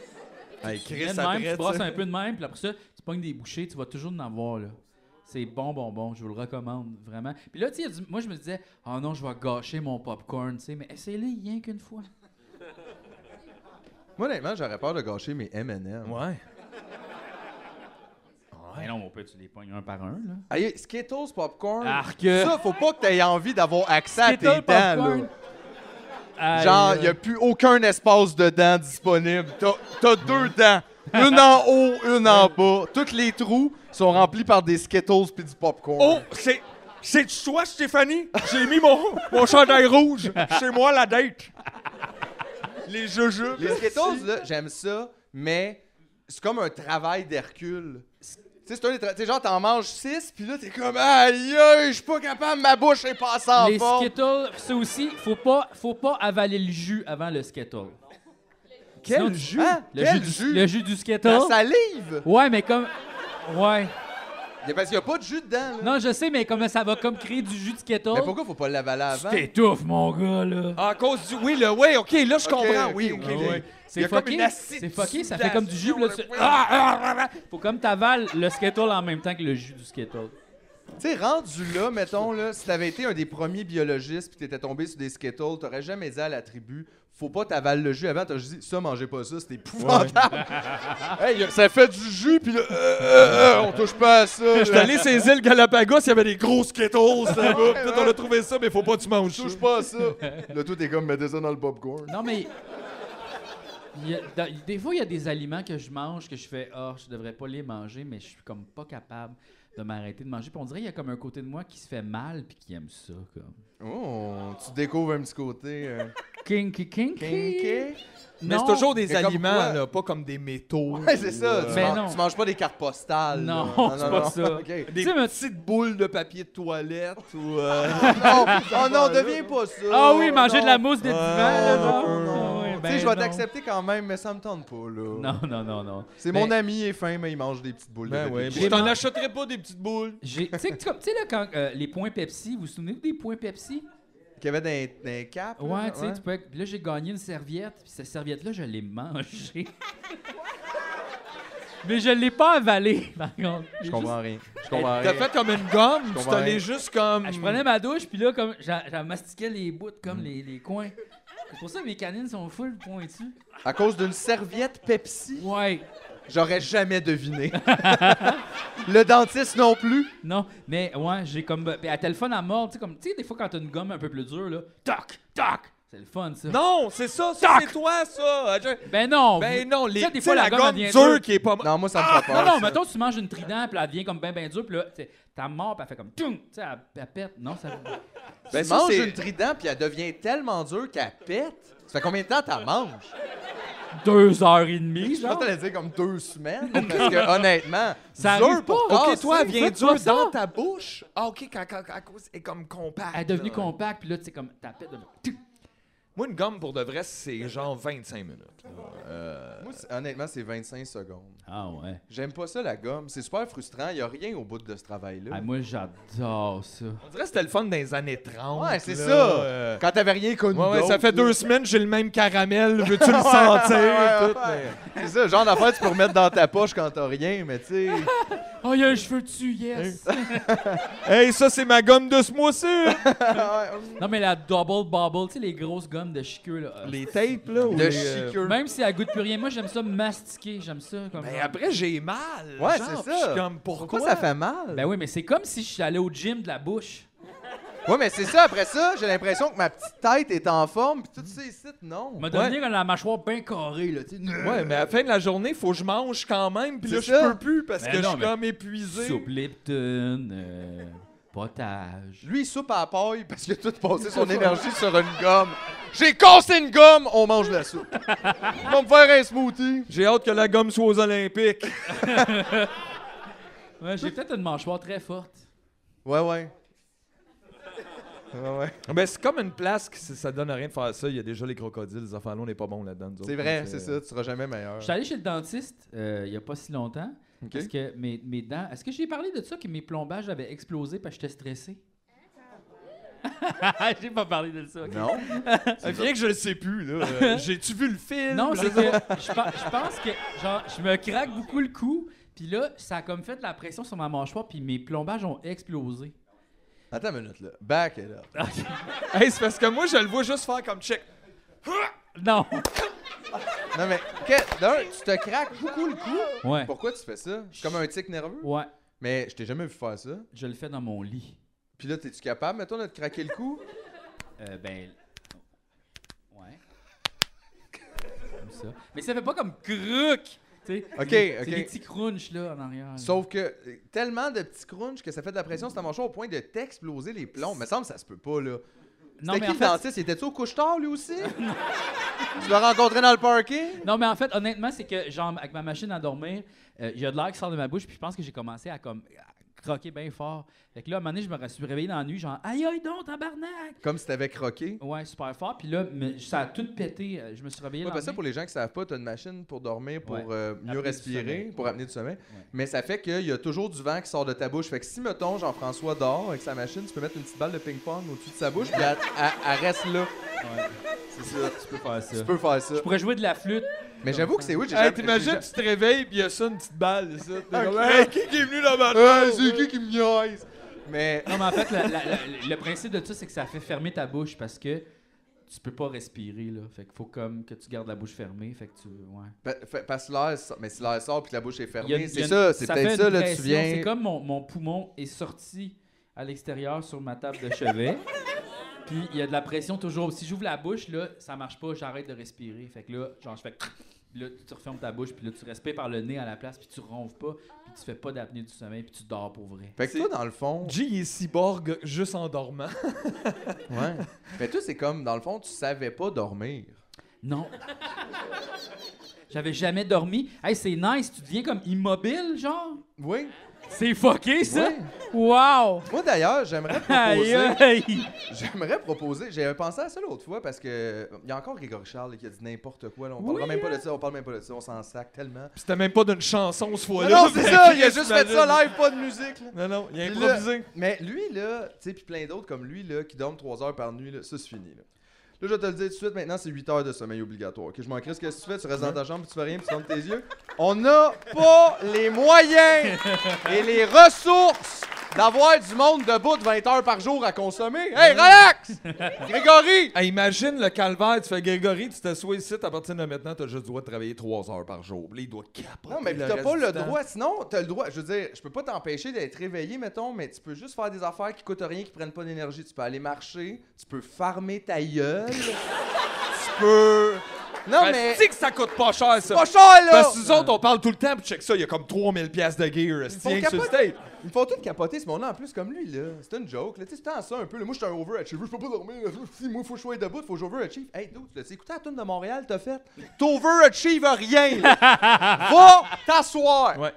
S5: Hey,
S1: Tu
S5: Chris,
S1: mets de
S5: après,
S1: même,
S5: tu sais.
S1: tu brasses un peu de même, puis après ça, tu pognes des bouchées, tu vas toujours en avoir, là. C'est bon, bon, bon, je vous le recommande, vraiment. Puis là, tu sais, il y a du- moi, je me disais, oh non, je vais gâcher mon popcorn, tu sais, mais essayez-le rien qu'une fois.
S6: Moi, honnêtement, j'aurais peur de gâcher mes M&M.
S5: Ouais.
S1: Mais non, mon peut, tu les pognes un par un, là.
S6: Aïe, Skittles popcorn.
S1: Arc.
S6: Ça, faut pas que t'aies envie d'avoir accès à Ah, tes dents, là. Genre, il a plus aucun espace de dents disponible. T'as t'as deux dents. Une en haut, une en bas. Tous les trous sont remplis par des Skittles puis du popcorn.
S5: Oh, c'est. C'est toi, Stéphanie? J'ai mis mon, mon chandail rouge. Chez moi, la date. Les jeux
S6: Les Skittles, là, j'aime ça, mais c'est comme un travail d'Hercule. Tu sais, c'est un des tra- tu sais, genre, t'en manges six, puis là, t'es comme, aïe, aïe, je suis pas capable, ma bouche est pas sans
S1: Les
S6: forme.
S1: Skittles, ça aussi, faut pas, faut pas avaler le jus avant le Skittle.
S6: Quel
S1: Sinon, tu-
S6: jus?
S1: Hein? Le
S6: Quel
S1: jus,
S6: jus?
S1: Du, le jus du Skittle?
S6: Ta salive!
S1: Ouais, mais comme... Ouais.
S6: Y a- Parce qu'il y a pas de jus dedans, là.
S1: Non, je sais, mais comme ça va comme créer du jus de Skittle...
S6: Mais pourquoi faut pas l'avaler
S1: Tu
S6: avant?
S1: t'étouffes, mon gars, là.
S5: Ah, À cause du. Oui, le ouais, ok, là je comprends.
S6: ok,
S5: oui,
S6: ok,
S5: ok.
S1: Ah
S5: oui.
S1: ouais.
S5: Il y
S1: C'est
S5: a comme
S1: fucké,
S5: une
S1: c'est fucké, ça fait comme du jus, puis là, tu...
S5: acidulation,
S1: Ah, ah, ah, ah. Faut comme t'avales le Skittle en même temps que le jus du Skittle.
S6: Tu sais, rendu là, mettons, là, si t'avais été un des premiers biologistes puis t'étais tombé sur des Skittles, t'aurais jamais dit à la tribu, faut pas t'avaler le jus avant, t'as juste dit, ça, mangez pas ça, c'est épouvantable. [laughs] Hey, ça fait du jus, puis là, euh, euh, euh, on touche pas
S1: [laughs]
S6: à ça.
S5: Je
S6: là.
S5: suis allé sur les îles Galapagos, il y avait des gros skittles là-bas. Peut-être on a trouvé ça, mais faut pas que tu manges ça.
S6: touche pas à ça. Là, tout est comme, mettez ça dans le popcorn.
S1: Non, mais... il y a- dans- des fois, il y a des aliments que je mange que je fais « Ah, je devrais pas les manger, mais je suis comme pas capable de m'arrêter de manger. » Puis on dirait qu'il y a comme un côté de moi qui se fait mal puis qui aime ça, comme...
S6: Oh, tu découvres un petit côté. euh,
S1: Kinky, kinky.
S6: kinky.
S5: Mais
S1: Non.
S5: c'est toujours des
S6: Mais comme
S5: aliments,
S6: quoi?
S5: là, pas comme des métaux.
S6: [laughs] Ouais, c'est ça. Tu,
S1: Mais
S6: man-
S1: Ben non.
S6: tu manges pas des cartes postales. là.
S1: Non, c'est pas ça.
S6: [laughs] Ok.
S5: Des
S1: Tu sais, mais-
S5: petites boules de papier de toilette ou. euh,
S6: [laughs] Oh, oh non, deviens pas ça.
S1: Ah oui, manger
S6: non. Euh,
S1: de la mousse des divans, là,
S6: non,
S1: genre.
S6: non.
S1: Ah oui,
S6: tu sais,
S1: ben
S6: je vais
S1: non.
S6: t'accepter quand même, mais ça me tente pas, là.
S1: Non, non, non, non.
S6: C'est
S1: Ben,
S6: mon ami, il est fin, mais il mange des petites boules. de
S5: Ben
S6: papier.
S5: ouais,
S1: J'ai
S5: je t'en
S1: mangé-
S5: achèterais pas des petites boules.
S1: J'ai- Tu sais, que- comme- tu sais, là, quand euh, les points Pepsi, vous vous souvenez des points Pepsi?
S6: Qu'il y avait dans un cap.
S1: Ouais, tu sais, tu peux. Puis là, j'ai gagné une serviette, puis cette serviette-là, je l'ai [laughs] mangée. Mais je l'ai pas avalée, par contre. J'ai
S6: Je comprends rien. Je comprends
S5: T'as
S6: rien.
S5: fait comme une gomme, tu
S6: comprends
S5: t'allais
S6: rien.
S5: juste comme.
S6: Ah,
S1: juste- ah, Je prenais ma douche, puis là, comme j'a- j'en mastiquais les bouts, comme les, les coins. C'est pour ça que mes canines sont full pointues.
S6: À cause d'une serviette Pepsi.
S1: Ouais.
S6: J'aurais jamais deviné. [laughs] le dentiste non plus.
S1: Non, mais ouais, j'ai comme. ben, Elle était le fun à mort, tu sais, comme. Tu sais, des fois, quand t'as une gomme un peu plus dure, là. Toc, toc! C'est le fun, ça.
S5: Non, c'est ça, ça
S1: Toc!
S5: c'est toi, ça. Je-
S1: Ben non!
S5: Ben
S1: vous-
S5: non,
S1: tu
S5: les,
S1: sais,
S5: tu sais, la, gomme dure qui est pas.
S6: Non, moi, ça me fait
S1: Ah! Non,
S6: peur.
S1: non,
S6: ça.
S1: mettons, tu manges une trident, puis elle devient comme ben, ben dure, puis là, tu sais, ta mort, puis elle fait comme. Toum! Tu sais, elle, elle pète. Non, ça.
S6: Ben,
S5: Tu
S6: mange
S5: manges
S6: une
S5: une
S6: trident, puis elle devient tellement dure qu'elle pète. Ça fait combien de temps t'en manges?
S1: [laughs] Deux heures et demie,
S6: Je pense
S1: genre.
S6: que t'allais dire comme deux semaines, parce que honnêtement,
S1: Ça
S6: dur
S1: arrive pas.
S6: pour
S1: Ok,
S5: Ok,
S6: casser.
S5: toi, elle vient
S1: faites
S5: dure
S1: pas ça.
S5: dans ta bouche. Ah, ok, quand, quand, quand- quand- c'est comme compact.
S1: Elle est devenue
S5: là.
S1: compacte, puis là, tu sais, comme. T'as pète. là, tuk.
S5: Moi, une gomme pour de vrai, c'est genre 25 minutes.
S6: Moi, c'est- honnêtement, c'est 25 secondes.
S1: Ah ouais.
S6: J'aime pas ça, la gomme. C'est super frustrant. Il a rien au bout de ce travail-là.
S1: Ah, moi, j'adore ça.
S5: On dirait que c'était le fun dans les années 30.
S6: ouais, c'est
S5: là,
S6: ça.
S5: euh,
S6: Quand t'avais rien connu.
S5: Ouais, ouais, ça
S6: d'autre,
S5: fait
S6: là.
S5: deux semaines, j'ai le même caramel. Veux-tu le sentir?
S6: Ouais,
S5: Tout,
S6: ouais,
S5: mais-
S6: ouais. C'est ça, le genre d'affaire que tu peux remettre dans ta poche quand t'as rien, mais tu sais.
S1: Oh, il y a un cheveu dessus, yes!
S5: euh, Hey, ça, c'est ma gomme de ce mois-ci.
S1: non, mais la double bubble, tu sais, les grosses gommes de chiqueux, là. euh,
S5: les tapes, là. ou
S6: De
S5: les, euh,
S6: chiqueux.
S1: Même si elle goûte plus rien, moi j'aime ça mastiquer, j'aime ça comme.
S5: Ben après, j'ai mal.
S6: Ouais,
S5: genre,
S6: c'est ça.
S5: Je suis comme, pourquoi?
S6: Pourquoi ça fait mal?
S1: Ben oui, mais c'est comme si je suis allé au gym de la bouche.
S6: Ouais, mais c'est ça, après ça, j'ai l'impression que ma petite tête est en forme, puis tout ça ici, non.
S1: Me devenir la mâchoire bien carrée là, tu sais.
S5: Ouais, mais à la fin de la journée, faut que je mange quand même, puis là,
S6: C'est
S5: je
S6: ça.
S5: peux plus parce
S1: Ben
S5: que
S1: non,
S5: je suis
S1: mais-
S5: comme épuisé.
S1: Soupe Lipton, euh, potage.
S6: Lui, il soupe à la paille parce qu'il a tout passé son énergie sur une gomme.
S11: J'ai cassé une gomme, on mange la soupe.
S6: On va me faire un smoothie.
S5: J'ai hâte que la gomme soit aux Olympiques.
S1: Ouais, j'ai peut-être une mâchoire très forte.
S6: Ouais, ouais. Ouais, ouais.
S5: [laughs] Ben, c'est comme une place que ça ça donne à rien de faire ça. Il y a déjà les crocodiles, les enfants, là, on n'est pas bon là-dedans. nous
S6: C'est
S5: autres.
S6: vrai,
S5: Donc,
S6: c'est
S5: euh,
S6: ça, tu seras jamais meilleur.
S1: Je suis allé chez le dentiste euh, il y a pas si longtemps. Parce que mes, mes dents. Est-ce que j'ai parlé de ça que mes plombages avaient explosé parce que j'étais stressé? [laughs] j'ai pas parlé de ça. ok.
S5: [laughs]
S6: Non?
S5: Ah, Bien que je le sais plus, [laughs] là. euh, J'ai-tu vu le film?
S1: Non,
S5: là? [laughs]
S1: c'est que je pe- je pense que genre je me craque beaucoup le cou, puis là ça a comme fait de la pression sur ma mâchoire puis mes plombages ont explosé.
S6: Attends une minute, là. Back it up.
S5: Hey, c'est parce que moi, je le vois juste faire comme check.
S1: Non.
S6: Non, mais, que- d'un, tu te craques beaucoup le cou.
S1: Ouais.
S6: Pourquoi tu fais ça? Comme un tic nerveux?
S1: Ouais,
S6: Mais je t'ai jamais vu faire ça.
S1: je le fais dans mon lit.
S6: Puis là, t'es-tu capable, mettons, de te craquer le cou?
S1: Euh, ben Ouais. Comme ça. Mais ça fait pas comme cruc, tu sais.
S6: Ok,
S1: C'est- C'est
S6: ok.
S1: des petits crunchs là en arrière. là.
S6: Sauf que euh, tellement de petits crunchs que ça fait de la pression sur ta mâchoire au point de t'exploser les plombs. Me semble que ça se peut pas, là.
S1: non
S6: C'était
S1: mais
S6: qui
S1: en
S6: le
S1: fait,
S6: dentiste? Il était-tu au couche-tard, lui aussi? tu l'as rencontré dans le parking?
S1: Non, mais en fait, honnêtement, c'est que, genre, avec ma machine à dormir, euh, il y a de l'air qui sort de ma bouche, puis je pense que j'ai commencé à, comme, à croquer bien fort. Fait que là, à un moment donné, je me suis réveillé dans la nuit, genre, aïe, aïe, donc, tabarnak!
S6: Comme si t'avais croqué.
S1: Ouais, super fort, puis là, me- ça a tout pété. euh, Je me suis réveillé.
S6: Ouais,
S1: dans
S6: ben ça,
S1: la
S6: pour les gens qui savent pas, t'as une machine pour dormir, pour
S1: Ouais.
S6: euh,
S1: Apnée du
S6: mieux respirer,
S1: sommeil.
S6: pour amener du sommeil. Mais ça fait qu'il y a toujours du vent qui sort de ta bouche. Fait que si, mettons, Jean-François dort avec sa machine, tu peux mettre une petite balle de ping-pong au-dessus de sa bouche, puis elle, elle- elle reste là. C'est ça, tu peux faire ça. Tu peux faire ça.
S1: Je pourrais jouer de la flûte.
S6: Mais j'avoue que c'est oui, j'ai
S5: Hey,
S6: jamais-
S5: t'imagines,
S6: j'ai
S5: tu te réveilles, puis il y a ça, une petite balle, ça. T'es comme, hey, qui qui est venu dans ma
S6: jamais- Hey, Ah, c'est qui qui me niaise? Mais
S1: Non, mais en fait, la- la- la- le principe de ça, c'est que ça fait fermer ta bouche parce que tu peux pas respirer, là. Fait qu'il faut comme que tu gardes la bouche fermée, fait que tu. Ouais.
S6: pa- fa- parce que l'air sort, mais si l'air sort puis que la bouche est
S1: Il y a-
S6: fermée,
S1: il y
S6: c'est
S1: a-
S6: ça, c'est
S1: fait
S6: peut-être
S1: une
S6: ça, là, tu
S1: pression.
S6: viens.
S1: C'est comme mon, mon poumon est sorti à l'extérieur sur ma table de
S6: [laughs]
S1: chevet. Puis il y a de la pression toujours. Si j'ouvre la bouche, là, ça marche pas, j'arrête de respirer. Fait que là, genre, je fais. [laughs] Là, tu refermes ta bouche, puis là, tu respires par le nez à la place, puis tu ronfles pas, puis tu fais pas d'apnée du sommeil, puis tu dors pour vrai.
S6: Fait que toi, dans le
S5: [laughs]
S6: fond,
S5: G il est cyborg juste en dormant.
S6: ouais. Mais toi, c'est comme, dans le fond, tu savais pas dormir.
S1: Non. J'avais jamais dormi. Hey, c'est nice, tu deviens comme immobile, genre.
S6: Oui.
S1: C'est fucké, ça.
S6: Ouais.
S1: Wow.
S6: Moi,
S1: [laughs]
S6: d'ailleurs, j'aimerais
S1: Aïe, hein.
S6: proposer.
S1: aïe.
S6: J'aimerais proposer, j'avais pensé à ça l'autre fois parce que il y a encore Grégory Charles qui a dit n'importe quoi. là. On parlera même
S1: hein?
S6: pas de ça, on parle même pas de ça, on s'en sac tellement.
S5: Puis c'était même pas d'une chanson, ce
S6: Non,
S5: fois-là.
S6: non,
S5: [laughs]
S6: c'est ça, il a juste fait
S5: T'imagines?
S6: ça live, pas de musique. là.
S5: Non, non, il a
S6: Puis là-
S5: improvisé.
S6: mais lui, là, tu sais, puis plein d'autres comme lui, là, qui dorment 3 heures par nuit, là, ça c'est fini. Là. Là, je vais te le dire tout de suite, maintenant c'est 8 heures de sommeil obligatoire. Ok, je m'en crie, ce que tu fais, tu restes dans ta chambre, puis tu fais rien, puis tu fermes tes yeux. On n'a pas les moyens et les ressources d'avoir du monde debout de 20 heures par jour à consommer. Hey, relax! Grégory!
S5: Hey, imagine le calvaire, tu fais Grégory, tu t'assois ici, à partir de maintenant, t'as juste le droit de travailler trois heures par jour. Là, il doit capoter.
S6: Non, mais
S5: le
S6: t'as
S5: reste
S6: pas
S5: du
S6: le
S5: temps.
S6: droit. Sinon, t'as le droit. Je veux dire, je peux pas t'empêcher d'être réveillé, mettons, mais tu peux juste faire des affaires qui coûtent rien, qui prennent pas d'énergie. Tu peux aller marcher, tu peux farmer ta
S5: [laughs]
S6: gueule. tu peux. Non,
S5: Ben,
S6: mais.
S5: c'est que ça coûte pas cher, ça.
S6: Pas cher, là!
S5: Parce que nous autres, on parle tout le temps, puis check ça, il y a comme 3000 pièces de gear,
S6: Ils me
S5: tiens,
S6: font
S5: sur le
S6: capoter.
S5: stage.
S6: Ils me font tout capoter ce monde-là en plus comme lui là. C'est une joke là. Tu sais, c'est tant ça un peu. là. Moi j'étais un overachiever, je peux pas dormir. là. Si moi faut que je sois debout, faut que j'overachieve. Hey dude, tu l'as écouté la tune de Montréal t'as
S5: [laughs]
S6: fait? T'overachieves rien là. Va t'asseoir!
S5: Ouais.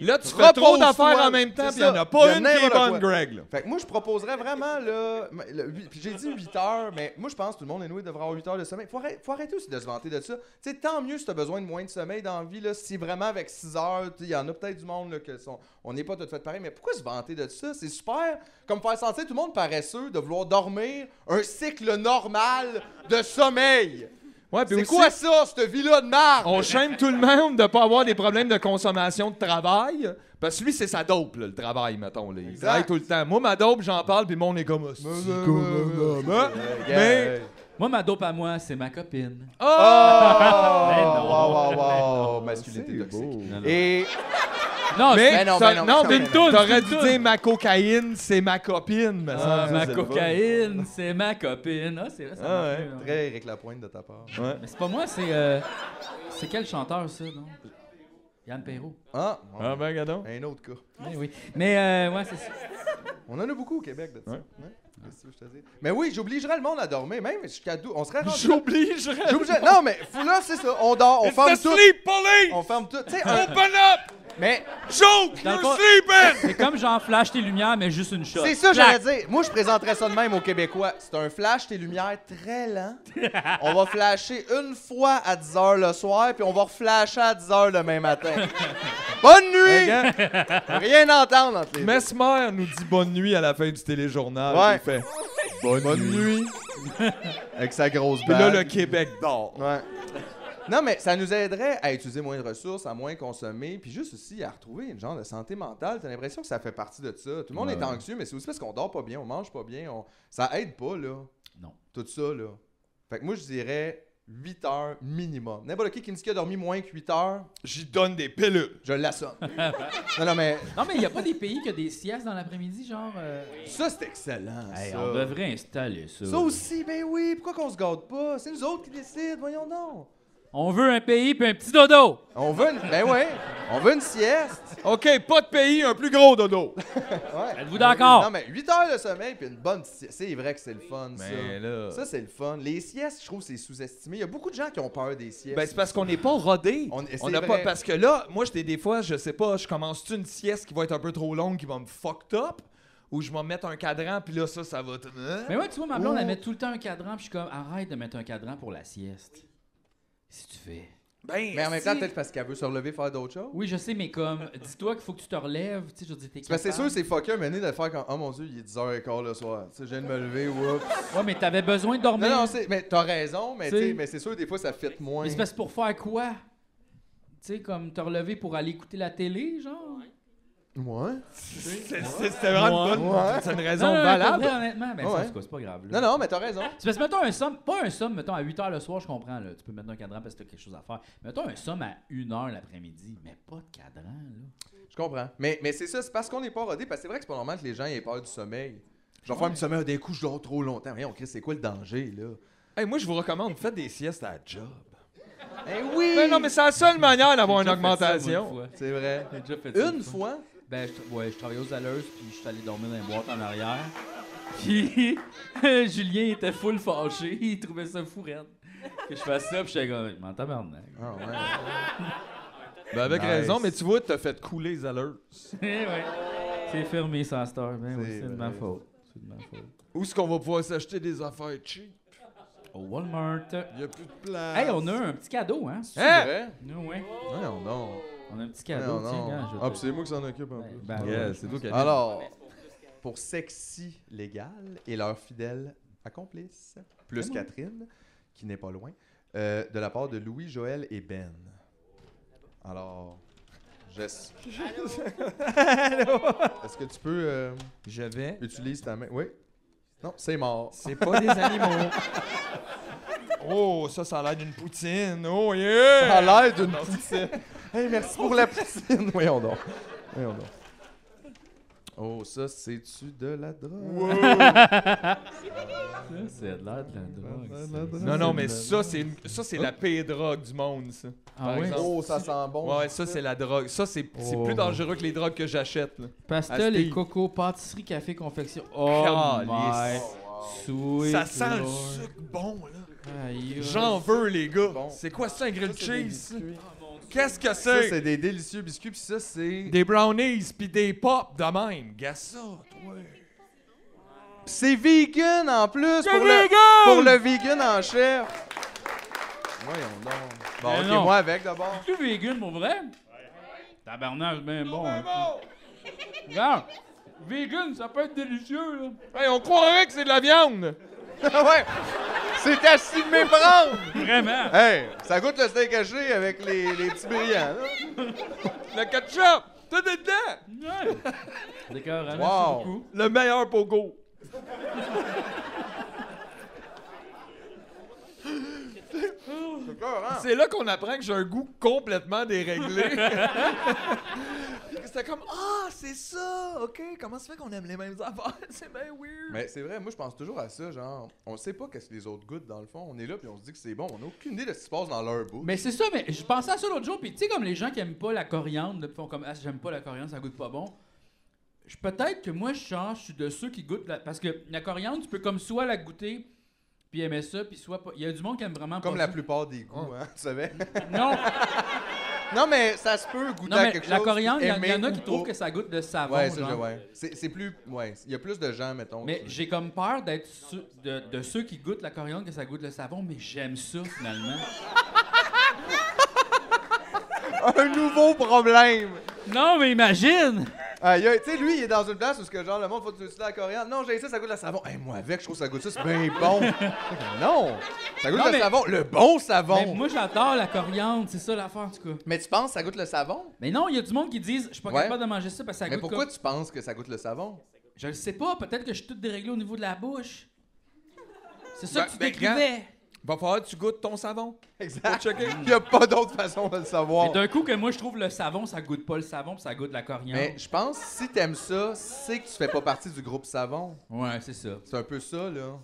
S5: Là, tu fais trop
S6: Repose-toi.
S5: d'affaires en même temps,
S6: C'est
S5: puis il y en
S6: ça.
S5: a pas
S6: Y a
S5: une qui est
S6: n'importe
S5: bonne,
S6: quoi.
S5: Greg. là.
S6: Fait que moi je proposerais vraiment là. le huit- puis J'ai dit 8 heures, mais moi je pense que tout le monde est noué devrait avoir 8 heures de sommeil. Faut, arrêt- faut arrêter aussi de se vanter de ça. Tu sais, tant mieux si t'as besoin de moins de sommeil dans la vie là. Si vraiment avec 6 heures, tu sais, il y en a peut-être du monde là, que sont, on n'est pas tout fait pareil, mais pourquoi se vanter de ça? C'est super comme faire sentir tout le monde paresseux de vouloir dormir un cycle normal de sommeil.
S5: Ouais, puis
S6: C'est
S5: aussi,
S6: quoi ça, cette vie-là de marre?
S5: on chaîne tout le monde de pas avoir des problèmes de consommation de travail. Parce que lui, c'est sa dope, là, le travail, mettons. Là. Il
S6: Exact.
S5: travaille tout le temps. Moi, ma dope, j'en parle, puis mon est comme... Ah, c'est comme un homme, hein? Mais... ah!
S1: Moi, ma dope à moi, c'est ma copine.
S6: [laughs] Oh!
S1: Ben non.
S6: Wow, wow, wow! Masculinité toxique. Et.
S1: Non,
S5: Ah! Mais,
S6: Ben non,
S5: ça-
S6: ben non,
S5: non,
S6: quand
S5: mais
S6: même.
S5: t'aurais
S1: D'une
S5: dû
S1: toune.
S5: dire ma cocaïne, c'est ma copine, me
S1: c'est
S5: semble.
S1: ma
S3: c'est le
S1: cocaïne, c'est ma copine. Ah, c'est vrai, ça
S5: Ah,
S1: marche
S5: ouais.
S1: mieux, hein.
S6: Très Éric Lapointe de ta part.
S1: Mais c'est pas moi, c'est. euh, c'est quel chanteur, ça, non? Yann Perrault.
S6: Ah,
S5: Ah ben, gadon.
S6: un autre cas.
S1: Oui, oui. Mais, euh, ouais, c'est ça.
S6: On en a beaucoup au Québec de ça. Ouais. Qu'est-ce que tu veux que je te dise? Mais oui, j'obligerais le monde à dormir, même jusqu'à 12. On serait [laughs] rendu.
S5: Ah, J'obligerais.
S6: J'obligerais- Non, mais fou là, c'est ça. On dort, on ferme tout.
S10: sleep, police!
S6: On ferme tout. Tu sais, un-
S10: Open up!
S6: Mais
S10: Joke!
S1: Dans le
S10: You're
S1: fond- [laughs]
S10: sleeping!
S1: C'est comme genre flash tes lumières, mais juste une shot.
S6: c'est ça, j'allais dire. Moi, je présenterais ça de même aux Québécois. C'est un flash, tes lumières très [laughs] lent. On va flasher une fois à 10 h le soir, puis on va reflasher à 10 h le même [laughs] matin. Bonne nuit!
S5: [laughs]
S6: Rien entendre entre les deux.
S5: Mesmer nous dit bonne nuit à la fin du téléjournal.
S6: Ouais.
S5: Il fait bonne, nuit.
S6: Avec sa grosse
S5: Puis là, le
S6: bague.
S5: Québec dort.
S6: Ouais. Non, mais ça nous aiderait à utiliser moins de ressources, à moins consommer, puis juste aussi à retrouver une genre de santé mentale. T'as l'impression que ça fait partie de ça. Tout le monde est anxieux, mais c'est aussi parce qu'on dort pas bien, on mange pas bien. on- Ça aide pas, là.
S1: Non.
S6: Tout ça, là. Fait que moi, je dirais 8 heures minimum. N'importe qui qui me dit qu'il a dormi moins que 8 heures,
S5: J'y donne des pilules.
S6: je l'assomme. non, non, mais
S1: Non, mais il n'y a pas des pays qui ont des siestes dans l'après-midi, genre. euh,
S6: ça, c'est excellent.
S1: hey,
S6: ça.
S1: on devrait installer ça.
S6: Ça aussi, ben oui, pourquoi qu'on se garde pas? C'est nous autres qui décident, voyons donc.
S1: On veut un pays puis un petit dodo.
S6: On veut une... Ben ouais, on veut une sieste.
S5: OK, pas de pays, un plus gros dodo.
S6: Ouais.
S1: Êtes-vous d'accord?
S6: Non, mais 8 heures de sommeil puis une bonne petite sieste. C'est vrai que c'est le fun, ça.
S5: Mais là...
S6: Ça, c'est le fun. Les siestes, je trouve, que c'est sous-estimé. Il y a beaucoup de gens qui ont peur des siestes.
S5: Ben, c'est parce qu'on n'est pas rodé.
S6: On- c'est
S5: On n'a pas
S6: vrai.
S5: parce que là, moi j'étais des fois, je sais pas, je commence une sieste qui va être un peu trop longue, qui va me fucked up, ou je vais mettre un cadran, puis là ça, ça va. hein? te-
S1: Mais moi, tu vois, ma blonde,
S6: Ouh.
S1: elle met tout le temps un cadran, puis je suis comme, arrête de mettre un cadran pour la sieste. Si tu fais.
S5: Ben,
S6: mais en même temps,
S5: si.
S6: peut-être parce qu'elle veut se relever faire d'autres choses.
S1: Oui, je sais, mais comme, dis-toi qu'il faut que tu te relèves, tu sais, je dis, t'es
S6: C'est parce que c'est
S1: capable.
S6: sûr, c'est fucké mené de faire quand. Oh mon dieu, il est 10h15 le soir. Tu sais, je viens de me lever, whoops.
S1: Ouais, mais t'avais besoin de dormir.
S6: Non, non, c'est- mais t'as raison, mais,
S1: Tu sais.
S6: tu sais, mais c'est sûr, des fois, ça fit moins.
S1: mais c'est parce que pour faire quoi? Tu sais, comme te relever pour aller écouter la télé, genre?
S6: Ouais.
S5: C'est- c'est- c'était vraiment une bonne.
S6: Ouais.
S5: C'est une
S1: Non,
S5: raison
S1: non, non, pour
S5: valable.
S1: vrai, honnêtement, ben, ça,
S6: Ouais.
S1: en tout cas, c'est pas grave. là.
S6: Non, non, mais t'as raison.
S1: C'est parce que, mettons, un somme, pas un somme, mettons, à 8 h le soir, je comprends, là, tu peux mettre un cadran parce que t'as quelque chose à faire. Mettons un somme à 1 h l'après-midi, mais pas de cadran, là.
S6: Je comprends. Mais, mais c'est ça, c'est parce qu'on n'est pas rodé, parce que c'est vrai que c'est pas normal que les gens aient peur du sommeil. Genre, faire un petit sommeil, d'un coup, je dors trop longtemps. Voyons, Chris, c'est quoi le danger, là?
S5: Hey, moi je vous recommande, faites des siestes à la job.
S6: Eh oui!
S5: Ben non, mais c'est la seule manière d'avoir
S1: J'ai
S5: une
S1: déjà fait ça, moi,
S5: augmentation.
S1: une fois.
S6: C'est vrai.
S1: J'ai déjà fait ça,
S6: Une fois,
S1: Ben, je, tra- ouais, je travaillais aux alleuses, puis je suis allé dormir dans les boîtes en
S6: [laughs]
S1: arrière. Puis [laughs] Julien était full fâché, il trouvait ça fou raide que je fasse ça, puis j'étais comme, je m'en tabarnak.
S6: Ah ouais.
S5: Ben avec
S6: Nice.
S5: raison, mais tu vois, t'as fait couler les alertes.
S1: Eh [laughs] ouais. C'est fermé, ça, Star. Ben, oui,
S6: C'est
S1: c'est de ma
S6: vrai.
S1: faute. C'est de ma faute.
S5: Où est-ce qu'on va pouvoir s'acheter des affaires cheap?
S1: Au Walmart.
S5: Il a plus de place.
S1: Hey, on a un petit cadeau, hein?
S6: C'est vrai?
S1: Nous, ouais.
S6: Non, non.
S1: On a un petit
S6: Non,
S1: cadeau, tiens, gars, je vais
S6: non. Ah,
S1: te-
S6: puis c'est moi qui s'en occupe en plus.
S1: Ben, ouais.
S5: Yes, c'est toi qui as
S6: Alors, pour Sexy Légal et leur fidèle accomplice, plus Catherine, qui n'est pas loin, euh, de la part de Louis, Joël et Ben. Alors, Je... [laughs] Est-ce que tu peux euh,
S5: Je vais.
S6: utiliser ta main? Oui? Non, c'est mort.
S5: C'est pas des animaux. Oh, ça, ça a l'air d'une poutine. Oh, yeah!
S6: Ça a l'air d'une poutine. Hey, merci pour la poutine. Voyons donc. Voyons donc. Oh, ça, c'est-tu de la drogue?
S1: Ça, c'est de l'air de la drogue. ça.
S5: Non, non, mais ça, c'est une- ça, c'est la pire drogue du monde, ça.
S1: Ah oui?
S5: exemple.
S6: Oh, ça sent bon.
S5: Ouais, ça, c'est la drogue. Ça, c'est c'est
S6: Oh.
S5: plus dangereux que les drogues que j'achète. là.
S1: Pastel et
S5: Asti.
S1: coco, pâtisserie, café, confection. Oh
S5: Calice.
S1: my. Sweet
S5: Oh, Ça sent le
S1: Lord.
S5: sucre bon, là.
S1: Aïe, aïe.
S5: J'en veux, les gars. C'est quoi ça, un grilled cheese? Qu'est-ce que
S6: Ça,
S5: c'est?
S6: c'est des délicieux biscuits, puis ça, c'est...
S5: Des brownies pis des pops de même. Gars, ça, toi.
S6: C'est vegan en plus!
S5: C'est
S6: pour
S5: vegan!
S6: Le, pour le vegan en chef! Voyons donc. Bon,
S1: Mais
S6: ok,
S1: non.
S6: moi avec d'abord.
S1: plus vegan pour vrai? Tabarnak, ben bon. hein. Regarde, vegan, ça peut être délicieux, là.
S5: Hey, on croirait que c'est de la viande.
S6: ouais! C'est assis de mes prendre!
S1: Vraiment.
S6: Hey, ça goûte le steak haché avec les, les petits brillants. là.
S5: Le ketchup. Tout est dedans.
S1: Ouais. D'accord, merci
S6: Wow.
S1: beaucoup.
S5: Oh. Le meilleur pogo. C'est là qu'on apprend que j'ai un goût complètement déréglé. C'était comme Ah, c'est ça, ok, comment ça fait qu'on aime les mêmes affaires? [laughs] C'est bien weird.
S6: Mais c'est vrai, moi je pense toujours à ça, genre, on sait pas qu'est-ce que les autres goûtent dans le fond, on est là puis on se dit que c'est bon, on a aucune idée de ce qui se passe dans leur bouche.
S1: Mais c'est ça, mais je pensais à ça l'autre jour, puis tu sais, comme les gens qui aiment pas la coriandre, là, puis font comme Ah, j'aime pas la coriandre, ça goûte pas bon. Je- Peut-être que moi, je change, je suis de ceux qui goûtent la. Parce que la coriandre, tu peux comme soit la goûter, puis aimer ça, puis soit pas. Il y a du monde qui aime vraiment
S6: Comme
S1: pas
S6: la
S1: ça.
S6: plupart des goûts, hein, tu savais.
S1: Non,
S6: non mais ça se peut goûter
S1: non
S6: à
S1: mais
S6: quelque
S1: la
S6: chose.
S1: coriandre, il y, en- il y en
S6: aimer
S1: a
S6: ou
S1: qui
S6: pas.
S1: trouvent que ça goûte de savon.
S6: Ouais, ça,
S1: genre.
S6: je- ouais. C'est c'est plus. Ouais, il y a plus de gens, mettons.
S1: Mais
S6: qui-
S1: j'ai comme peur d'être ceux- de, de ceux qui goûtent la coriandre que ça goûte le savon, mais j'aime ça finalement.
S6: Un nouveau problème!
S1: [laughs] non, mais imagine!
S6: Aïe, aïe, tu sais, lui, il est dans une place où ce que genre le monde faut que tu utilises la coriandre. Non, j'ai ça, ça goûte la savon. Hey, moi avec, je trouve que ça goûte ça, c'est bien bon. non! Ça goûte
S1: Non,
S6: le
S1: mais-
S6: savon, le bon savon!
S1: Mais moi j'adore la coriandre, c'est ça l'affaire en tout cas.
S6: Mais tu penses que ça goûte le savon?
S1: Mais non, il y a du monde qui disent je suis pas
S6: Ouais.
S1: capable de manger ça parce que ça
S6: Mais
S1: goûte
S6: pourquoi
S1: comme-
S6: tu penses que ça goûte le savon?
S1: Je le sais pas, peut-être que je suis tout déréglé au niveau de la bouche. C'est ça
S5: Ben-
S1: que tu
S5: ben,
S1: décrivais.
S5: Va falloir que tu goûtes ton savon.
S6: Exact. Il n'y a pas d'autre façon de le savoir.
S1: Mais d'un coup que moi je trouve le savon, ça goûte pas le savon, puis ça goûte la coriandre.
S6: Mais je pense que si t'aimes ça, c'est que tu fais pas partie du groupe savon.
S1: Ouais, c'est ça.
S6: C'est un peu ça, là.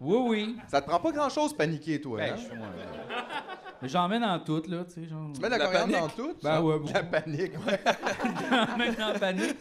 S1: Oui oui.
S6: Ça te prend pas grand-chose paniquer, toi.
S1: Ben,
S6: hein?
S1: je- ouais. Mais j'en mets dans tout là, tu sais genre.
S6: Tu mets de la,
S5: La
S6: coriandre
S5: panique.
S6: dans tout?
S1: Ben
S6: ça? [laughs]
S1: ouais, beaucoup.
S6: La panique,
S1: [laughs]
S6: ouais.
S1: J'en mets dans la panique.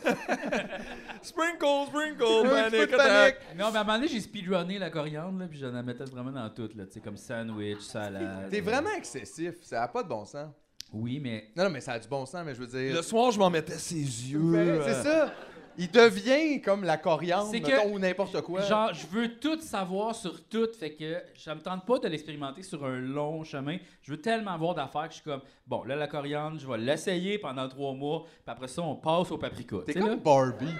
S5: Sprinkle, sprinkle,
S6: Un petit peu
S5: panic
S6: de
S5: attack.
S6: panique.
S1: Non, mais à un moment donné, j'ai speedrunné la coriandre, là, puis j'en la mettais vraiment dans tout, là, tu sais, comme sandwich, salade.
S6: T'es
S1: euh,
S6: vraiment excessif. Ça a pas de bon sens.
S1: Oui, mais.
S6: Non, non, mais ça a du bon sens, mais je veux dire.
S5: Le soir, je m'en mettais ses yeux. euh,
S6: Ben, C'est ça. Il devient comme la coriandre
S1: euh, C'est que-
S6: mettons, ou n'importe quoi.
S1: Genre, je veux tout savoir sur tout, fait que ça me tente pas de l'expérimenter sur un long chemin. Je veux tellement avoir d'affaires que je suis comme, bon, là, la coriandre, je vais l'essayer pendant trois mois, puis après ça, on passe au paprika. Tu
S6: T'es
S1: sais,
S6: comme
S1: là,
S6: Barbie.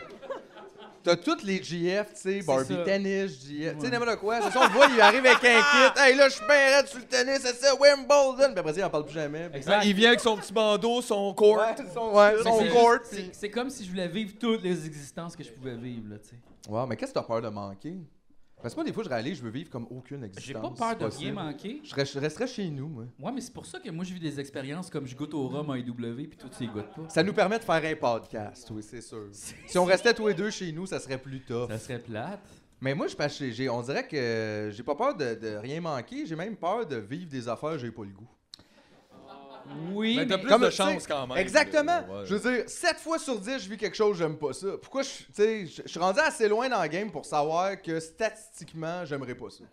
S6: T'as toutes les GF, tu sais, Barbie
S1: ça.
S6: tennis, GF, tu sais, n'importe quoi. C'est ça, on le voit, il arrive avec un
S1: [laughs]
S6: kit. Hey, là, je suis bien raide sur le tennis, c'est ça, Wimbledon. Puis après, ça, il en parle plus jamais. Puis-
S1: Exact.
S5: Il vient avec son petit bandeau, son court.
S6: Ouais, son, ouais,
S1: Mais
S6: son
S1: c'est
S6: court.
S1: juste- c'est- C'est comme si je voulais vivre toutes les existences que je pouvais vivre, là, tu sais.
S6: Wow, mais qu'est-ce que t'as peur de manquer? Parce que moi, des fois, je réalise, je veux vivre comme aucune existence.
S1: J'ai pas peur de rien
S6: possible.
S1: manquer.
S6: Je reste- je resterais chez nous, moi.
S1: Ouais, mais c'est pour ça que moi, je vis des expériences comme je goûte au rhum à IW, puis toi, tu y goûtes pas.
S6: Ça nous permet de faire un podcast, oui, c'est sûr. Si on restait tous les deux chez nous, ça serait plus tough.
S1: Ça serait plate.
S6: Mais moi, je pense que j'ai- on dirait que j'ai pas peur de, de rien manquer, j'ai même peur de vivre des affaires, j'ai pas le goût.
S1: Oui,
S5: Mais t'as
S1: mais-
S5: plus de
S6: tu sais,
S5: chance quand même.
S6: Exactement.
S5: Ouais.
S6: Je veux dire, 7 fois sur 10, je vis quelque chose, j'aime pas ça. Pourquoi je, tu sais, je, je suis rendu assez loin dans le game pour savoir que statistiquement, j'aimerais pas ça.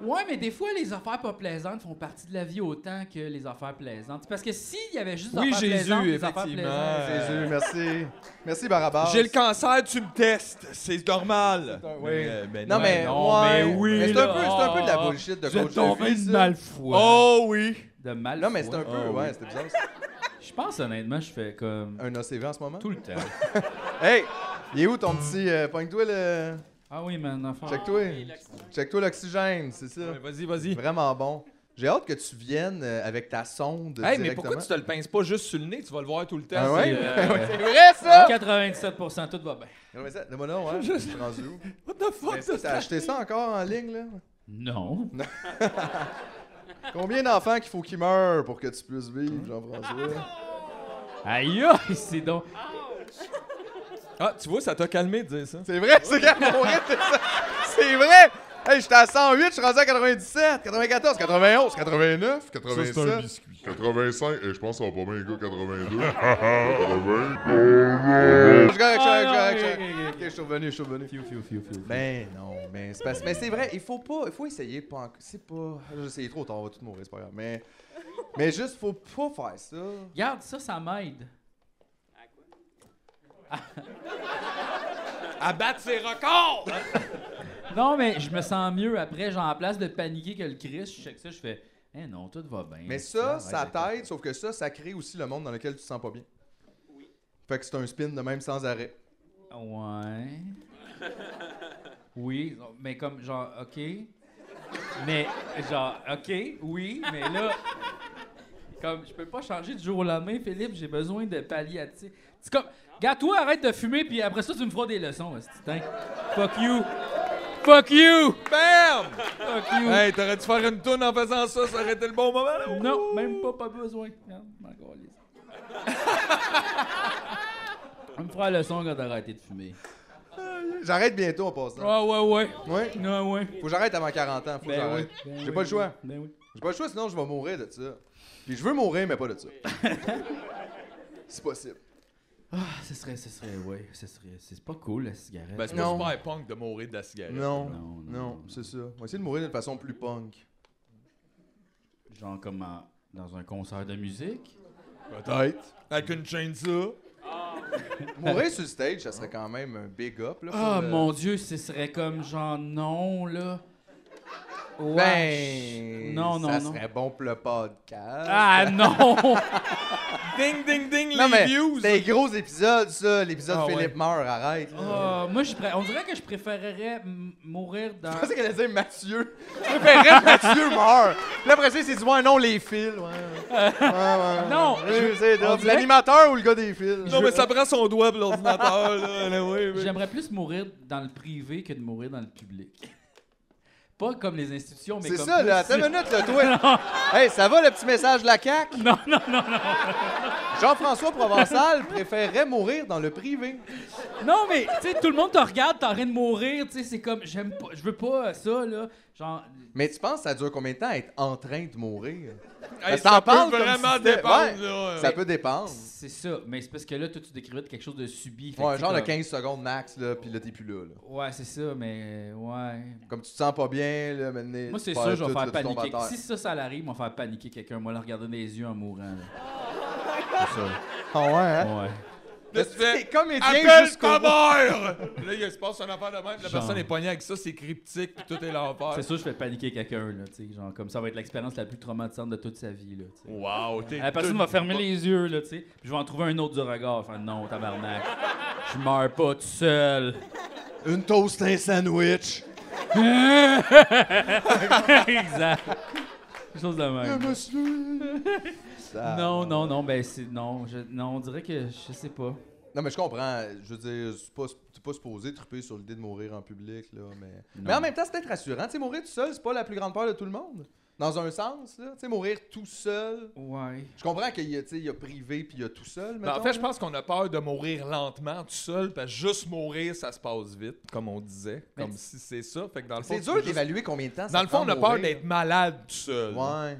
S1: Ouais, mais des fois, les affaires pas plaisantes font partie de la vie autant que les affaires plaisantes. C'est Parce que s'il y avait juste des
S5: Oui,
S1: affaires
S5: Jésus,
S1: plaisantes, des affaires
S5: effectivement.
S1: plaisantes,
S5: Euh,
S6: Jésus, [laughs] merci. Merci, Barabbas.
S5: J'ai le cancer, tu me testes. C'est normal.
S6: un- oui.
S5: Mais- mais
S6: Non, mais,
S1: Ben non, mais
S6: ouais.
S1: oui,
S6: Mais c'est
S1: là.
S6: un, peu- c'est un peu de la
S1: Ah,
S6: bullshit de
S1: vous êtes
S6: coach
S1: tombé
S6: de vie,
S1: de Oh.
S6: ça.
S1: mal foi.
S5: Oh oui.
S1: De mal
S6: Non, mais c'est un peu,
S5: Ah, oui.
S6: ouais, c'était bizarre. ça.
S1: Je pense, honnêtement, je fais comme...
S6: Un OCV en ce moment?
S1: Tout le temps.
S6: Hey! Il est où ton petit. Euh, Pogne-toi le.
S1: ah oui, man, affaire.
S6: Check-toi. Check-toi l'oxygène, c'est ça.
S5: Vas-y, vas-y.
S6: [laughs] Vraiment bon. J'ai hâte que tu viennes euh, avec ta sonde.
S5: Hey, mais
S6: directement.
S5: pourquoi tu te le pinces pas juste sur le nez? Tu vas le voir tout le temps.
S6: Ah
S5: c'est,
S6: ouais?
S5: euh,
S10: C'est vrai, ça?
S1: 97%, tout va bien.
S6: Non, mais ça, le mono, hein? Je suis rendu où?
S5: [laughs] What the
S6: Mais
S5: fuck?
S6: ça, T'as acheté ça encore en ligne, là?
S1: Non.
S6: Combien d'enfants qu'il faut qu'ils meurent pour que tu puisses vivre, Jean-François?
S1: Aïe, aïe, c'est donc.
S5: Ah, tu vois, ça t'a calmé de dire ça.
S6: C'est vrai, c'est quand mon rythme, c'est ça. C'est vrai! Hey, j'étais à 108, je suis rendu à 97, 94, 91, 89, 87. Ça, c'est un biscuit.
S12: 85, et je pense que ça va pas bien, les gars, 82.
S6: Je suis correct, je suis
S1: Ah, non,
S6: correct, je suis
S1: ok, ok, ok.
S6: correct. Ok, je suis revenu, je suis revenu. Ben non, mais c'est parce- mais c'est vrai, il faut pas, il faut essayer de pas, en- c'est pas, j'essayais trop tard, on va tout mourir, c'est pas grave, mais, mais juste faut pas faire ça.
S1: Regarde, ça, ça m'aide.
S5: À battre ses records!
S1: Non, mais je me sens mieux après. Genre, en place de paniquer que le Christ, je check ça, je fais. Eh non, tout va bien.
S6: Mais ça,
S1: Ça,
S6: ça
S1: arrête avec
S6: t'aide, sauf que ça, ça crée aussi le monde dans lequel tu te sens pas bien. Fait que c'est un spin de même sans arrêt.
S1: Ouais. Oui, mais comme genre, OK. Mais genre, OK, oui, mais là, comme je peux pas changer du jour au lendemain, Philippe, j'ai besoin de palliatifs. C'est comme, gâte-toi, arrête de fumer, puis après ça, tu me feras des leçons. esti, hein. Fuck you. Fuck you.
S5: Bam!
S1: Fuck you.
S5: Hey, t'aurais dû faire une toune en faisant ça, ça aurait été le bon moment, là.
S1: Non, même pas, pas besoin. Regarde, m'en calisse. [laughs] On me fera la leçon quand t'as arrêté de fumer.
S6: J'arrête bientôt en passant.
S1: Ah Ouais, ouais, ouais.
S6: Ouais.
S1: Ouais, ouais.
S6: Faut que j'arrête avant 40 ans,
S1: Ben
S6: faut que
S1: oui.
S6: j'arrête.
S1: Ben
S6: J'ai
S1: oui.
S6: pas le choix.
S1: Ben oui.
S6: J'ai pas le choix, sinon je vais mourir de ça. Puis je veux mourir, mais pas de ça. [laughs] c'est possible.
S1: Ah, Ce serait, ce serait, ouais, ce serait, c'est pas cool la cigarette.
S5: Ben, c'est pas
S6: Non.
S5: super punk de mourir de la cigarette.
S6: Non,
S1: non,
S6: non,
S1: non.
S6: c'est ça. On va essayer de mourir d'une façon plus punk.
S1: Genre comme en- dans un concert de musique.
S6: Peut-être.
S5: Avec une chaîne ça.
S6: Mourir sur le stage, ça serait quand même un big up. Là, pour
S1: Ah
S6: le-
S1: mon dieu, ce serait comme genre non là. Wesh.
S6: Ben,
S1: non, non,
S6: ça
S1: non.
S6: serait bon pour le podcast.
S1: Ah [laughs] non.
S5: Ding, ding, ding,
S6: non,
S5: les
S6: mais
S5: views!
S6: c'est gros épisode, ça. L'épisode
S5: Ah,
S6: Philippe
S5: ouais.
S6: meurt, arrête. là.
S1: Ah, moi, je pré- on dirait que je préférerais m- mourir [laughs] dans.
S6: Je pensais qu'elle allait dire Mathieu. Je préférerais que Mathieu meurt. Puis là, après ça, il s'est dit, ouais, non, les fils. Ouais, ouais, ouais.
S1: Non,
S6: Ouais,
S1: je-
S6: je sais,
S1: on
S6: là,
S1: dirait-
S6: L'animateur ou le gars des fils?
S5: Non, mais ça prend son doigt pour l'ordinateur,
S6: [laughs]
S5: là. là, oui, oui.
S1: J'aimerais plus mourir dans le privé que de mourir dans le public. Pas comme les institutions, mais
S6: C'est
S1: comme
S6: ça,
S1: plus-
S6: là. Attends une
S1: [laughs]
S6: minute, là, toi. hey, ça va, le petit message de la CAQ? Non, non, non, non. Jean-François Provençal préférerait mourir dans le privé.
S1: Non, mais, tu sais, tout le monde te regarde, t'es en train de mourir, tu sais, c'est comme, j'aime pas, je veux pas ça, là. Genre,
S6: Mais tu penses, ça dure combien de temps être en train de mourir?
S5: Hey,
S6: ça en
S5: peut
S6: parle comme si
S5: vraiment
S6: c'était-
S5: dépendre,
S6: ouais.
S1: Euh,
S5: là.
S6: Ça peut dépendre.
S1: c'est ça. Mais c'est parce que là, toi, tu décrivais de quelque chose de subi. fait que
S6: Ouais,
S1: c'est
S6: genre le
S1: comme-
S6: 15 secondes max, là, puis là, t'es plus là, là.
S1: Ouais, c'est ça, mais, euh, ouais.
S6: Comme tu te sens pas bien, là, maintenant.
S1: Moi, c'est
S6: tu
S1: sûr,
S6: perds
S1: je vais
S6: tout,
S1: faire
S6: là, tu tombes à
S1: paniquer.
S6: terre.
S1: Si ça, ça l'arrive, on va faire paniquer quelqu'un. Moi, le regarder dans les yeux en mourant, là. C'est
S6: Ah ouais, hein?
S1: ça. Ouais.
S5: Là, tu
S6: T'es
S5: fais,
S6: comédien
S5: Appelle
S6: jusqu'au
S5: ta
S6: bout.
S5: mère! Là, il se passe un affaire de même, puis la
S1: Genre.
S5: personne est pognée avec ça, c'est cryptique, puis tout est l'enfer.
S1: C'est sûr, je vais paniquer quelqu'un, là, tu sais. Genre, comme ça va être l'expérience la plus traumatisante de toute sa vie, là, tu sais.
S5: Wow, t'es.
S1: La personne va fermer les yeux, là, tu sais. Puis je vais en trouver un autre du regard. Enfin, non, tabarnak. Je meurs pas tout [laughs] seul.
S6: Une toast, un sandwich.
S1: exact. Quelque chose de même.
S6: Monsieur. Ça-
S1: Non, non, non, ben c'est. Non, je, non, on dirait que je sais pas.
S6: Non, mais je comprends. Je veux dire, c'est pas, t'es pas supposé triper sur l'idée de mourir en public, là, mais... Mais en même temps, c'est peut-être rassurant. Tu sais, mourir tout seul, c'est pas la plus grande peur de tout le monde. Dans un sens, là. Tu sais, mourir tout seul...
S1: Ouais.
S6: Je comprends qu'il y a, tu sais, il y a privé puis il y a tout seul,
S5: Ben,
S6: mettons,
S5: en fait, je
S6: là.
S5: pense qu'on a peur de mourir lentement, tout seul, parce que juste mourir, ça se passe vite, comme on disait,
S1: Mais
S5: comme
S1: tu-
S5: si c'est ça. Fait que dans le fond,
S6: C'est
S5: tu
S6: dur
S5: peux juste-
S6: d'évaluer combien de temps ça
S5: Dans le fond,
S6: prend
S5: on a
S6: de
S5: peur
S6: mourir.
S5: d'être malade tout seul.
S6: Ouais.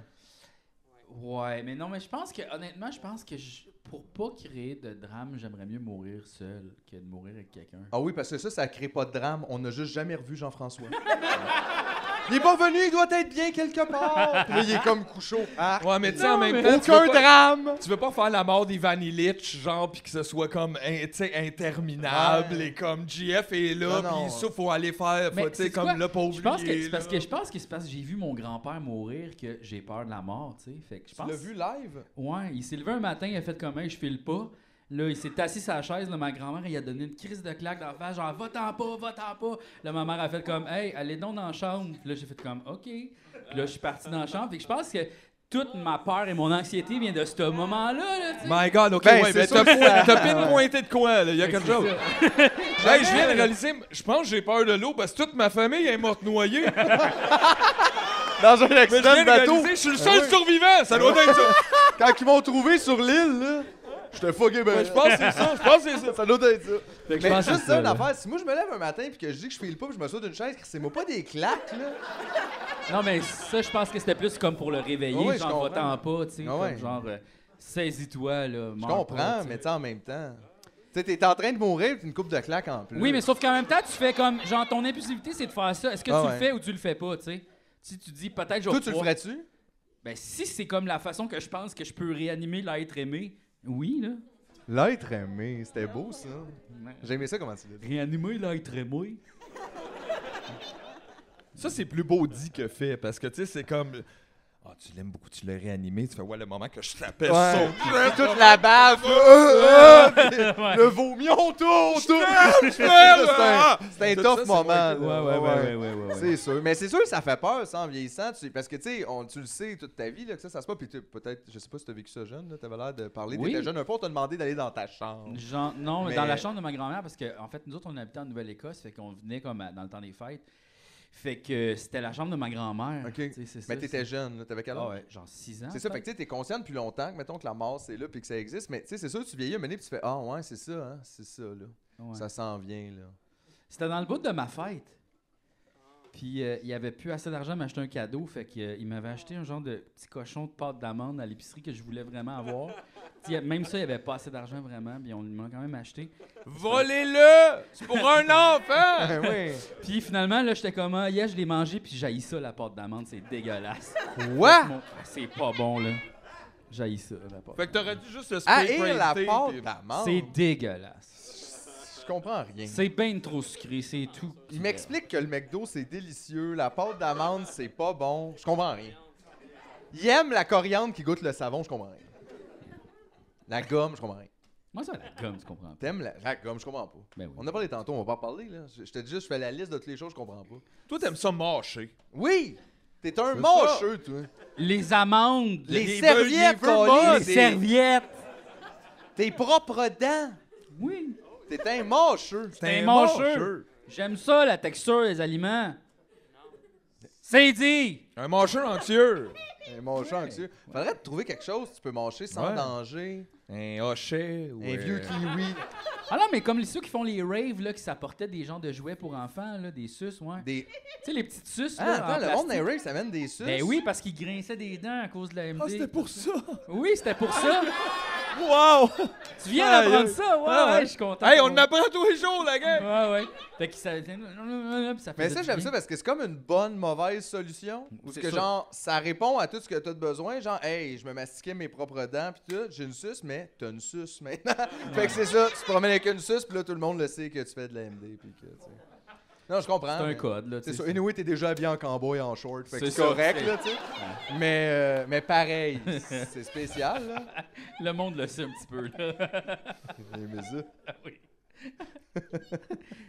S1: Ouais, mais non, mais je pense que, honnêtement, je pense que je- pour pas créer de drame, j'aimerais mieux mourir seul que de mourir avec quelqu'un.
S6: Ah oui, parce que ça, ça crée pas de drame. On n'a juste jamais revu Jean-François. il est pas venu, il doit être bien quelque part. Puis là, il est comme couchot. Ah.
S5: Ouais, mais tu sais, en même temps, tu
S6: Aucun
S5: veux, pas,
S6: drame.
S5: tu veux pas faire la mort d'Ivan Illich, genre, puis que ce soit comme, in- tu sais, interminable,
S6: Ouais.
S5: et comme GF est
S6: Non,
S5: là,
S6: non.
S5: puis ça, faut aller faire, faut,
S1: Mais
S5: tu sais,
S1: c'est
S5: comme
S1: quoi?
S5: le pauvre.
S1: Je pense que c'est parce que je pense que c'est parce que j'ai vu mon grand-père mourir que j'ai peur de la mort, tu sais. Fait que je
S6: Tu
S1: pense.
S6: l'as vu live?
S1: Ouais, il s'est levé un matin, il a fait comme Hey, je file pas. Là, il s'est assis sur la chaise. Là, ma grand-mère, il a donné une crise de claque dans la face, genre, va-t'en pas, va-t'en pas. Là, ma mère a fait comme, hey, allez donc dans la chambre. Puis là, j'ai fait comme, OK. Puis là, je suis parti dans la chambre. Fait que je pense que toute ma peur et mon anxiété vient de ce moment-là. Là, tu sais.
S5: My God, ok,
S1: Ben,
S5: ouais,
S1: c'est
S5: mais
S1: sûr
S5: t'as
S1: que ça-
S5: t'as pinpointé de quoi, là? Il y a
S1: Fait que
S5: quelque
S1: c'est
S5: chose.
S1: ça.
S5: Hey, je viens de réaliser, je pense que j'ai peur de l'eau parce que toute ma famille est morte [laughs] noyée.
S6: Dans un
S5: Mais je
S6: accident
S5: viens
S6: de
S5: de
S6: bateau.
S5: réaliser, je suis le seul survivant, ça doit être ça.
S6: Quand ils m'ont trouvé sur l'île, là, j'étais fucké ben.
S5: Ouais, je pense que c'est ça, je pense que c'est ça.
S6: Ça doit être ça.
S1: Fait que je
S6: Mais
S1: pense que
S6: juste
S1: c'est ça,
S6: ça, une
S1: là.
S6: affaire, si moi je me lève un matin puis que je dis que je file pas puis je me saute d'une chaise, c'est moi pas des claques, là.
S1: Non, mais ça, je pense que c'était plus comme pour le réveiller,
S6: Ah ouais, je
S1: genre,
S6: comprends.
S1: va-t'en pas, tu sais,
S6: Ah
S1: comme
S6: ouais.
S1: genre, euh, saisis-toi, là.
S6: Je
S1: meurs pas,
S6: comprends,
S1: tu sais.
S6: mais tu sais, en même temps. Tu sais, t'es en train de mourir puis une coupe de claques en plus.
S1: Oui, mais sauf qu'en même temps, tu fais comme, genre, ton impulsivité, c'est de faire ça. Est-ce que
S6: Ah
S1: tu
S6: ouais.
S1: le fais ou tu le fais pas, tu sais? Si tu dis, peut-être, je vais
S6: Toi, tu le
S1: pouvoir-
S6: ferais-tu?
S1: Ben, si c'est comme la façon que je pense que je peux réanimer l'être aimé, oui, là.
S6: L'être aimé, c'était beau ça. J'aimais ça comment tu l'as dit.
S1: Réanimer l'être aimé.
S5: [laughs]
S1: [laughs]
S5: Ça, c'est plus beau dit que fait parce que, tu sais, c'est comme. Ah, tu l'aimes beaucoup, tu l'as réanimé. Tu fais, ouais, le moment que je t'appelle
S6: Ouais.
S5: saute.
S6: Puis toute la bave, là, euh,
S1: [laughs]
S6: euh,
S1: Ouais.
S6: le vomi autour, tout. [laughs]
S5: Ah!
S6: C'était un
S5: Tout
S6: tough
S5: ça, c'est
S6: moment.
S5: moins
S6: là.
S5: cool.
S1: Ouais, ouais, ouais, ouais, ouais, ouais.
S6: C'est sûr. Mais c'est sûr que ça fait peur, ça, en vieillissant. Tu... Parce que, tu sais, on- tu le sais toute ta vie, là, que ça, ça se passe. Puis tu- peut-être, je sais pas si t'as vécu ça jeune, là, t'avais l'air de parler.
S1: Oui.
S6: T'étais jeune un peu, on t'a demandé d'aller dans ta chambre.
S1: Genre, non, mais
S6: Mais-
S1: dans la chambre de ma grand-mère, parce que en fait, nous autres, on habitait en Nouvelle-Écosse, fait qu'on venait comme à- dans le temps des fêtes. Fait que c'était la chambre de ma grand-mère.
S6: Ok.
S1: tu sais, c'est ça,
S6: Mais t'étais
S1: c'est-
S6: jeune, là, t'avais quel âge?
S1: Ah ouais, genre 6 ans.
S6: C'est ça, fait
S1: peut-être.
S6: que tu sais, t'es conscient depuis longtemps que, mettons, que la mort, c'est là, puis que ça existe. Mais, tu sais, c'est sûr, tu vieillis un moment donné, puis tu fais, ah, ouais, c'est ça, hein, c'est ça, là.
S1: Ouais.
S6: Ça s'en vient, là.
S1: C'était dans le bout de ma fête. Puis euh, il y avait plus assez d'argent à m'acheter un cadeau, fait qu'il m'avait acheté un genre de petit cochon de pâte d'amande à l'épicerie que je voulais vraiment
S6: [laughs]
S1: avoir. Tu sais, même ça, il n'y avait pas assez d'argent vraiment, puis on m'a quand même acheté.
S5: [laughs] Volez-le! C'est pour un
S6: [laughs]
S5: enfant!
S6: Ben oui.
S1: Puis finalement, là, j'étais comme, ah, yeah, je l'ai mangé, puis j'haïs ça, la pâte d'amande, c'est
S6: [laughs]
S1: dégueulasse.
S6: Quoi?
S1: Mon- ah, c'est pas bon, là. J'haïs ça, la pâte.
S5: Fait que t'aurais dû juste le spray
S6: Ah, et la
S5: painter,
S6: porte
S5: puis-
S6: d'amande.
S1: C'est dégueulasse.
S6: Je comprends rien.
S1: C'est bien trop sucré, c'est tout.
S6: Il m'explique que le McDo, c'est délicieux, la pâte d'amande, c'est pas bon. Je comprends rien. Il aime la coriandre qui goûte le savon, je comprends rien. La gomme, je comprends rien.
S1: Moi, ça, la gomme, tu comprends pas.
S6: T'aimes la, la gomme, je comprends pas.
S1: Ben oui.
S6: On a parlé tantôt, on va pas en parler, là. Je, je te dis juste, je fais la liste de toutes les choses, je comprends pas.
S5: Toi, t'aimes ça mâcher.
S6: Oui! T'es un
S5: C'est
S6: mâcheux, toi.
S1: Les amandes,
S6: Les,
S1: les,
S6: serviettes,
S5: les vœux
S6: Colin,
S5: molles,
S1: les
S6: tes-
S1: serviettes.
S6: Tes propres dents.
S1: Oui.
S6: T'es un mâcheux.
S1: T'es mâcheux. J'aime ça, la texture des aliments. C'est dit!
S5: Un mâcheux anxieux.
S6: Un mâcheux anxieux. Faudrait te trouver quelque chose que tu peux mâcher sans
S5: Ouais.
S6: danger.
S5: Un hochet ou
S6: Un vieux kiwi.
S1: Ah non, mais comme les- ceux qui font les raves, là, qui s'apportaient des genres de jouets pour enfants, là, des suces, ouais.
S6: Des...
S1: Tu sais, les petites suces,
S6: Ah,
S1: là, en
S6: attends, le monde
S1: plastique.
S6: des raves, ça mène des suces.
S1: Ben oui, parce qu'ils grinçaient des dents à cause de la MD.
S5: Ah, c'était pour ça!
S1: Oui, c'était pour
S6: [laughs]
S1: ça.
S5: Wow!
S1: tu viens
S5: Aïe,
S1: d'apprendre
S5: aïe.
S1: ça, ouais,
S5: Ah,
S1: ouais,
S5: ouais.
S1: je suis content.
S5: Hey, on apprend tous les jours, la gang!
S1: Ouais, ouais. Fait qu'ils savaient... puis ça
S6: Mais
S1: faisait
S6: ça,
S1: du
S6: j'aime
S1: bien.
S6: ça parce que c'est comme une bonne, mauvaise solution. Parce
S1: c'est
S6: que,
S1: sûr.
S6: genre, ça répond à tout ce que t'as de besoin. Genre, hey, je me mastiquais mes propres dents, puis tout. J'ai une suce, mais t'as une suce maintenant. [laughs] fait que c'est ça, tu te promènes avec une suce, puis là, tout le monde le sait que tu fais de la MD, puis que, tu sais. Non, je comprends.
S1: C'est un
S6: mais-
S1: code, là. tu
S6: C'est
S1: sais.
S6: ça. Anyway, t'es déjà habillé en cowboy en short. Fait que
S1: C'est
S6: c'est
S1: ça,
S6: correct,
S1: c'est-
S6: là, tu sais. Mais, euh,
S1: [laughs]
S6: mais pareil, c'est spécial, là.
S1: Le monde le sait un petit peu,
S6: [laughs]
S1: là.
S6: J'ai aimé ça.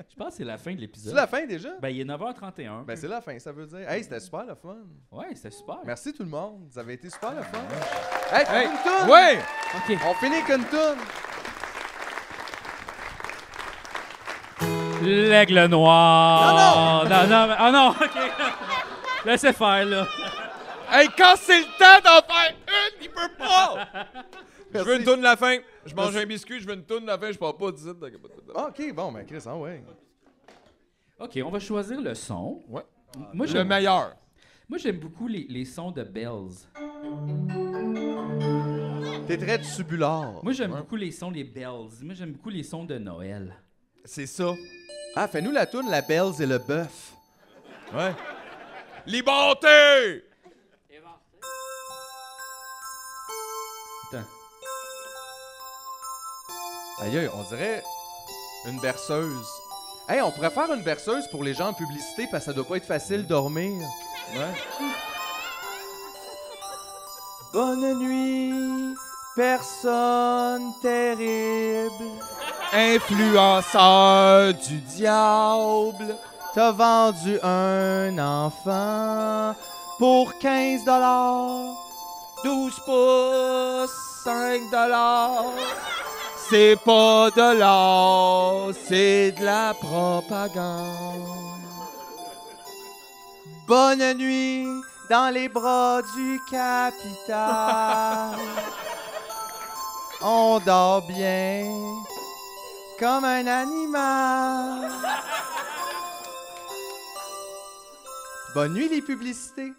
S1: Je pense que c'est la fin de l'épisode.
S6: C'est la fin déjà?
S1: Ben, il est 9h31.
S6: Ben, c'est la fin, ça veut dire. Hey, c'était super le fun.
S1: Ouais, c'était super.
S6: Merci tout le monde, vous avez été super le fun. Hey, t'as
S5: Hey,
S6: une toune?
S5: Ouais!
S6: On finit avec une toune.
S1: L'aigle noir. Non, non, mais- Ah non, ok. Laissez faire, là.
S5: Hey, quand c'est le temps d'en faire une, il peut [laughs] pas! Je veux une tourne de la fin. Je mange un biscuit, je veux une tourne de la fin, je parle pas d'ici.
S6: Ah, ok, bon, ben Chris, ah ouais.
S1: Ok, on va choisir le son.
S5: Ouais.
S1: Moi,
S5: Le
S1: j'aime,
S5: meilleur.
S1: moi, j'aime beaucoup les, les sons de bells.
S6: T'es très subulard.
S1: Moi, j'aime beaucoup les sons des bells. Moi, j'aime beaucoup les sons de Noël.
S5: C'est ça.
S6: Ah, fais-nous la toune, la bells et le bœuf.
S5: Ouais. Liberté!
S1: Attends.
S6: Aïe, aïe, on dirait une berceuse. Hey, on pourrait faire une berceuse pour les gens en publicité parce que ça doit pas être facile dormir. Ouais. Bonne nuit,
S5: Personne terrible, influenceur du diable,
S6: t'as vendu un enfant pour 15 dollars.
S5: 12 pouces, 5 dollars. C'est pas de l'or, c'est de la propagande.
S6: Bonne nuit dans les bras du capital. On dort bien comme un animal. Bonne nuit les publicités.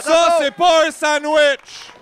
S10: Ça, c'est pas un sandwich!